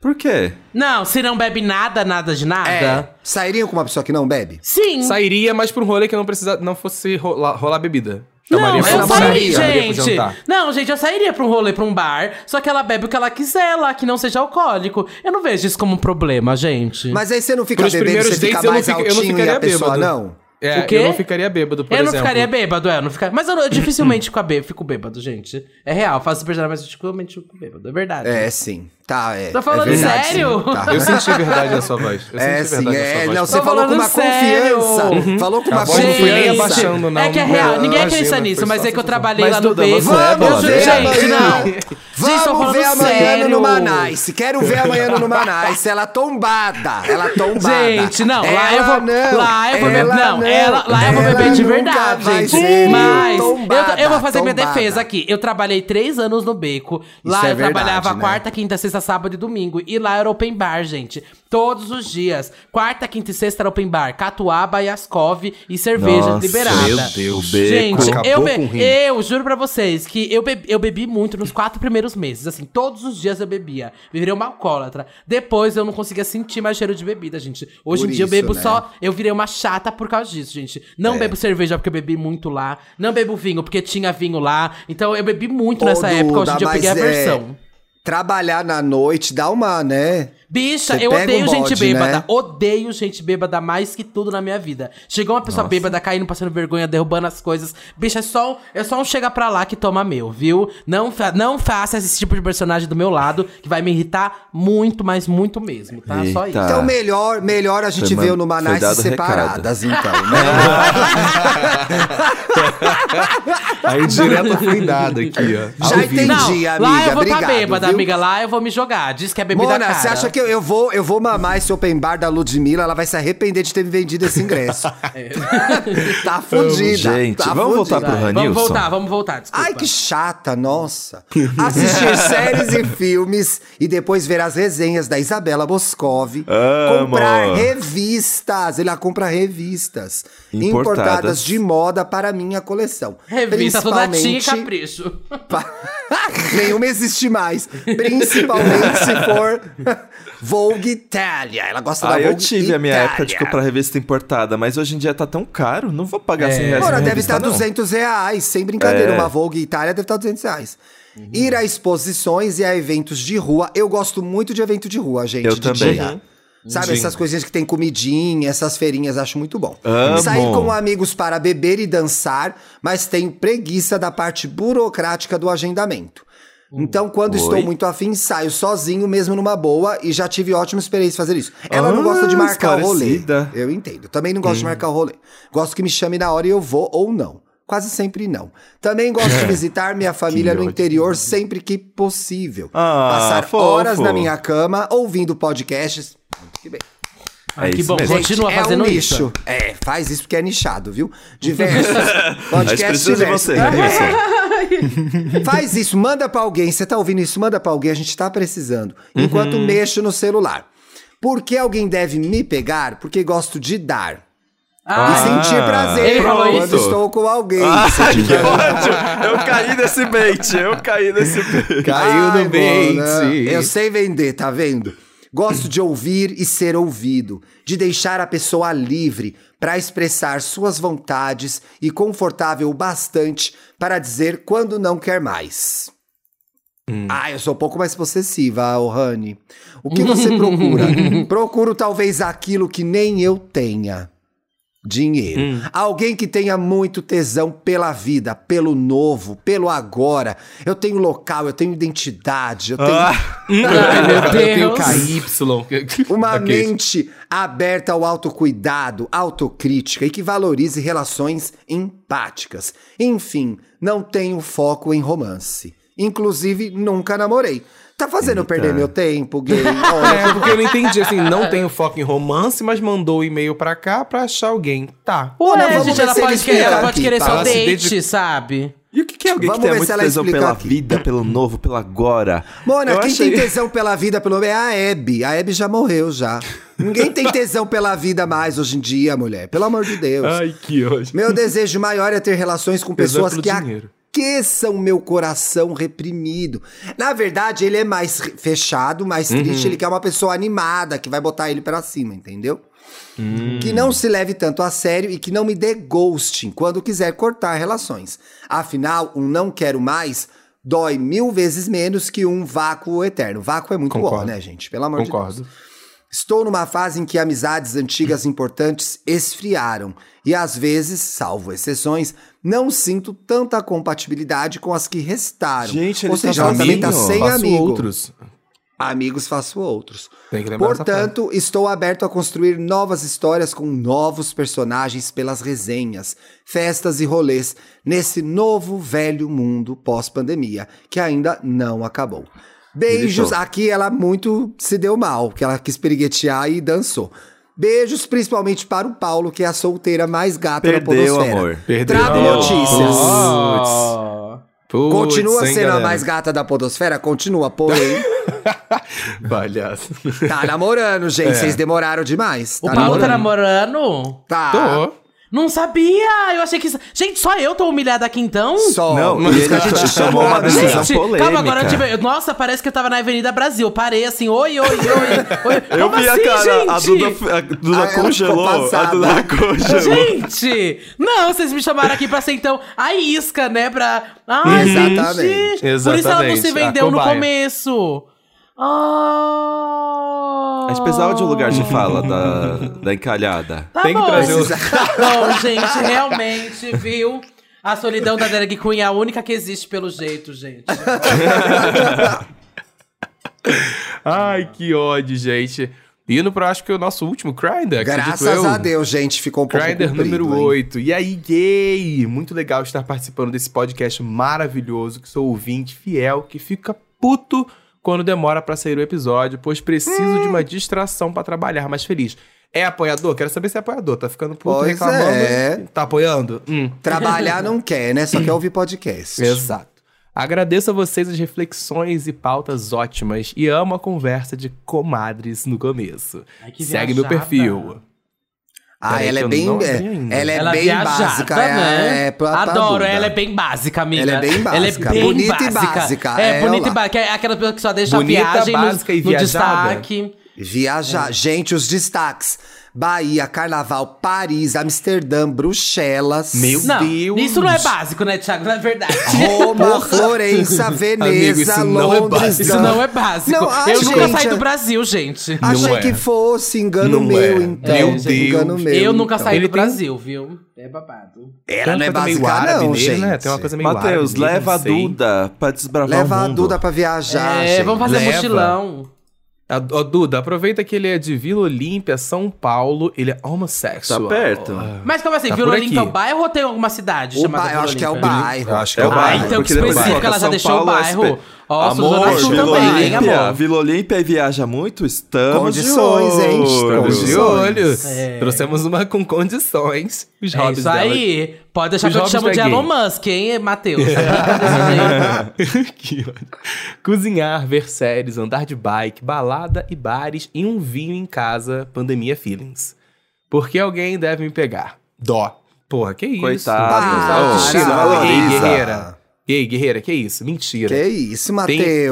Speaker 1: Por quê?
Speaker 4: Não, se não bebe nada, nada de nada.
Speaker 3: É. Sairiam com uma pessoa que não bebe?
Speaker 4: Sim.
Speaker 2: Sairia, mas pra um rolê que não, precisa, não fosse rolar, rolar bebida.
Speaker 4: Não,
Speaker 2: Maria
Speaker 4: eu
Speaker 3: falou que
Speaker 4: sairia,
Speaker 2: sairia pro
Speaker 4: gente.
Speaker 2: jantar.
Speaker 4: Não, gente, eu sairia pra um rolê, pra um bar. Só que ela bebe o que ela quiser lá, que não seja alcoólico. Eu não vejo isso como um problema, gente.
Speaker 3: Mas aí você não fica
Speaker 2: Pros
Speaker 3: bebendo,
Speaker 2: primeiros
Speaker 3: você fica
Speaker 2: dates, eu não
Speaker 3: mais
Speaker 2: fico- eu não
Speaker 3: altinho e a
Speaker 2: ficaria
Speaker 3: pessoa
Speaker 2: bêbado.
Speaker 3: não?
Speaker 2: É,
Speaker 4: O quê?
Speaker 2: eu não ficaria bêbado, por
Speaker 4: eu
Speaker 2: exemplo.
Speaker 4: não ficaria bêbado, é, eu não ficaria. Mas eu, não- eu dificilmente fico, bê, fico bêbado, gente. É real, faço personagem, mas eu dificilmente fico bêbado, é verdade.
Speaker 3: É, sim. Tá, é.
Speaker 4: Tô falando
Speaker 3: é verdade,
Speaker 4: sério?
Speaker 3: sim. Tá.
Speaker 2: Eu senti a verdade na sua voz. Eu
Speaker 3: É,
Speaker 2: senti a
Speaker 3: sim,
Speaker 2: verdade na
Speaker 3: é.
Speaker 2: sua
Speaker 3: Não,
Speaker 2: voz.
Speaker 3: você
Speaker 4: Tô
Speaker 3: falou com
Speaker 4: falando
Speaker 3: uma
Speaker 4: sério.
Speaker 3: confiança. Falou com uma
Speaker 2: Uhum. A voz não foi nem
Speaker 4: Gente,
Speaker 3: confiança.
Speaker 2: abaixando, não.
Speaker 4: É que é
Speaker 2: Não,
Speaker 4: real, ninguém
Speaker 2: imagina,
Speaker 4: acredita nisso,
Speaker 2: foi
Speaker 4: mas
Speaker 2: só-
Speaker 4: é que eu trabalhei
Speaker 1: Mas
Speaker 4: lá no
Speaker 1: Duda,
Speaker 4: beco.
Speaker 1: você é
Speaker 3: Vamos
Speaker 1: bêbado?
Speaker 3: ver
Speaker 4: gente,
Speaker 3: amanhã.
Speaker 4: não. Gente, tô
Speaker 3: Vamos
Speaker 4: falando
Speaker 3: ver amanhã
Speaker 4: sério.
Speaker 3: no Manais. Quero ver amanhã no Manais. Ela tombada. Ela tombada.
Speaker 4: Gente, não, lá
Speaker 3: Ela
Speaker 4: eu vou.
Speaker 3: não,
Speaker 4: lá eu vou beber.
Speaker 3: ela
Speaker 4: Não, ela, lá eu vou
Speaker 3: Ela
Speaker 4: beber de
Speaker 3: nunca
Speaker 4: verdade,
Speaker 3: vai
Speaker 4: gente.
Speaker 3: ser
Speaker 4: Mas
Speaker 3: tombada,
Speaker 4: eu, eu vou fazer minha
Speaker 3: tombada.
Speaker 4: defesa aqui. Eu trabalhei três anos no beco. Lá
Speaker 3: é
Speaker 4: eu
Speaker 3: verdade,
Speaker 4: trabalhava
Speaker 3: né?
Speaker 4: quarta, quinta, sexta, sábado e domingo. E lá era open bar, gente. Todos os dias. Quarta, quinta e sexta era open bar. Catuaba, Yaskov e cerveja
Speaker 1: Nossa,
Speaker 4: liberada.
Speaker 1: meu Deus. O beco.
Speaker 4: Gente,
Speaker 3: Acabou
Speaker 4: eu,
Speaker 3: com o
Speaker 4: be
Speaker 3: rim.
Speaker 4: eu juro pra vocês que eu, be- eu bebi muito nos quatro primeiros meses. Assim, todos os dias eu bebia. Virei uma alcoólatra. Depois eu não conseguia sentir mais cheiro de bebida, gente. Hoje
Speaker 3: Por
Speaker 4: em dia
Speaker 3: isso,
Speaker 4: eu bebo
Speaker 3: né? É.
Speaker 4: só. Eu virei uma chata por causa disso, gente. Não bebo cerveja porque eu bebi muito lá. Não bebo vinho porque tinha vinho lá. Então eu bebi muito
Speaker 3: Ô,
Speaker 4: nessa época.
Speaker 3: Duda,
Speaker 4: Hoje em dia eu peguei a
Speaker 3: mas é,
Speaker 4: versão.
Speaker 3: Trabalhar na noite dá uma, né?
Speaker 4: Bicha,
Speaker 3: Você
Speaker 4: eu
Speaker 3: pega
Speaker 4: odeio
Speaker 3: um
Speaker 4: gente
Speaker 3: bode,
Speaker 4: bêbada.
Speaker 3: né?
Speaker 4: Odeio gente bêbada mais que tudo na minha vida. Chegou uma pessoa bêbada caindo, passando vergonha, derrubando as coisas. Bicha, é só, é só um chega pra lá que toma meu, viu? Não, fa- não faça esse tipo de personagem do meu lado, que vai me irritar muito, mas muito mesmo, tá? Só
Speaker 1: Eita.
Speaker 4: isso.
Speaker 3: Então, melhor, melhor a gente
Speaker 1: É. Foi
Speaker 3: vê
Speaker 1: man-
Speaker 3: no
Speaker 1: foi
Speaker 3: Manais
Speaker 1: dado o
Speaker 3: separadas, então.
Speaker 4: É,
Speaker 3: Né?
Speaker 2: A indireta foi dada aqui, ó.
Speaker 3: Já
Speaker 2: Ao vivo.
Speaker 3: entendi.
Speaker 4: lá
Speaker 3: amiga,
Speaker 4: eu vou
Speaker 3: obrigado,
Speaker 4: tá bêbada,
Speaker 3: viu?
Speaker 4: amiga. Lá eu vou me jogar. Diz que é bebida
Speaker 3: Mona,
Speaker 4: cara.
Speaker 3: você acha que eu, eu vou, eu vou mamar esse open bar da Ludmilla? Ela vai se arrepender de ter me vendido esse ingresso.
Speaker 4: É.
Speaker 3: tá fudida.
Speaker 1: Gente,
Speaker 3: tá
Speaker 1: vamos
Speaker 3: fudida.
Speaker 1: voltar pro
Speaker 4: Vai,
Speaker 1: Ranilson?
Speaker 4: Vamos voltar, vamos voltar, desculpa.
Speaker 3: Ai, que chata, nossa. Assistir séries e filmes e depois ver as resenhas da Isabela Boscovi.
Speaker 1: Amo.
Speaker 3: Comprar revistas. Ela compra revistas importadas,
Speaker 1: Importadas.
Speaker 3: de moda para a minha coleção.
Speaker 4: Revista toda tinha e
Speaker 3: Principalmente-
Speaker 4: capricho.
Speaker 3: Pa- Nenhuma existe mais. Principalmente se for Vogue Itália. Ela gosta da
Speaker 1: Ah,
Speaker 3: Vogue
Speaker 1: eu tive a minha
Speaker 3: Itália.
Speaker 1: época de comprar revista importada, mas hoje em dia tá tão caro, não vou
Speaker 4: É.
Speaker 1: pagar 100 reais
Speaker 3: Ora,
Speaker 1: numa
Speaker 3: deve
Speaker 1: revista,
Speaker 3: estar
Speaker 1: não.
Speaker 3: 200 reais, sem brincadeira.
Speaker 1: É.
Speaker 3: Uma Vogue Itália deve estar 200 reais. Ir a exposições e a eventos de rua. Eu gosto muito de evento de rua, gente.
Speaker 1: Eu
Speaker 3: de
Speaker 1: também.
Speaker 3: Dia. Sabe,
Speaker 1: Sim.
Speaker 3: essas coisinhas que tem comidinha, essas feirinhas, acho muito bom.
Speaker 1: Amo.
Speaker 3: Sair com amigos para beber e dançar, mas tenho preguiça da parte burocrática do agendamento. Então, quando estou
Speaker 1: Oi.
Speaker 3: muito afim, saio sozinho, mesmo numa boa, e já tive ótima experiência fazer isso. Ela não
Speaker 1: Ah,
Speaker 3: gosta de marcar o rolê.
Speaker 1: esclarecida.
Speaker 3: Eu entendo. Também não gosto de marcar o rolê. Gosto que me chame na hora e eu vou ou não. Quase sempre não. Também gosto de visitar minha família no
Speaker 2: ódio.
Speaker 3: interior sempre que possível.
Speaker 1: Ah,
Speaker 3: Passar
Speaker 1: fofo.
Speaker 3: horas na minha cama ouvindo podcasts. Que bem.
Speaker 1: É
Speaker 4: que
Speaker 1: isso
Speaker 4: bom,
Speaker 1: mesmo.
Speaker 3: Gente,
Speaker 4: continua
Speaker 3: é
Speaker 4: fazendo
Speaker 3: um
Speaker 4: isso.
Speaker 3: nicho. É, faz isso porque é nichado, viu? Diversos.
Speaker 1: Mas
Speaker 3: podcasts
Speaker 1: preciso Ah, de
Speaker 3: diversos. É,
Speaker 1: você, né? Ranilson.
Speaker 3: Faz isso, manda pra alguém. Você tá ouvindo isso? Manda pra alguém, a gente tá precisando. Enquanto
Speaker 1: Uhum.
Speaker 3: mexo no celular. Por que alguém deve me pegar? Porque gosto de dar. E
Speaker 1: Ah,
Speaker 3: sentir prazer
Speaker 4: ele falou
Speaker 3: quando
Speaker 4: isso? Ah,
Speaker 3: estou com alguém.
Speaker 1: Ai, que ódio! Eu caí nesse bait, eu caí nesse bait.
Speaker 2: Caiu
Speaker 3: Ai,
Speaker 2: no bait.
Speaker 3: Mona, "Ah, né? Eu sei vender, tá vendo? Gosto de ouvir e ser ouvido, de deixar a pessoa livre para expressar suas vontades e confortável o bastante para dizer quando não quer mais. Ah, eu sou um pouco mais possessiva, Ohane. O que você procura? Procuro talvez aquilo que nem eu tenha. Dinheiro. Alguém que tenha muito tesão pela vida, pelo novo, pelo agora. Eu tenho local, eu tenho identidade, eu tenho
Speaker 1: Ah,
Speaker 4: Ai, meu
Speaker 2: Eu tenho
Speaker 4: Deus.
Speaker 2: KY.
Speaker 3: uma
Speaker 2: Ok.
Speaker 3: mente aberta ao autocuidado, autocrítica e que valorize relações empáticas. Enfim, não tenho foco em romance. Inclusive, nunca namorei. Tá fazendo eu perder meu tempo, gay? Olha,
Speaker 2: É, porque eu não entendi, assim, não tenho foco em romance, mas mandou o e-mail pra cá pra achar alguém. Tá.
Speaker 3: Ora,
Speaker 4: Ué,
Speaker 3: vamos
Speaker 4: É, gente,
Speaker 3: ver
Speaker 4: ela
Speaker 3: se ele
Speaker 4: pode, querer, ela
Speaker 3: explica
Speaker 4: pode
Speaker 3: aqui,
Speaker 4: querer só
Speaker 3: fala
Speaker 2: se
Speaker 4: date,
Speaker 2: dedica-
Speaker 4: sabe?
Speaker 1: E o que, que é alguém
Speaker 3: Vamos
Speaker 1: que
Speaker 3: ver
Speaker 1: tem
Speaker 3: se
Speaker 1: muito
Speaker 3: ela
Speaker 1: tesão
Speaker 3: explica
Speaker 1: pela
Speaker 3: aqui.
Speaker 1: vida, pelo novo, pelo agora?
Speaker 3: Mona,
Speaker 1: Eu
Speaker 3: quem
Speaker 1: achei-
Speaker 3: tem tesão pela vida, pelo é a Hebe. A Hebe já morreu, já. Ninguém tem tesão pela vida mais hoje em dia, mulher. Pelo amor de Deus.
Speaker 2: Ai, que ódio.
Speaker 3: Meu desejo maior é ter relações com
Speaker 2: Tesão
Speaker 3: pessoas
Speaker 2: é pelo
Speaker 3: que
Speaker 2: dinheiro.
Speaker 3: aqueçam meu coração reprimido. Na verdade, ele é mais re- fechado, mais triste. Ele quer uma pessoa animada que vai botar ele pra cima, entendeu? Que não se leve tanto a sério e que não me dê ghosting quando quiser cortar relações. Afinal, um não quero mais dói mil vezes menos que um vácuo eterno. Vácuo é muito bom,
Speaker 2: Concordo.
Speaker 3: né, gente? Pelo amor de Deus.
Speaker 2: Concordo.
Speaker 3: Estou numa fase em que amizades antigas importantes esfriaram e às vezes, salvo exceções, não sinto tanta compatibilidade com as que restaram.
Speaker 1: Gente, ele
Speaker 3: Ou
Speaker 1: tá
Speaker 3: seja, ela também tá
Speaker 1: sozinho.
Speaker 3: sem
Speaker 2: Faço
Speaker 3: amigo.
Speaker 2: outros.
Speaker 3: Amigos faço outros.
Speaker 2: Tem que lembrar dessa
Speaker 3: Portanto, estou aberto a construir novas histórias com novos personagens pelas resenhas, festas e rolês nesse novo velho mundo pós-pandemia, que ainda não acabou. Beijos.
Speaker 1: Militou.
Speaker 3: Aqui ela muito se deu mal, que ela quis periguetear e dançou. Beijos principalmente para o Paulo, que é a solteira mais gata da
Speaker 1: Perdeu,
Speaker 3: podosfera.
Speaker 1: amor.
Speaker 2: Perdeu.
Speaker 3: Trago
Speaker 2: Oh.
Speaker 3: notícias.
Speaker 2: Puts. Puts,
Speaker 3: Continua
Speaker 2: hein,
Speaker 3: sendo a
Speaker 2: galera?
Speaker 3: mais gata da podosfera? Continua, porém.
Speaker 2: Palhaço.
Speaker 3: Tá namorando, gente. Vocês demoraram demais.
Speaker 4: O Paulo tá namorando?
Speaker 3: Tá.
Speaker 2: Tô.
Speaker 4: Não sabia! Eu achei que. Gente, só eu tô humilhada aqui então?
Speaker 3: Só.
Speaker 1: Não, e ele tomou uma
Speaker 3: Gente,
Speaker 1: decisão
Speaker 4: Gente,
Speaker 1: polêmica.
Speaker 4: calma, agora eu tive. Nossa, parece que eu tava na Avenida Brasil. Parei assim, oi, oi, oi, oi.
Speaker 1: Eu
Speaker 4: Como
Speaker 1: vi
Speaker 4: assim,
Speaker 1: a cara, a
Speaker 4: gente?
Speaker 1: Duda, a Duda
Speaker 3: Ah, ela
Speaker 1: congelou,
Speaker 3: ficou
Speaker 1: a
Speaker 3: passada.
Speaker 1: Duda congelou.
Speaker 4: Gente! Não, vocês me chamaram aqui pra ser então a isca, né? Pra. Ai,
Speaker 1: Uhum.
Speaker 3: Exatamente.
Speaker 4: gente. Por isso ela não se
Speaker 2: Exatamente,
Speaker 4: vendeu
Speaker 2: a
Speaker 4: no
Speaker 2: cobaia.
Speaker 4: começo. Ah.
Speaker 1: A gente precisava de um lugar
Speaker 4: Uhum.
Speaker 1: de fala da, da encalhada.
Speaker 4: Tá
Speaker 2: Tem que
Speaker 4: bom.
Speaker 2: trazer o-
Speaker 4: Tá bom, gente, realmente, viu? A solidão da drag queen é a única que existe pelo jeito, gente.
Speaker 2: Ai, que ódio, gente. Indo pra, acho que é o nosso último Grindr, acredito
Speaker 3: Graças
Speaker 2: eu.
Speaker 3: a Deus, gente, ficou um pouco
Speaker 2: Grindr
Speaker 3: comprido,
Speaker 2: número
Speaker 3: hein?
Speaker 2: 8. E aí, gay! Muito legal estar participando desse podcast maravilhoso, que sou ouvinte fiel, que fica puto quando demora pra sair o episódio, pois preciso de
Speaker 3: Hum.
Speaker 2: uma distração pra trabalhar mais feliz. É apoiador? Quero saber se é apoiador. Tá ficando puto
Speaker 3: Pois
Speaker 2: reclamando.
Speaker 3: é.
Speaker 2: Tá apoiando? Hum.
Speaker 3: Trabalhar não quer, né? Só quer ouvir podcast.
Speaker 2: Exato. Agradeço a vocês as reflexões e pautas ótimas e amo a conversa de comadres no começo.
Speaker 4: Ai, que
Speaker 2: Segue meu
Speaker 4: viajada.
Speaker 2: perfil.
Speaker 3: Ah,
Speaker 2: Peraí
Speaker 3: ela
Speaker 2: que
Speaker 3: é
Speaker 2: eu
Speaker 3: bem.
Speaker 2: não
Speaker 3: é-
Speaker 2: abri ainda.
Speaker 3: ela é
Speaker 4: ela
Speaker 3: bem
Speaker 4: viajada,
Speaker 3: básica.
Speaker 4: né?
Speaker 3: É, é pra- pra
Speaker 4: Adoro,
Speaker 3: bunda.
Speaker 4: ela é bem básica, amiga.
Speaker 3: Ela é bem básica,
Speaker 4: Ela é bem
Speaker 3: bonita e
Speaker 4: básica.
Speaker 3: básica,
Speaker 4: É,
Speaker 3: é
Speaker 4: bonita
Speaker 3: ela.
Speaker 4: e básica. É aquela pessoa que só deixa
Speaker 2: Bonita,
Speaker 4: a viagem no-
Speaker 2: básica e
Speaker 4: no,
Speaker 2: viajada.
Speaker 4: destaque. É.
Speaker 3: Viajar. Gente, os destaques: Bahia, Carnaval, Paris, Amsterdã, Bruxelas.
Speaker 2: Meu
Speaker 4: Não,
Speaker 2: Deus.
Speaker 4: isso não é básico, né, Thiago? Na verdade.
Speaker 3: Roma, Florença, Veneza,
Speaker 2: isso não é
Speaker 3: Londres.
Speaker 2: básico.
Speaker 4: Isso não é básico.
Speaker 3: Não, ah,
Speaker 4: Eu nunca
Speaker 3: gente,
Speaker 4: saí do
Speaker 3: é-
Speaker 4: Brasil, gente.
Speaker 2: Ah,
Speaker 3: Achei
Speaker 2: Não é.
Speaker 3: que fosse engano
Speaker 2: Não
Speaker 3: meu,
Speaker 2: é.
Speaker 3: então.
Speaker 2: Meu
Speaker 3: gente, Engano
Speaker 2: Deus.
Speaker 3: meu,
Speaker 4: eu nunca
Speaker 3: então.
Speaker 4: saí
Speaker 2: Ele
Speaker 4: do
Speaker 2: tem-
Speaker 4: Brasil, viu? É babado.
Speaker 3: Ela não é
Speaker 2: Tem uma coisa meio
Speaker 3: básica,
Speaker 2: árabe
Speaker 3: não,
Speaker 2: nele,
Speaker 3: gente.
Speaker 2: né? Tem uma coisa um meio
Speaker 1: Matheus,
Speaker 2: árabe,
Speaker 1: leva
Speaker 2: não
Speaker 1: a
Speaker 2: sei.
Speaker 1: Duda pra desbravar
Speaker 3: Leva
Speaker 1: o
Speaker 3: a
Speaker 1: mundo. Tá
Speaker 3: Duda pra viajar,
Speaker 4: é,
Speaker 3: gente.
Speaker 4: vamos fazer
Speaker 2: Leva.
Speaker 4: mochilão.
Speaker 2: A, ó, Duda, aproveita que ele é de Vila Olímpia, São Paulo. Ele é homossexual.
Speaker 1: Tá perto.
Speaker 4: Mas como assim?
Speaker 2: Tá
Speaker 4: Vila
Speaker 2: por
Speaker 4: Olímpia é o
Speaker 2: aqui.
Speaker 4: bairro ou tem alguma cidade
Speaker 3: O
Speaker 4: chamada
Speaker 3: bairro, eu
Speaker 4: Vila
Speaker 3: acho que é o
Speaker 4: Olímpia?
Speaker 3: bairro.
Speaker 2: acho que
Speaker 1: É o bairro.
Speaker 4: Ah, então
Speaker 1: porque
Speaker 4: que
Speaker 1: depois vai
Speaker 4: específico,
Speaker 1: pra
Speaker 4: ela já
Speaker 1: São
Speaker 4: deixou o
Speaker 1: Paulo, é
Speaker 4: bairro.
Speaker 1: espe-
Speaker 4: Ó, Suzana
Speaker 1: amor,
Speaker 4: Sul
Speaker 1: Vila
Speaker 4: também,
Speaker 1: Olímpia.
Speaker 4: amor.
Speaker 1: Vila Olímpia e viaja muito? Estamos
Speaker 3: Condições,
Speaker 1: de
Speaker 3: hein?
Speaker 1: olho.
Speaker 2: Estamos de olho.
Speaker 4: É.
Speaker 2: Trouxemos uma com condições. Os
Speaker 4: É
Speaker 2: hobbies
Speaker 4: isso aí. Pode deixar
Speaker 2: Os
Speaker 4: que eu te
Speaker 2: hobbies
Speaker 4: chamo
Speaker 2: da
Speaker 4: de
Speaker 2: gay.
Speaker 4: Elon Musk, hein, Matheus? Fica
Speaker 2: dela. Que ódio. Cozinhar, ver séries, andar de bike, balada e bares e um vinho em casa. Pandemia feelings. Porque alguém deve me pegar. Dó. Porra, que isso?
Speaker 1: Coitado.
Speaker 3: Para,
Speaker 2: Autoestima.
Speaker 3: para.
Speaker 2: Ei, guerreira. Ei, guerreira, que isso? Mentira.
Speaker 3: Que isso,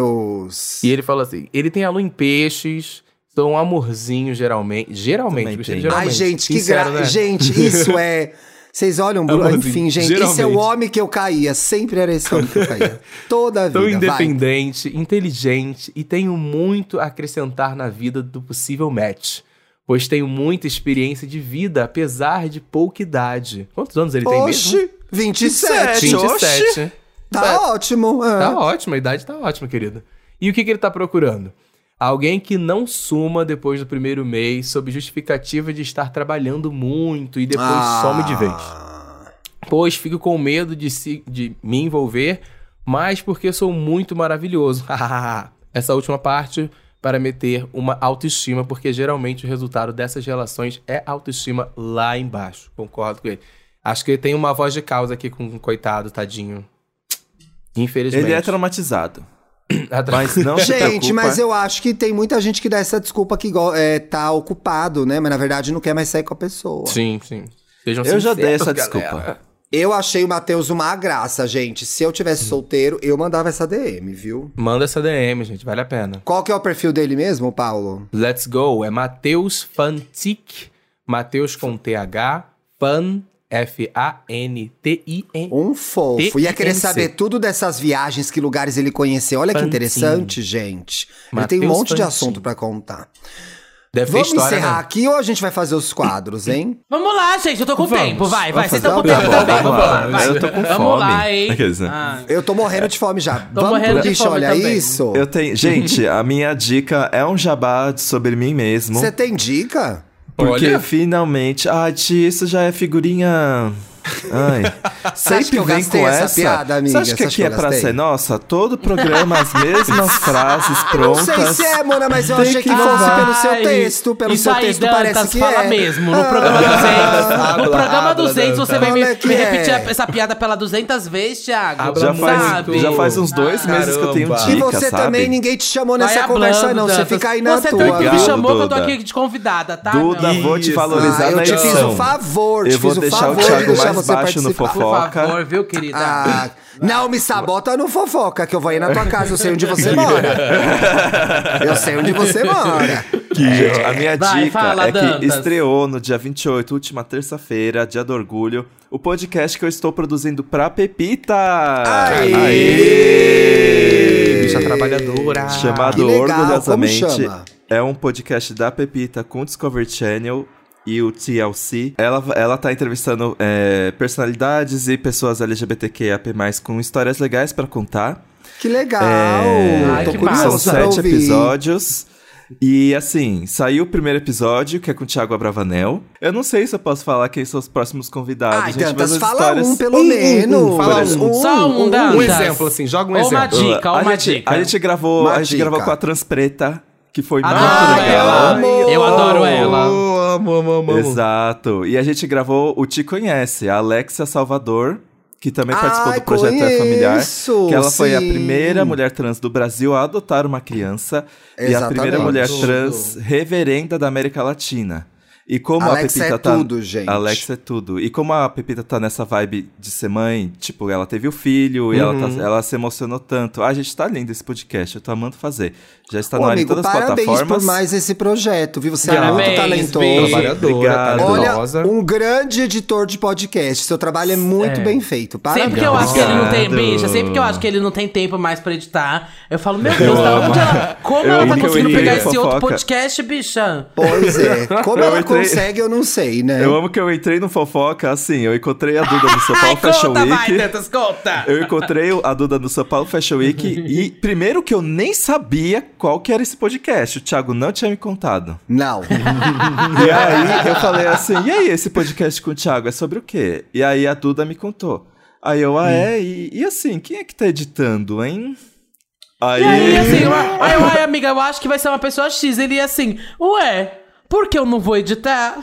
Speaker 3: Matheus?
Speaker 2: E ele fala assim: ele tem a lua em peixes, sou um amorzinho geralmente. Geralmente,
Speaker 1: Também
Speaker 2: gostei
Speaker 1: tem.
Speaker 2: de geralmente.
Speaker 3: Ai, gente, que
Speaker 2: Sincero,
Speaker 3: graça.
Speaker 2: né?
Speaker 3: Gente, isso é. Vocês olham, Bruno.
Speaker 2: Amorzinho,
Speaker 3: Enfim, gente, esse é o
Speaker 2: geralmente.
Speaker 3: homem que eu caía. Sempre era esse homem que eu caía. Toda a vida.
Speaker 2: Tão
Speaker 3: vai.
Speaker 2: independente, inteligente e tenho muito a acrescentar na vida do possível match. Pois tenho muita experiência de vida, apesar de pouca idade. Quantos anos ele tem mesmo?
Speaker 3: Oxi, 27.
Speaker 1: Oxi.
Speaker 2: 27.
Speaker 3: Tá ótimo. é.
Speaker 2: Tá ótimo, a idade tá ótima, querido. E o que, que ele tá procurando? Alguém que não suma depois do primeiro mês, sob justificativa de estar trabalhando muito e depois
Speaker 3: Ah.
Speaker 2: some de vez. Pois fico com medo de, se- de me envolver, mas porque sou muito maravilhoso. Essa última parte para meter uma autoestima, porque geralmente o resultado dessas relações é autoestima lá embaixo. Concordo com ele. Acho que ele tem uma voz de causa aqui com o coitado, tadinho. Infelizmente.
Speaker 1: Ele é traumatizado.
Speaker 2: Atra-
Speaker 1: Mas não se
Speaker 3: Gente,
Speaker 1: preocupa.
Speaker 3: mas eu acho que tem muita gente que dá essa desculpa que go- é, tá ocupado, né? Mas na verdade não quer mais sair com a pessoa.
Speaker 2: Sim, sim. Sejam
Speaker 1: Eu já
Speaker 2: sinceros,
Speaker 1: dei essa
Speaker 2: galera.
Speaker 1: desculpa.
Speaker 3: Eu achei o Matheus uma graça, gente. Se eu tivesse solteiro, eu mandava essa DM, viu?
Speaker 2: Manda essa DM, gente, vale a pena.
Speaker 3: Qual que é o perfil dele mesmo, Paulo?
Speaker 2: Let's go, é Matheus Fantic Matheus com TH, Fan, F-A-N-T-I-N.
Speaker 3: Um fofo. Ia querer
Speaker 2: TNC.
Speaker 3: saber tudo dessas viagens, que lugares ele conheceu. Olha que
Speaker 2: Fantin.
Speaker 3: interessante, gente. Ele tem um
Speaker 2: Matheus
Speaker 3: monte de
Speaker 2: Fantin.
Speaker 3: assunto pra contar.
Speaker 2: Deve ter
Speaker 3: Vamos
Speaker 2: história,
Speaker 3: encerrar
Speaker 2: né?
Speaker 3: aqui ou a gente vai fazer os quadros, hein?
Speaker 4: Vamos lá, gente, eu tô com
Speaker 2: Vamos.
Speaker 4: tempo, vai, vai.
Speaker 3: Vamos
Speaker 4: Vocês estão com
Speaker 3: fazer
Speaker 4: tempo
Speaker 1: prova.
Speaker 3: uma
Speaker 4: também,
Speaker 1: Vamos lá.
Speaker 4: Tá vamos vai.
Speaker 1: Eu tô com
Speaker 4: Vamos
Speaker 1: fome.
Speaker 4: lá, hein.
Speaker 1: Aqueles, né?
Speaker 4: Ah,
Speaker 3: Eu tô morrendo de fome já. Vamos
Speaker 4: morrendo
Speaker 3: pro
Speaker 4: de
Speaker 3: lixo,
Speaker 4: fome
Speaker 3: olha
Speaker 4: também.
Speaker 3: isso.
Speaker 1: Eu tenho. Gente, a minha dica é um jabá de- sobre mim mesmo.
Speaker 3: Você tem dica?
Speaker 1: Porque
Speaker 2: Olha.
Speaker 1: finalmente. Ah, Ti, isso já é figurinha. Ai. Sempre
Speaker 3: acha que eu
Speaker 1: vem
Speaker 3: gastei
Speaker 1: com
Speaker 3: essa
Speaker 1: essa.
Speaker 3: piada, amiga?
Speaker 1: Você acha
Speaker 3: Você
Speaker 1: que
Speaker 3: acha
Speaker 1: aqui
Speaker 3: que
Speaker 1: é
Speaker 3: eu
Speaker 1: pra
Speaker 3: gastei?
Speaker 1: ser nossa? Todo programa, as mesmas frases
Speaker 3: Não
Speaker 1: prontas.
Speaker 3: sei se é, Mona, mas eu
Speaker 1: Tem
Speaker 3: achei que,
Speaker 1: que
Speaker 3: fosse
Speaker 1: provar.
Speaker 3: pelo seu
Speaker 4: Ai,
Speaker 3: texto. Pelo
Speaker 4: isso
Speaker 3: seu
Speaker 4: aí,
Speaker 3: texto
Speaker 4: Dantas,
Speaker 3: parece que
Speaker 4: fala
Speaker 3: é.
Speaker 4: mesmo. No programa 200,
Speaker 2: habla,
Speaker 4: no programa
Speaker 2: habla,
Speaker 4: 200 você
Speaker 2: Dantas.
Speaker 4: vai me,
Speaker 3: Olha que
Speaker 4: me repetir
Speaker 3: é.
Speaker 4: a- essa piada pela 200 vezes, Thiago.
Speaker 2: Habla
Speaker 1: Já
Speaker 4: sabe?
Speaker 1: faz,
Speaker 2: muito.
Speaker 1: já faz uns dois
Speaker 2: Caramba.
Speaker 1: meses que eu tenho dica,
Speaker 3: E você
Speaker 1: sabe?
Speaker 3: também, ninguém te chamou
Speaker 4: Vai
Speaker 3: nessa
Speaker 4: hablando,
Speaker 3: conversa, não. Você
Speaker 4: Dantas.
Speaker 3: fica aí na
Speaker 4: Você
Speaker 3: tua.
Speaker 4: tranquilo, me
Speaker 1: viu?
Speaker 4: chamou que eu tô
Speaker 1: Duda?
Speaker 4: aqui de convidada, tá?
Speaker 1: Duda,
Speaker 4: meu?
Speaker 1: vou te
Speaker 2: Isso.
Speaker 1: valorizar
Speaker 3: Ah, eu
Speaker 1: na
Speaker 3: te
Speaker 1: edição.
Speaker 3: fiz o favor, te
Speaker 1: Eu vou
Speaker 3: fiz o
Speaker 1: deixar
Speaker 3: favor
Speaker 1: o
Speaker 3: de
Speaker 1: Thiago
Speaker 3: deixar
Speaker 1: mais
Speaker 3: você
Speaker 1: baixo no
Speaker 3: participar.
Speaker 4: Por
Speaker 1: fofoca.
Speaker 4: favor, viu, querida?
Speaker 3: Ah, não me sabota no fofoca, que eu vou ir na tua casa, eu sei onde você mora. Eu sei onde você mora.
Speaker 1: Gente, a minha
Speaker 4: Vai,
Speaker 1: dica
Speaker 4: fala,
Speaker 1: é que
Speaker 4: Dantas.
Speaker 1: estreou no dia 28, última terça-feira, dia do orgulho, o podcast que eu estou produzindo pra Pepita.
Speaker 3: Aê!
Speaker 1: Aê!
Speaker 2: Bicha trabalhadora.
Speaker 1: Chamado
Speaker 3: Que legal,
Speaker 1: Orgulhosamente.
Speaker 3: como chama?
Speaker 1: É um podcast da Pepita com Discovery Channel e o TLC. Ela, ela tá entrevistando é, personalidades e pessoas LGBTQIAP+, com histórias legais pra contar. É,
Speaker 3: Que legal.
Speaker 4: Ai,
Speaker 3: Tô
Speaker 4: que
Speaker 1: São
Speaker 4: massa.
Speaker 3: curioso pra
Speaker 1: sete
Speaker 3: ouvir.
Speaker 1: episódios. E assim, saiu o primeiro episódio, que é com o Thiago Abravanel. Eu não sei se eu posso falar quem são os próximos convidados.
Speaker 3: Ai,
Speaker 1: gente, mas
Speaker 3: Dantas,
Speaker 1: as
Speaker 3: fala
Speaker 1: histórias-
Speaker 3: um pelo menos.
Speaker 2: fala
Speaker 1: um.
Speaker 4: Só um, Dantas.
Speaker 2: Um exemplo, assim, joga um
Speaker 4: Ou uma
Speaker 2: exemplo.
Speaker 4: dica,
Speaker 1: a
Speaker 4: uma
Speaker 1: gente,
Speaker 4: dica.
Speaker 1: A gente gravou,
Speaker 3: Uma
Speaker 1: a gente
Speaker 3: dica.
Speaker 1: gravou com a Trans Preta, que foi
Speaker 4: Adoro
Speaker 2: Ah,
Speaker 1: muito
Speaker 2: é,
Speaker 4: ela.
Speaker 1: legal.
Speaker 4: Eu adoro ela.
Speaker 2: Amo, amo, amo, amo.
Speaker 1: Exato. E a gente gravou o Te Conhece, a Alexia Salvador, que também participou
Speaker 3: Ai,
Speaker 1: do projeto É Familiar.
Speaker 3: conheço,
Speaker 1: Que ela foi a
Speaker 3: sim.
Speaker 1: primeira mulher trans do Brasil a adotar uma criança e a
Speaker 3: Exatamente.
Speaker 1: primeira mulher
Speaker 4: Tudo.
Speaker 1: trans reverenda da América Latina. E como
Speaker 3: Alexia
Speaker 1: a Pepita
Speaker 3: é
Speaker 1: tá.
Speaker 3: tudo, gente.
Speaker 1: Alexia é tudo. E como a Pepita tá nessa vibe de ser mãe, tipo, ela teve o filho e ela,
Speaker 3: Uhum.
Speaker 1: tá- ela se emocionou tanto. Ah, gente, tá lindo esse podcast, eu tô amando fazer. Já está
Speaker 3: Ô,
Speaker 1: tá no ar em
Speaker 3: amigo,
Speaker 1: todas as
Speaker 3: parabéns por
Speaker 1: plataformas.
Speaker 3: mais esse projeto, viu? Você é muito
Speaker 4: Parabéns,
Speaker 3: talentoso.
Speaker 4: beijo.
Speaker 2: Trabalhadora,
Speaker 1: Obrigado.
Speaker 2: talentosa.
Speaker 3: Olha, um grande editor de podcast. Seu trabalho é muito bem feito. Parabéns.
Speaker 4: Sempre que eu acho que ele não tem,
Speaker 1: Obrigado.
Speaker 4: bicha, sempre que eu acho que ele não tem tempo mais pra editar, eu falo, meu Deus, da onde ela. Como
Speaker 1: Eu
Speaker 4: ela tá
Speaker 1: amo.
Speaker 4: conseguindo
Speaker 1: Eu
Speaker 4: pegar
Speaker 1: amo.
Speaker 4: esse outro
Speaker 1: Fofoca.
Speaker 4: podcast, bicha?
Speaker 3: Pois é. Como
Speaker 1: Eu
Speaker 3: ela
Speaker 1: entrei-
Speaker 3: consegue, eu não sei, né?
Speaker 1: Eu amo que eu entrei no fofoca, assim, eu encontrei a Duda no São Paulo Fashion
Speaker 4: conta, vai,
Speaker 1: Week.
Speaker 4: Dantas, conta!
Speaker 1: Eu encontrei a Duda no São Paulo Fashion Week e primeiro que eu nem sabia qual que era esse podcast. O Thiago não tinha me contado.
Speaker 3: Não.
Speaker 4: É,
Speaker 1: E
Speaker 4: Ah.
Speaker 1: aí eu falei assim: "E aí, esse podcast com o Thiago é sobre o quê?" E aí a Duda me contou. Aí eu:
Speaker 4: Hum.
Speaker 1: "Ah, é? E, e assim, quem é que tá editando, hein?" Aí,
Speaker 4: E aí, assim, eu, aí eu, ai, amiga, eu acho que vai ser uma pessoa X. Ele ia assim, ué, por que eu não vou editar?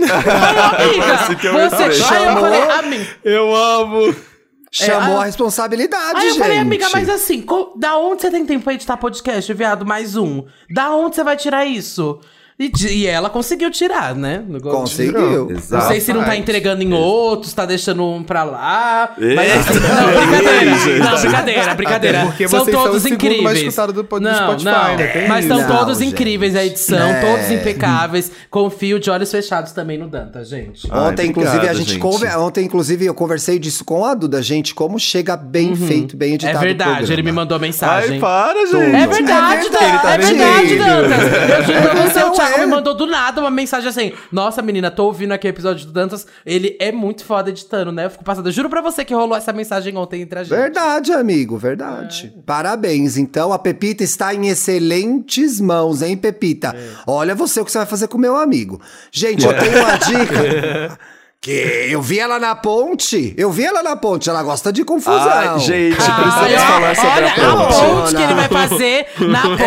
Speaker 4: Ai, amiga,
Speaker 1: assim que eu
Speaker 4: você...
Speaker 1: me
Speaker 4: Aí eu
Speaker 3: chamou.
Speaker 4: falei, amiga...
Speaker 2: Eu amo.
Speaker 3: Chamou
Speaker 4: É,
Speaker 3: a
Speaker 4: ah,
Speaker 3: responsabilidade,
Speaker 4: Aí eu
Speaker 3: gente.
Speaker 4: falei, amiga, mas assim, co- da onde você tem tempo pra editar podcast, viado? Mais um. Da onde você vai tirar isso? E, di- e ela conseguiu tirar, né? No gol.
Speaker 3: Conseguiu.
Speaker 4: Não
Speaker 1: Exato.
Speaker 4: sei se não tá entregando em outros, tá deixando um pra lá.
Speaker 1: Ei,
Speaker 4: mas assim, não,
Speaker 1: ei,
Speaker 4: brincadeira.
Speaker 1: gente.
Speaker 4: não, brincadeira, brincadeira.
Speaker 2: Até porque
Speaker 4: são
Speaker 2: vocês são o
Speaker 4: todos
Speaker 2: segundo
Speaker 4: incríveis.
Speaker 2: mais escutado do pod- do
Speaker 4: não,
Speaker 2: Spotify,
Speaker 4: não.
Speaker 2: né? Tem
Speaker 4: Mas
Speaker 2: isso.
Speaker 4: são
Speaker 3: Não,
Speaker 4: todos
Speaker 3: gente.
Speaker 4: incríveis a edição,
Speaker 3: É.
Speaker 4: todos impecáveis. Confio de olhos fechados também no Danta, gente.
Speaker 1: Ai,
Speaker 3: Ontem, inclusive, a
Speaker 1: obrigado,
Speaker 3: gente,
Speaker 1: Ah, é gente.
Speaker 3: conver- Ontem, inclusive, eu conversei disso com a Duda, gente, como chega bem feito, bem editado.
Speaker 2: tá
Speaker 4: É
Speaker 3: o
Speaker 4: verdade, ele me
Speaker 3: programa.
Speaker 4: mandou
Speaker 1: Ai,
Speaker 4: mensagem.
Speaker 1: para, gente.
Speaker 4: É verdade,
Speaker 3: É
Speaker 2: tá
Speaker 3: verdade,
Speaker 4: Dan- é verdade,
Speaker 3: querido.
Speaker 4: Dantas. Eu juro pra você, o
Speaker 3: Não
Speaker 4: Thiago
Speaker 3: é.
Speaker 4: me mandou do nada uma mensagem assim: Nossa, menina, tô ouvindo aqui o episódio do Dantas. Ele é muito foda editando, né? Eu fico passada. Juro pra você que rolou essa mensagem ontem entre a gente.
Speaker 3: Verdade, amigo, verdade.
Speaker 4: É.
Speaker 3: Parabéns. Então, a Pepita está em excelentes mãos, hein, Pepita?
Speaker 4: É.
Speaker 3: Olha você o que você vai fazer com o meu amigo. Gente, eu tenho uma dica. Que eu vi ela na ponte. Eu vi ela na ponte. Ela gosta de confusão.
Speaker 1: Ai, gente,
Speaker 4: Ai,
Speaker 1: precisamos
Speaker 4: ó,
Speaker 1: falar sobre
Speaker 4: Ah, olha
Speaker 1: a ponte.
Speaker 4: ponte que ele vai fazer na ponte.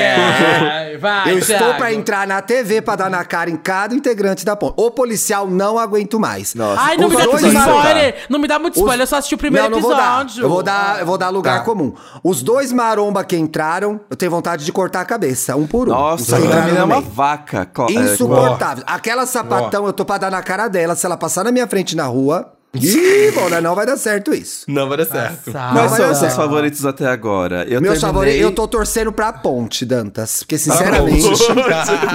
Speaker 4: É. Vai,
Speaker 3: Eu estou
Speaker 4: Thiago.
Speaker 3: pra entrar na TV pra dar na cara em cada integrante da ponte. O policial não aguento mais.
Speaker 1: Nossa.
Speaker 4: Ai, não
Speaker 3: Os
Speaker 4: me dá muito
Speaker 3: dois
Speaker 4: spoiler. Não me dá muito
Speaker 3: Os-
Speaker 4: spoiler. Eu só assisti o primeiro
Speaker 3: não, não
Speaker 4: episódio.
Speaker 3: Vou dar. Eu, vou dar, eu vou dar lugar
Speaker 2: Tá.
Speaker 3: comum. Os dois maromba que entraram, eu tenho vontade de cortar a cabeça, um por um.
Speaker 1: Nossa,
Speaker 3: Os que
Speaker 1: a
Speaker 3: entraram
Speaker 1: menina é
Speaker 3: no
Speaker 1: uma
Speaker 3: meio.
Speaker 1: vaca. Cla- é,
Speaker 3: Insuportável. Aquela sapatão, eu tô pra dar na cara dela. Se ela passar na minha frente na rua, Ih, bora, não vai dar certo isso.
Speaker 2: Não vai dar certo.
Speaker 4: Passada.
Speaker 1: Quais são
Speaker 3: Olha
Speaker 1: os seus
Speaker 3: só.
Speaker 1: favoritos até agora? Eu
Speaker 3: é Meu
Speaker 1: terminei-
Speaker 3: favorito, eu tô torcendo pra ponte, Dantas. Porque,
Speaker 1: Tá bom.
Speaker 3: sinceramente.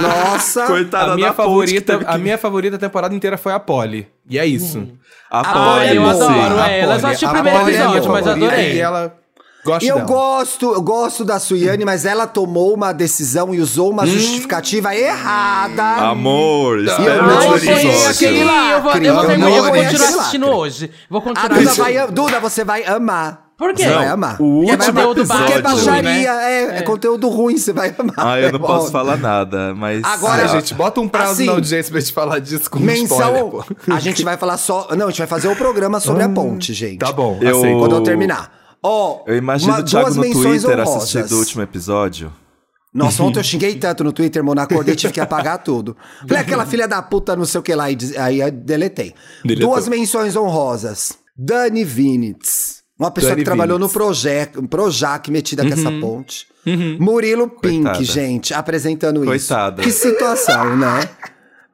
Speaker 3: nossa.
Speaker 1: Coitada
Speaker 2: a minha
Speaker 1: da Ponte, que
Speaker 2: favorita,
Speaker 1: teve
Speaker 2: a
Speaker 1: que-
Speaker 2: minha favorita temporada inteira foi a Polly. E é isso.
Speaker 3: Uhum.
Speaker 1: A
Speaker 4: A
Speaker 3: é
Speaker 4: Polly,
Speaker 1: Polly,
Speaker 4: eu
Speaker 1: sim.
Speaker 4: adoro
Speaker 2: A
Speaker 4: ela. Eu só
Speaker 2: Polly-
Speaker 4: assisti o
Speaker 2: a
Speaker 4: primeiro
Speaker 2: Polly é minha
Speaker 4: episódio, mas eu
Speaker 2: favorita
Speaker 4: adorei.
Speaker 2: E ela gosta
Speaker 3: E eu
Speaker 2: dela.
Speaker 3: gosto, eu gosto da Suiane, mas ela tomou uma decisão e usou uma justificativa errada.
Speaker 1: Amor, espera
Speaker 3: Ai,
Speaker 1: o último
Speaker 3: foi
Speaker 1: episódio.
Speaker 3: aquele lá.
Speaker 4: eu vou, eu vou,
Speaker 2: Lacre,
Speaker 4: terminar- eu vou
Speaker 2: amor,
Speaker 4: continuar
Speaker 3: esse
Speaker 4: assistindo
Speaker 3: lacre.
Speaker 4: hoje. Vou
Speaker 3: A
Speaker 4: continuar
Speaker 3: Duda
Speaker 4: assistindo.
Speaker 3: vai, Duda, você vai amar.
Speaker 4: Por quê?
Speaker 3: Você vai
Speaker 1: Não,
Speaker 3: amar.
Speaker 1: o
Speaker 3: Porque é
Speaker 1: último
Speaker 3: conteúdo ba- Porque é
Speaker 1: episódio. né?
Speaker 3: baixaria, é, é
Speaker 4: É.
Speaker 3: conteúdo ruim, você vai amar.
Speaker 1: Ah, eu não
Speaker 3: É
Speaker 1: posso
Speaker 3: bom.
Speaker 1: falar nada, mas...
Speaker 3: Agora,
Speaker 1: Ah,
Speaker 2: Ah, gente, bota um prazo
Speaker 3: Assim,
Speaker 2: na audiência pra gente falar disso com
Speaker 3: Menção.
Speaker 2: spoiler, pô.
Speaker 3: a gente vai falar só. Não, a gente vai fazer o programa sobre a ponte, gente. Assim,
Speaker 2: Tá bom,
Speaker 1: Hum, Eu-
Speaker 2: aceito.
Speaker 3: Quando eu terminar. Ó,
Speaker 1: Eu imagino
Speaker 3: uma-
Speaker 1: o Thiago
Speaker 3: duas
Speaker 1: no
Speaker 3: menções
Speaker 1: Twitter
Speaker 3: honrosas.
Speaker 1: assistindo o último episódio.
Speaker 3: Nossa, ontem eu xinguei tanto no Twitter, mano, acordei tive que apagar tudo. Falei, aquela filha da puta, não sei o que lá, e des- aí eu deletei.
Speaker 2: Deletou.
Speaker 3: Duas menções honrosas. Dani Vinitz, uma pessoa
Speaker 2: Dani
Speaker 3: que trabalhou
Speaker 2: Vinitz. Uhum.
Speaker 3: no Projac, Projac metida com essa ponte. Murilo Pink,
Speaker 1: Coitada.
Speaker 3: gente, apresentando
Speaker 1: Coitada.
Speaker 3: isso. Que situação, né?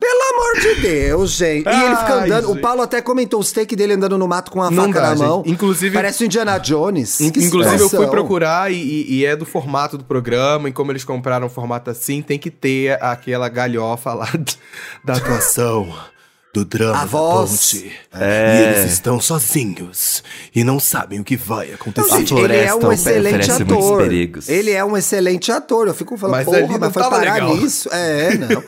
Speaker 3: Pelo amor de Deus, gente. E ele fica
Speaker 2: Ai,
Speaker 3: andando. O
Speaker 2: gente.
Speaker 3: Paulo até comentou o steak dele andando no mato com uma
Speaker 2: Não
Speaker 3: faca
Speaker 2: dá,
Speaker 3: na
Speaker 2: gente.
Speaker 3: mão.
Speaker 2: Inclusive-
Speaker 3: Parece o Indiana Jones. Que
Speaker 2: Inclusive, eu fui
Speaker 3: situação.
Speaker 2: procurar e, e- e é do formato do programa, e como eles compraram o formato assim, tem que ter aquela galhofa lá d- da atuação, do drama
Speaker 3: A
Speaker 2: da
Speaker 3: voz.
Speaker 2: ponte.
Speaker 1: É.
Speaker 2: E eles estão sozinhos e não sabem o que vai acontecer.
Speaker 3: Não, gente, ele é
Speaker 1: floresta
Speaker 3: um excelente
Speaker 1: oferece muitos
Speaker 3: ator.
Speaker 1: perigos.
Speaker 3: Ele é um excelente ator. Eu fico falando,
Speaker 2: Mas ali
Speaker 3: porra,
Speaker 2: não
Speaker 3: mas foi
Speaker 2: tava
Speaker 3: parar
Speaker 2: legal.
Speaker 3: nisso? É, não.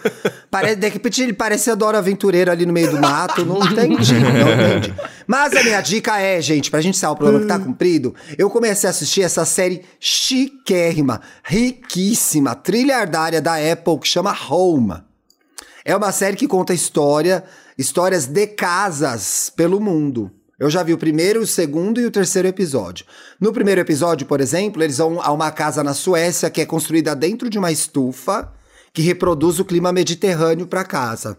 Speaker 3: Parece, de repente ele parece Adora Aventureiro ali no meio do mato. Não entendi, não entendi. Mas a minha dica é, gente, pra gente sair o problema que
Speaker 2: Hum.
Speaker 3: tá cumprido, eu comecei a assistir essa série chiquérrima, riquíssima, trilhardária da Apple, que chama Home. É uma série que conta história, histórias de casas pelo mundo. Eu já vi o primeiro, o segundo e o terceiro episódio. No primeiro episódio, por exemplo, eles vão a uma casa na Suécia que é construída dentro de uma estufa que reproduz o clima mediterrâneo para casa.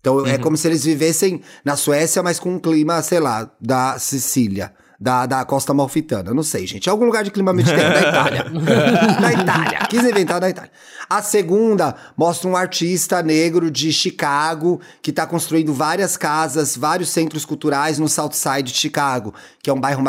Speaker 3: Então é como se eles vivessem na Suécia, mas com um clima, sei lá, da Sicília. Da, da costa malfitana, não sei, gente. É Algum lugar de clima mediterrâneo, da Itália. da Itália. Quis inventar da Itália. A segunda mostra um artista negro de Chicago que tá construindo várias casas, vários centros culturais no South Side de Chicago, que é um bairro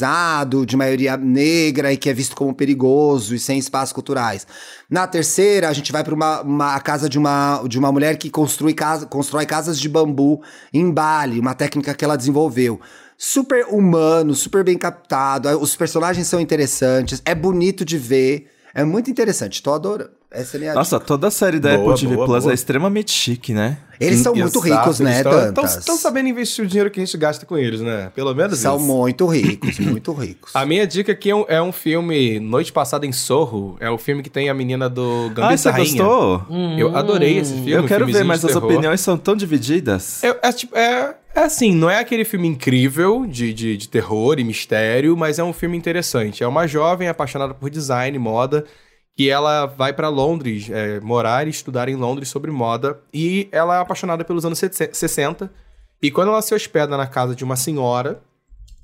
Speaker 3: marginalizado, de maioria negra e que é visto como perigoso e sem espaços culturais. Na terceira, a gente vai para uma, uma- a casa de uma, de uma mulher que construi, casa, constrói casas de bambu em Bali, uma técnica que ela desenvolveu. Super humano, super bem captado, aí os personagens são interessantes, é bonito de ver, é muito interessante, tô adorando. Essa é a minha
Speaker 1: Nossa, toda a série da
Speaker 2: Boa,
Speaker 1: Apple TV
Speaker 2: boa,
Speaker 1: Plus
Speaker 2: boa.
Speaker 1: é extremamente chique, né?
Speaker 3: Eles são muito ricos, né, Dantas?
Speaker 2: Estão sabendo investir o dinheiro que a gente gasta com eles, né? Pelo menos
Speaker 3: São
Speaker 2: isso.
Speaker 3: muito ricos, muito ricos.
Speaker 2: A minha dica aqui é um, é um filme Noite Passada em Sorro. É o filme que tem a menina do Gambita
Speaker 1: Ah, você
Speaker 2: Rainha.
Speaker 1: gostou?
Speaker 2: Eu adorei
Speaker 4: Hum.
Speaker 2: esse filme.
Speaker 1: eu quero ver,
Speaker 2: filmezinho
Speaker 1: mas
Speaker 2: de
Speaker 1: as
Speaker 2: terror.
Speaker 1: opiniões são tão divididas.
Speaker 2: É, é tipo- é- é assim, não é aquele filme incrível de, de, de terror e mistério, mas é um filme interessante. É uma jovem apaixonada por design, moda, que ela vai pra Londres é, morar e estudar em Londres sobre moda. E ela é apaixonada pelos anos 70, 60. E quando ela se hospeda na casa de uma senhora,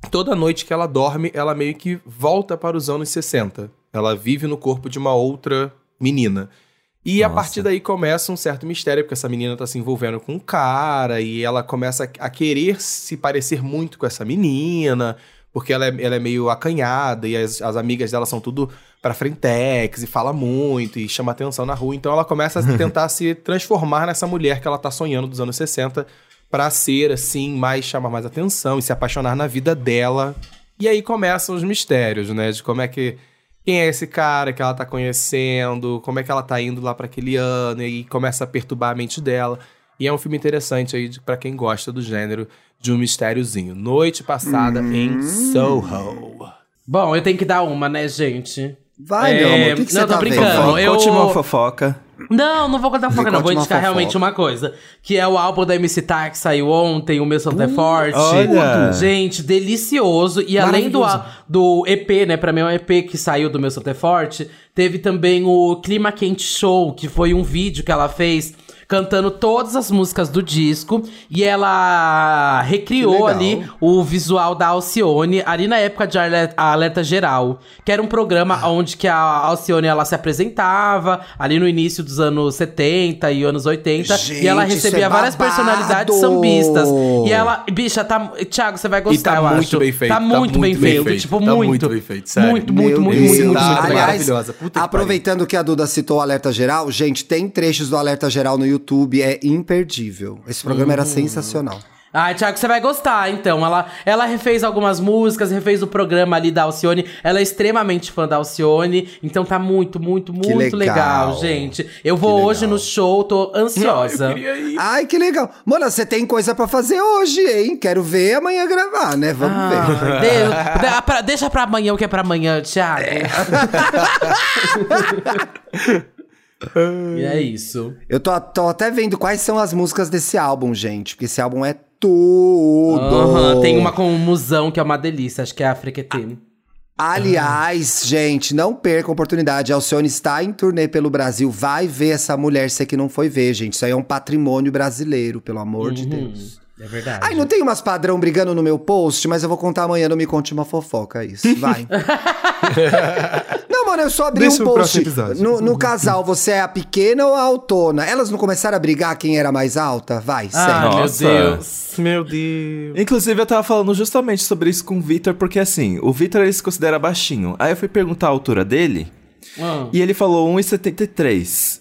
Speaker 2: toda noite que ela dorme, ela meio que volta para os anos 60. Ela vive no corpo de uma outra menina. E a
Speaker 1: Nossa.
Speaker 2: partir daí começa um certo mistério, porque essa menina tá se envolvendo com um cara e ela começa a- a querer se parecer muito com essa menina, porque ela é, ela é meio acanhada e as, as amigas dela são tudo pra frentex e fala muito e chama atenção na rua. Então ela começa a tentar se transformar nessa mulher que ela tá sonhando dos anos 60 pra ser assim, mais chamar mais atenção e se apaixonar na vida dela. E aí começam os mistérios, né? De como é que. Quem é esse cara que ela tá conhecendo? Como é que ela tá indo lá pra aquele ano? E começa a perturbar a mente dela. E é um filme interessante aí de- pra quem gosta do gênero de um mistériozinho. Noite passada
Speaker 3: Hum.
Speaker 2: em Soho.
Speaker 4: Bom, eu tenho que dar uma, né, gente?
Speaker 3: Vai,
Speaker 4: É,
Speaker 3: meu amor, o que, que
Speaker 4: não,
Speaker 3: você
Speaker 4: tô
Speaker 3: tá
Speaker 4: brincando.
Speaker 3: vendo?
Speaker 1: Fofoca,
Speaker 4: eu-
Speaker 1: Conte uma fofoca.
Speaker 4: Não, não vou contar fofoca, não.
Speaker 3: conte
Speaker 4: Vou
Speaker 3: uma
Speaker 4: indicar
Speaker 3: fofoca.
Speaker 4: realmente uma coisa. Que é o álbum da MC Tá, que saiu ontem, o Meu Santo é Forte.
Speaker 1: olha.
Speaker 4: Gente, delicioso. E além do,
Speaker 2: Maravilhoso.
Speaker 4: a- do EP, né? Pra mim é um EP que saiu do Meu Santo é Forte. Teve também o Clima Quente Show, que foi um vídeo que ela fez cantando todas as músicas do disco. E ela recriou
Speaker 3: Que legal.
Speaker 4: ali o visual da Alcione, ali na época de Ale- Alerta Geral, que era um programa onde que a Alcione ela se apresentava, ali no início dos anos 70 e anos 80,
Speaker 3: Gente,
Speaker 4: e ela
Speaker 3: isso
Speaker 4: recebia
Speaker 3: é
Speaker 4: várias
Speaker 3: babado!
Speaker 4: personalidades sambistas. E ela, bicha, tá, Thiago, você vai gostar, eu
Speaker 2: muito
Speaker 4: acho.
Speaker 2: bem feito,
Speaker 4: Tá muito bem feito, tipo
Speaker 2: tá
Speaker 4: muito.
Speaker 2: muito bem feito, sério.
Speaker 4: Muito,
Speaker 3: Meu
Speaker 4: muito, muito,
Speaker 3: Deus.
Speaker 4: muito, muito,
Speaker 2: Tá,
Speaker 4: muito legal.
Speaker 3: Aliás,
Speaker 2: maravilhosa. Puta que pariu.
Speaker 3: aproveitando que a Duda citou o Alerta Geral, gente, tem trechos do Alerta Geral no YouTube, é imperdível. Esse programa era sensacional.
Speaker 4: Ai, Thiago, você vai gostar, então. Ela, ela refez algumas músicas, refez o programa ali da Alcione. Ela é extremamente fã da Alcione, então tá muito, muito, muito legal,
Speaker 3: legal.
Speaker 4: gente. Eu vou
Speaker 3: Que
Speaker 4: hoje
Speaker 3: legal.
Speaker 4: no show, tô ansiosa.
Speaker 2: Eu queria ir.
Speaker 3: Ai, que legal. Mona, você tem coisa pra fazer hoje, hein? Quero ver amanhã gravar, né? Vamos ver.
Speaker 4: Ah, de- dá pra- deixa pra amanhã o que é pra amanhã, Thiago.
Speaker 3: É.
Speaker 4: e é isso.
Speaker 3: Eu tô, tô até vendo quais são as músicas desse álbum, gente, porque esse álbum é tudo.
Speaker 4: Aham, tem uma com o Musão, que é uma delícia, acho que é a Frequetê.
Speaker 3: Aliás, gente, não perca a oportunidade. A Alcione está em turnê pelo Brasil. Vai ver essa mulher, você que não foi ver, gente. Isso aí é um patrimônio brasileiro, pelo amor de
Speaker 5: Uhum.
Speaker 3: Deus.
Speaker 4: É verdade.
Speaker 3: Ai, não tem umas padrão brigando no meu post, mas eu vou contar amanhã, não me conte uma fofoca, é isso. Vai. não, mano, eu só abri
Speaker 5: Deixa
Speaker 3: um
Speaker 5: pro próximo
Speaker 3: post.
Speaker 5: episódio.
Speaker 3: No, no casal, você é a pequena ou a autona? Elas não começaram a brigar quem era mais alta? Vai,
Speaker 4: Ah,
Speaker 3: sério.
Speaker 1: não.
Speaker 4: meu
Speaker 1: Nossa.
Speaker 4: Deus.
Speaker 2: Meu Deus.
Speaker 1: Inclusive, eu tava falando justamente sobre isso com o Victor, porque assim, o Victor ele se considera baixinho. Aí eu fui perguntar a altura dele
Speaker 4: Ah.
Speaker 1: e ele falou 1,73.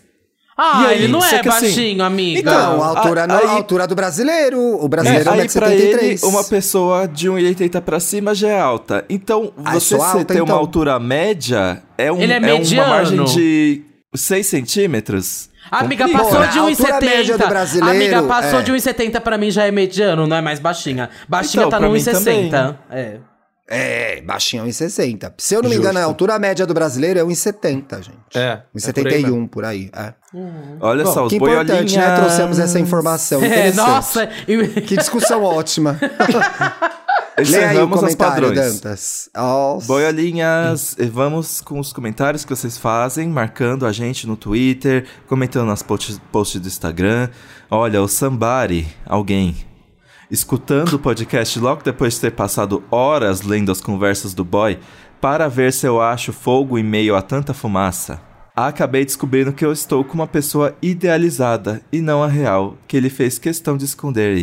Speaker 4: Ah,
Speaker 1: E aí,
Speaker 4: ele não
Speaker 1: só
Speaker 4: é
Speaker 1: que assim-
Speaker 4: baixinho, amiga.
Speaker 3: Então, a
Speaker 1: Não,
Speaker 3: altura,
Speaker 1: a-
Speaker 3: não, a
Speaker 1: aí-
Speaker 3: altura do brasileiro. O
Speaker 1: É,
Speaker 3: brasileiro é,
Speaker 1: aí pra
Speaker 3: 73.
Speaker 1: ele, uma pessoa de 1,80 pra cima já é alta. Então,
Speaker 3: Ah,
Speaker 1: você
Speaker 3: sou alta,
Speaker 1: ter uma
Speaker 3: então.
Speaker 1: altura média é, um,
Speaker 4: Ele é
Speaker 1: uma
Speaker 4: mediano.
Speaker 1: margem de 6 centímetros.
Speaker 4: Amiga,
Speaker 1: Complica.
Speaker 4: passou
Speaker 3: Pô,
Speaker 4: de
Speaker 3: a altura média do
Speaker 4: 1,70.
Speaker 3: brasileiro,
Speaker 4: Amiga, passou
Speaker 3: é.
Speaker 4: de 1,70 pra mim já é mediano, não é mais baixinha. Baixinha
Speaker 1: Então,
Speaker 4: tá
Speaker 1: pra
Speaker 4: no
Speaker 1: mim também.
Speaker 4: 1,60. É.
Speaker 3: É, baixinho, 1,60. Se eu não me engano, a altura média do brasileiro é 1,70, gente.
Speaker 2: É, é por aí
Speaker 3: 1,71 por aí. é.
Speaker 1: Olha
Speaker 3: Bom,
Speaker 1: só, os
Speaker 3: que importante,
Speaker 1: boiolinhas...
Speaker 3: né? Trouxemos essa informação.
Speaker 4: É,
Speaker 3: Interessante.
Speaker 4: nossa, e-
Speaker 3: Que discussão ótima. Leia aí o
Speaker 1: Encerramos as
Speaker 3: comentário,
Speaker 1: padrões.
Speaker 3: Dantas. Nossa.
Speaker 1: Boiolinhas, eh, vamos com os comentários que vocês fazem, marcando a gente no Twitter, comentando nas posts, posts do Instagram. Olha, o Sambari, alguém, escutando o podcast logo depois de ter passado horas lendo as conversas do boy, para ver se eu acho fogo em meio a tanta fumaça. Acabei descobrindo que eu estou com uma pessoa idealizada e não a real, que ele fez questão de esconder.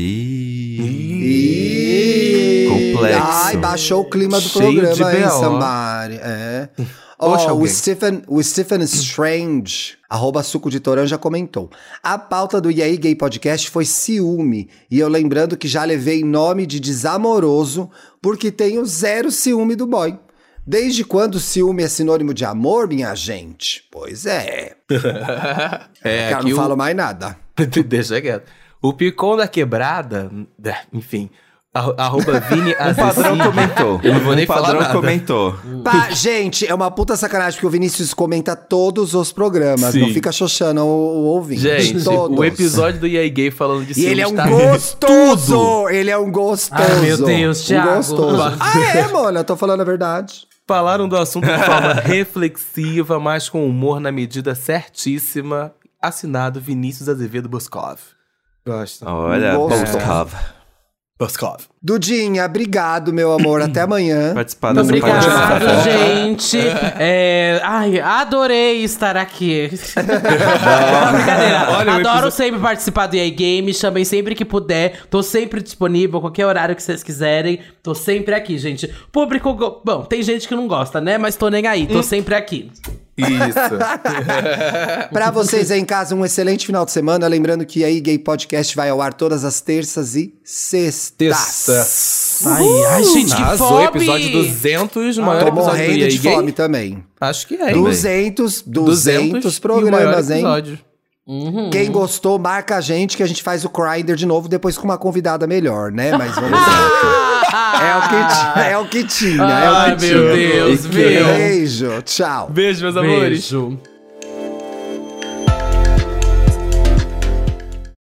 Speaker 1: Ih,
Speaker 3: Ih.
Speaker 1: Complexo.
Speaker 3: Ai, baixou o clima do
Speaker 5: Cheio de
Speaker 3: programa, hein,
Speaker 5: BO.
Speaker 3: Sambari. É.
Speaker 5: Poxa,
Speaker 3: Ó, o
Speaker 5: alguém.
Speaker 3: Stephen, o Stephen Strange, arroba suco de toranja, comentou. A pauta do E aí Gay Podcast foi ciúme. E eu lembrando que já levei nome de desamoroso, porque tenho zero ciúme do boy. Desde quando ciúme é sinônimo de amor, minha gente? Pois é.
Speaker 2: É,
Speaker 3: Cara,
Speaker 2: aqui
Speaker 3: não
Speaker 2: o-
Speaker 3: falo mais nada.
Speaker 2: Deixa quieto. O Picon da Quebrada, é, enfim, arro- arroba Vini
Speaker 1: O padrão comentou.
Speaker 2: Eu não vou nem
Speaker 1: o padrão
Speaker 2: falar nada.
Speaker 1: comentou.
Speaker 3: Pá, gente, é uma puta sacanagem porque o Vinícius comenta todos os programas,
Speaker 2: Sim.
Speaker 3: não fica xoxando o, o ouvinte.
Speaker 2: Gente,
Speaker 3: todos.
Speaker 2: o episódio do EA Gay falando de
Speaker 3: E ele é um
Speaker 2: ciúmes tá-
Speaker 3: gostoso! Ele é um gostoso!
Speaker 4: Ah, meu Deus,
Speaker 3: um
Speaker 4: Thiago.
Speaker 3: gostoso. Ah, é, mano, eu tô falando a verdade.
Speaker 2: Falaram do assunto de forma reflexiva, mas com humor na medida certíssima. Assinado Vinícius Azevedo Boscov. Gosto.
Speaker 1: Olha,
Speaker 3: Nossa.
Speaker 1: Boscov.
Speaker 2: Boscov.
Speaker 3: Dudinha, obrigado, meu amor.
Speaker 2: Hum.
Speaker 3: Até amanhã.
Speaker 1: Participar
Speaker 4: Muito
Speaker 1: dessa participação.
Speaker 4: Obrigado, gente. É, ai, adorei estar aqui. Não, brincadeira.
Speaker 2: Olha, o
Speaker 4: Adoro sempre participar do EA Game. Chamem sempre que puder. Tô sempre disponível, qualquer horário que vocês quiserem. Tô sempre aqui, gente. Público. go- Bom, tem gente que não gosta, né? Mas tô nem aí. Tô sempre aqui.
Speaker 3: Tá.
Speaker 2: Isso.
Speaker 3: Pra vocês aí em casa, um excelente final de semana. Lembrando que aí Gay Podcast vai ao ar todas as terças e sextas.
Speaker 4: Ai, ai, gente, que
Speaker 2: Arrasou,
Speaker 4: fome!
Speaker 2: episódio 200, o maior
Speaker 3: Ah, Tô
Speaker 2: episódio do
Speaker 3: morrendo
Speaker 2: EA
Speaker 3: de
Speaker 2: Gay.
Speaker 3: fome também.
Speaker 2: Acho que é, hein?
Speaker 3: 200, 200
Speaker 2: e o maior
Speaker 3: programas, hein?
Speaker 2: episódio.
Speaker 4: Uhum.
Speaker 3: Quem gostou, marca a gente que a gente faz o Grindr de novo, depois com uma convidada melhor, né? Mas vamos ver. É o que, ti- é o que tinha. é o
Speaker 4: Ai,
Speaker 3: que
Speaker 4: Ah, meu
Speaker 3: tinha.
Speaker 4: Deus,
Speaker 1: E que-
Speaker 4: viu?
Speaker 3: Beijo, tchau.
Speaker 2: Beijo, meus amores.
Speaker 4: Beijo.